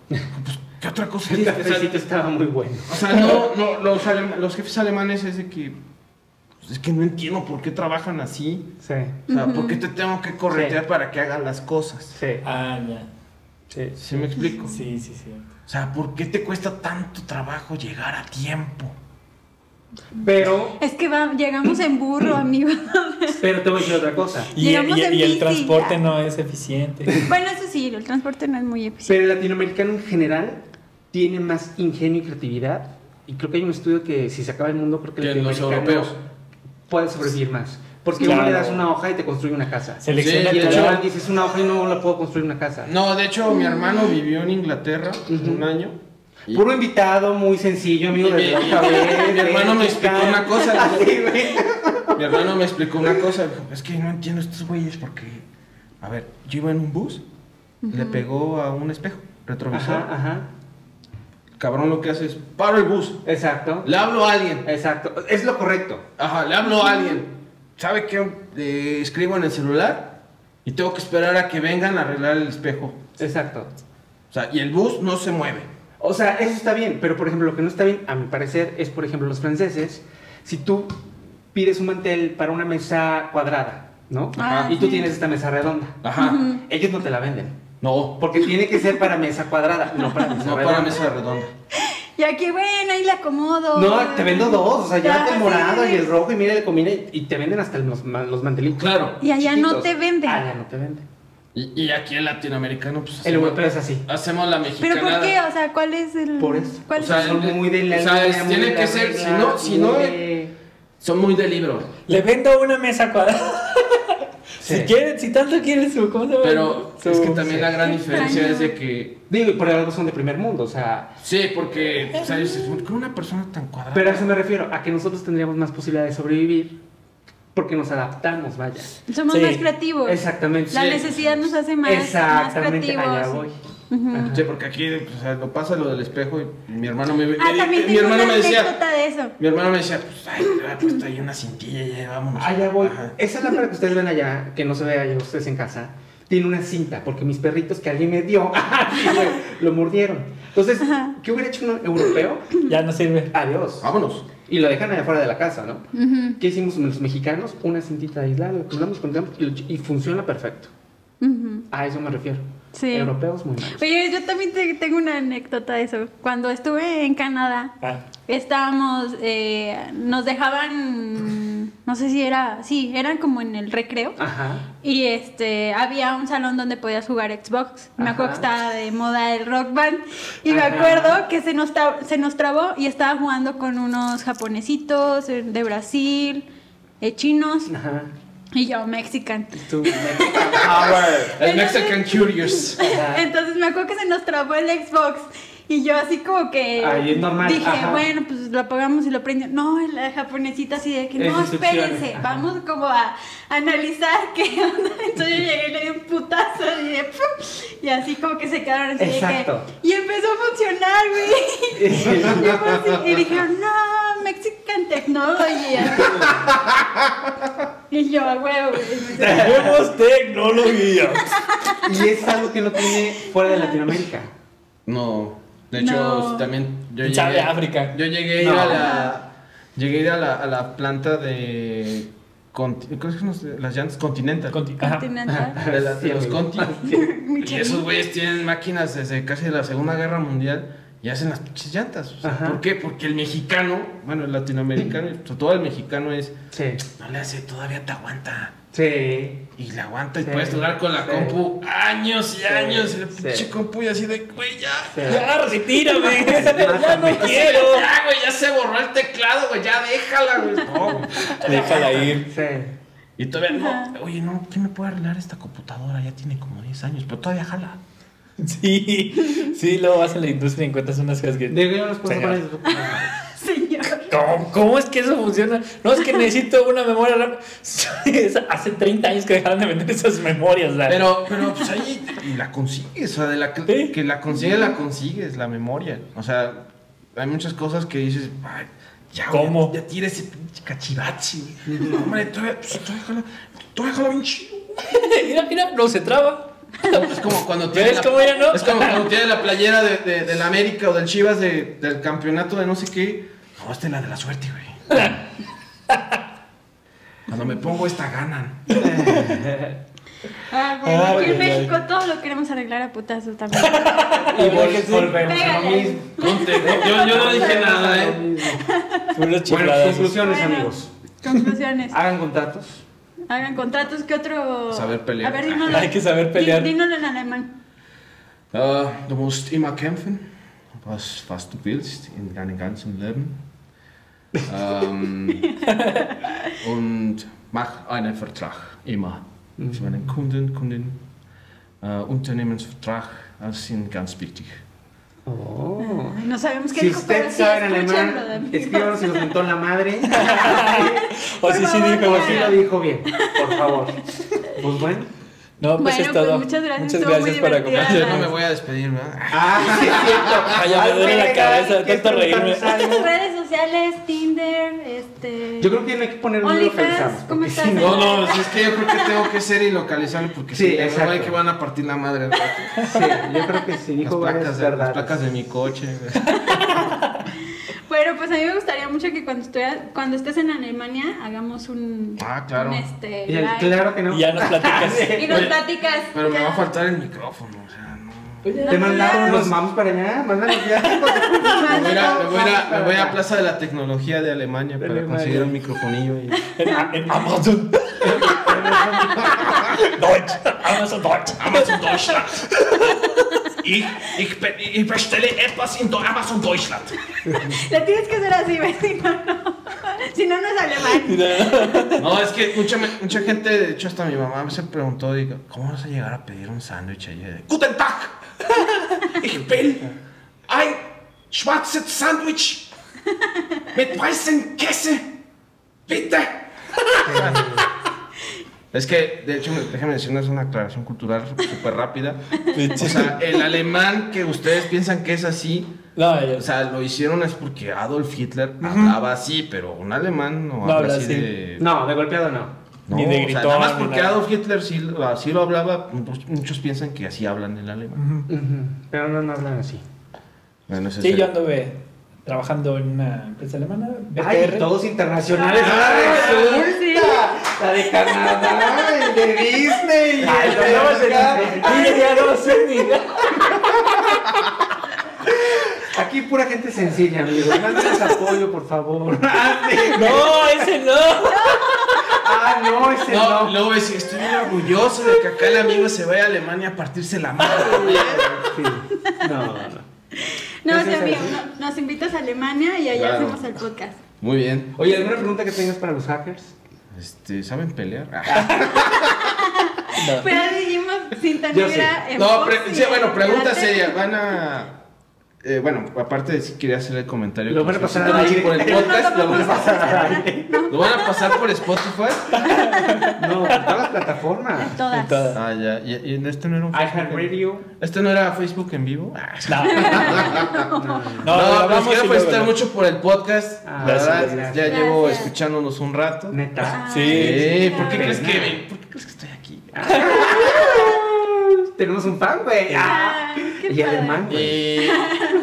Pues, ¿qué otra cosa
El
tienes que hacer?
cafecito estaba muy bueno.
O sea, no, no, los, alem- los jefes alemanes es de que, pues, es que no entiendo por qué trabajan así.
Sí,
O sea, ¿por qué te tengo que corretear
Sí.
para que hagan las cosas?
sí,
Ah, ya.
sí.
¿Sí me explico?
Sí, sí, sí.
O sea, ¿por qué te cuesta tanto trabajo llegar a tiempo?
Pero,
Es que va- llegamos en burro, amigo.
pero te voy a decir otra cosa.
Y,
Llegamos
y-
en
y
bici,
el transporte
ya.
no es eficiente.
bueno, eso sí, el transporte no es muy eficiente.
Pero el latinoamericano en general tiene más ingenio y creatividad. Y creo que hay un estudio que si se acaba el mundo, creo que
Que
el
los
latinoamericano
europeos.
puede sobrevivir más. Porque
Claro.
uno le das una hoja y te construye una casa.
Se le- Selecciona
Sí,
Y
de
el
hecho-
chaval dices una hoja y no la puedo construir una casa.
no, de hecho, mi hermano vivió en Inglaterra un año. Y-
Puro invitado, muy sencillo,
y
amigo
mi,
de
y- mi hermano me explicó una cosa.
Así, güey.
Mi hermano me explicó una cosa. dijo, es que no entiendo estos güeyes porque, a ver, yo iba en un bus, le pegó a un espejo retrovisor.
Ajá, ajá.
cabrón lo que hace es, paro el bus,
Exacto.
le hablo a alguien,
Exacto. Es lo correcto.
ajá, le hablo a alguien, ¿sabe qué? Le escribo en el celular y tengo que esperar a que vengan a arreglar el espejo.
Exacto.
O sea, y el bus no se mueve.
O sea, eso está bien, pero por ejemplo, lo que no está bien, a mi parecer, es por ejemplo los franceses. Si tú pides un mantel para una mesa cuadrada, ¿no?
Ah,
y tú
sí.
tienes esta mesa redonda.
Ajá.
Ellos no te la venden.
No,
Porque tiene que ser para mesa cuadrada, no para mesa
no
redonda.
para mesa redonda.
Y aquí, bueno, ahí la acomodo.
No, te vendo dos, o sea,
Ya,
llévate el morado
sí.
y el rojo y mira el comida y y te venden hasta los, ma- los mantelitos.
Claro.
Y allá no te venden.
Allá no te venden.
Y, y aquí el latinoamericano, pues.
El
hacemos-
europeo es así.
Hacemos la mexicana.
¿Pero por qué? O sea, ¿cuál es el...?
Por eso.
¿Cuál
O
es
sea,
el-
Son muy de la
o sea, es-
muy
tiene
de
que
la
ser,
regla,
si no- si
muy
no-
de-
Son muy de libro.
Le vendo una mesa cuadrada.
Sí.
Si quieren, si tanto quieren su. ¿Cómo se llama?
Pero
Su-
es que también la gran
Qué
diferencia
extraño.
es de que.
Digo, y por algo son de primer mundo, o sea.
Sí, porque. pues, O sea, dices, ¿por qué una persona tan cuadrada?
Pero a eso me refiero, a que nosotros tendríamos más posibilidad de sobrevivir porque nos adaptamos, vaya.
Somos
Sí.
más creativos.
Exactamente.
Pues, La
Sí.
necesidad nos hace más, más
Exactamente,
creativos.
allá voy. Ajá.
Sí, porque aquí, pues, o sea, lo pasa lo del espejo y mi hermano me.
Ah,
me-
también
mi
tengo
hermano
una
me decía.
anécdota de eso.
Mi hermano me decía, pues, ay, te había puesto ahí una cintilla y Ah, ya vámonos.
Allá voy.
Ajá.
Esa lámpara que ustedes ven allá, que no se ve allá ustedes en casa, tiene una cinta, porque mis perritos que alguien me dio, sí, güey, lo mordieron. Entonces, ¿qué hubiera hecho un europeo?
Ya no sirve.
Adiós.
Vámonos.
Y lo dejan allá afuera de la casa, ¿no?
Ujú,
¿Qué hicimos los mexicanos? Una cintita aislada, lo colgamos con tiempo y, lo ch- y funciona perfecto.
ujú.
A eso me refiero.
Sí.
Europeos muy malos.
Oye, yo también te- tengo una anécdota de eso. Cuando estuve en Canadá,
Ah,
estábamos, eh, nos dejaban, no sé si era, sí, eran como en el recreo.
Ajá.
Y este, había un salón donde podías jugar Xbox. Me acuerdo que
Ajá.
estaba de moda el rock band. Y me
Ajá.
acuerdo que se nos, tra- se nos trabó y estaba jugando con unos japonesitos eh, de Brasil, eh, chinos
Ajá.
y yo, mexican.
Tú, Mexican Power.
El Mexican Curious.
Ajá.
Entonces me acuerdo que se nos trabó el Xbox. Y yo así como que
Ay, es normal,
dije,
ajá.
bueno, pues lo apagamos y lo prendió. No, la japonesita así de que,
Es
no,
instrucciones,
espérense,
ajá.
vamos como a analizar qué onda. Entonces yo llegué y le di un putazo y, de, ¡pum! y así como que se quedaron así
Exacto.
de que... Y empezó a funcionar, güey. Y yo así- y dijeron, no, Mexican Technology. así. Y yo, "A huevo, güey.
Tenemos tecnología.
Y es algo que no tiene fuera de Latinoamérica.
No. De hecho,
No.
también yo
En
llegué,
Chave, África.
Yo llegué a ir
No.
a la. Llegué a ir a la, a la planta de. Conti- ¿Cómo es que nos- las llantas Continental.
Conti- ajá.
Continental.
de, la- de
Sí,
los
amigo.
Conti. y esos güeyes tienen máquinas desde casi la Segunda Guerra Mundial y hacen las pinches llantas. O sea,
Ajá.
¿Por qué? Porque el mexicano, bueno, el latinoamericano, y sobre todo el mexicano es.
Sí.
No le hace, todavía te aguanta.
Sí.
Y la aguanta y
Sí.
puedes durar con la
Sí.
compu años y años. Y la
Sí.
pinche compu y así de, güey, ya.
sí.
Ya, retírame. ya no quiero.
Ya, güey, ya se borró el teclado, güey, ya déjala, güey. No, güey.
Déjala ir.
Sí.
Y todavía no. Oye, no, ¿quién me puede arreglar esta computadora? Ya tiene como 10 años, pero todavía jala.
Sí, sí, luego vas a la industria y encuentras unas cosas que.
Digo, yo no los puedo
Señor.
poner-
Señor.
¿Cómo, cómo es que eso funciona? No, es que necesito una memoria RAM. Hace 30 años que dejaron de vender esas memorias. la-
Pero, pero, pues ahí y la consigues, o sea, de la que,
Sí.
que la consigues, la consigues, la memoria. O sea, hay muchas cosas que dices, ay, ya, güey,
¿Cómo?
Ya, tira ese pinche cachivache, güey. No, hombre, todavía, pues, todavía jala, todavía jala bien chido.
mira, mira, no se traba.
Es como cuando tiene
¿Ves cómo ya no?
es como cuando tiene la playera de, de, del América o del Chivas de- del campeonato de no sé qué. No, esta es la de la suerte, güey. Cuando me pongo esta ganan.
Ah, bueno,
Ay,
aquí en
ay, ay.
México todo lo queremos arreglar a putazos también.
Y vol- volvemos a lo
Pégale.
mismo.
yo, no dije nada,
Lo
eh.
mismo.
Puros
Bueno,
chifladas.
conclusiones,
Bueno.
amigos.
Conclusiones.
Hagan contratos.
Hagan contratos. ¿Qué otro?
Saber pelear.
A ver, dínoslo.
Hay que saber pelear.
Dí- Dínoslo en alemán.
Ah, du musst immer kämpfen, was, was du willst in deinem ganzen Leben. Ähm, und mach einen Vertrag, immer. Für meinen Kunden, Kunden. Äh, Unternehmensvertrag, das sind ganz wichtig.
Oh.
Ay, No sabemos qué
Si
dijo, pero
usted
sí,
sabe en
escúchenlo
alemán,
de mí.
escríbanos si los mentó en la madre.
O sí, sí,
Por favor,
dijo.
O si lo dijo bien, por favor. Pues bueno,
No, pues
Bueno,
es todo.
pues, muchas gracias, estuvo muy
por
divertida.
acompañarnos.
Yo no me voy a despedir, ¿verdad?
Ah, sí, es cierto.
Ay, ya me
Ay,
duele la
venga,
cabeza de
¿qué
tanto
preguntarnos algo?
Redes sociales, Tinder, este...
Yo creo que no hay que poner un libro
OnlyFans,
pensamos.
¿cómo estás?
No, no, si es que yo creo que tengo que ser y localizarlo porque
Sí,
si le
exacto.
que van a partir la madre al rato.
Sí, yo creo que sí,
Las
dijo
placas,
varias
de, las
verdades.
placas de mi coche. güey.
Pero pues a mí me gustaría mucho que cuando, estuviera- cuando estés en Alemania hagamos un...
Ah, claro.
un, este,
Y el-
live.
claro que no.
Y ya nos platicas.
Y nos platicas.
Pero me
ya.
va a faltar el micrófono, o sea, no.
Te mandaron
Nos-
los mamos para allá, mándanos ya.
Me voy, a, me voy a-
Mándanos
me voy a
para
Plaza de la Tecnología de Alemania para
Alemania.
conseguir un microfonillo. y-
En, en Amazon. Deutsch. Amazon Deutsch.
Amazon Deutschland. Ich, ich, be- ich bestelle etwas in Do- Amazon Deutschland.
Le tienes que hacer así, ¿ves? Si no, no. Si no, no es alemán.
No, es que mucha, me- mucha gente, de hecho hasta mi mamá se preguntó, digo, ¿cómo vas a llegar a pedir un sándwich allá?
Guten Tag. Ich bin ein schwarzes Sandwich mit weißem Käse. Bitte.
Es que, de hecho, me- déjenme decirles una aclaración cultural súper rápida. O sea, el alemán que ustedes piensan que es así,
No, ya-
o sea, lo hicieron es porque Adolf Hitler hablaba así, pero un alemán no,
No
habla
habla
así
así.
de...
allá. No, de golpeado no.
No,
Ni de
o sea,
gritón,
nada más
ni
porque
nada.
Adolf Hitler sí, lo- así lo hablaba, muchos- muchos piensan que así hablan el alemán.
Ujú, Pero no, no hablan así.
Bueno, ese
Sí,
es el-
yo anduve trabajando en una empresa alemana,
Ay,
BTR.
todos internacionales. ¡Ah, resulta! La de Canadá, el de Disney.
Ay,
el
no,
de
no, no,
acá.
no, ya no sé ni-
Aquí pura gente sencilla, amigo. Mándenos apoyo, por favor. Ah, sí.
No, ese no.
Ah, no, ese
No,
no.
luego es, estoy bien orgulloso de que acá el amigo se vaya a Alemania a partirse la madre. güey".
Sí. No, no.
No, sí,
Gracias,
amigo.
Adrián.
no- nos invitas a Alemania y allá
Claro.
hacemos el podcast.
Muy bien.
Oye, ¿alguna pregunta que tengas para los hackers?
Este, ¿saben pelear?
No.
Pero dijimos cinta
Yo
negra en
No,
box
pre-
y
sí, bueno, pregunta
karate.
seria. Van a. eh, bueno, aparte de si quería hacer el comentario.
Lo
que
van a
nos
pasar
hizo
al
Nachi
aire.
por el
Pero no pues, lo vamos
podcast. Lo van a
a
pasar
hacer.
al aire. ¿Lo van a pasar por Spotify?
No, por todas las plataformas.
Todas.
En todas.
Ah, ya. ¿Y, y esto no era un Facebook en-
iHeartRadio.
¿Esto no era Facebook en vivo? Ah,
No. No,
Oh,
pues, lo
No, pero los
hablamos
quiero
y luego
felicitar
lo-
mucho por el podcast.
Ah,
la verdad,
gracias, gracias.
ya llevo
Gracias.
escuchándonos un rato.
Neta.
Ay,
Sí,
mira.
¿por qué
Qué
crees que
pena.
ven- ¿Por qué crees que estoy aquí?
Tenemos un fan, güey. Ah.
Ay, qué
Y
padre.
alemán, güey.
Eh,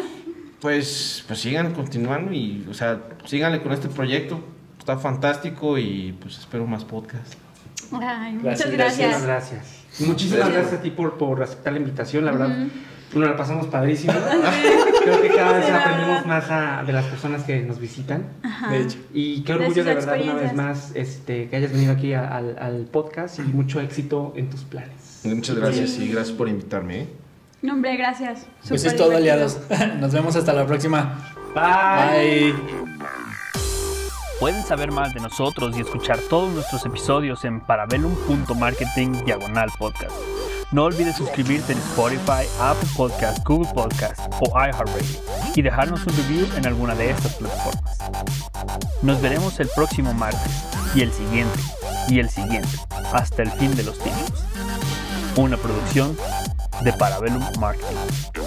pues, pues sigan continuando y, o sea, síganle con este proyecto. Está fantástico y pues espero más podcasts.
Ay,
Gracias,
muchas
Muchísimas
gracias.
gracias. Muchísimas gracias a ti por, por aceptar la invitación, la verdad. Nos la pasamos padrísimo. Creo que cada vez
Sí, la
aprendemos
verdad.
más a- de las personas que nos visitan.
De hecho.
Y qué
De
orgullo
sus
de verdad una vez
experiencias.
más este, que hayas venido aquí a- al, al podcast y mucho éxito en tus planes.
Muchas gracias y gracias por invitarme. ¿eh?
No, hombre, gracias.
Pues
Súper
es todo,
divertido.
aliados. Nos vemos hasta la próxima.
Bye.
Bye.
Pueden saber más de nosotros y escuchar todos nuestros episodios en parabellum.marketing diagonal podcast. No olvides suscribirte en Spotify, Apple Podcast, Google Podcast o iHeartRadio y dejarnos un review en alguna de estas plataformas. Nos veremos el próximo martes y el siguiente y el siguiente hasta el fin de los tiempos. Una producción de Parabellum Marketing.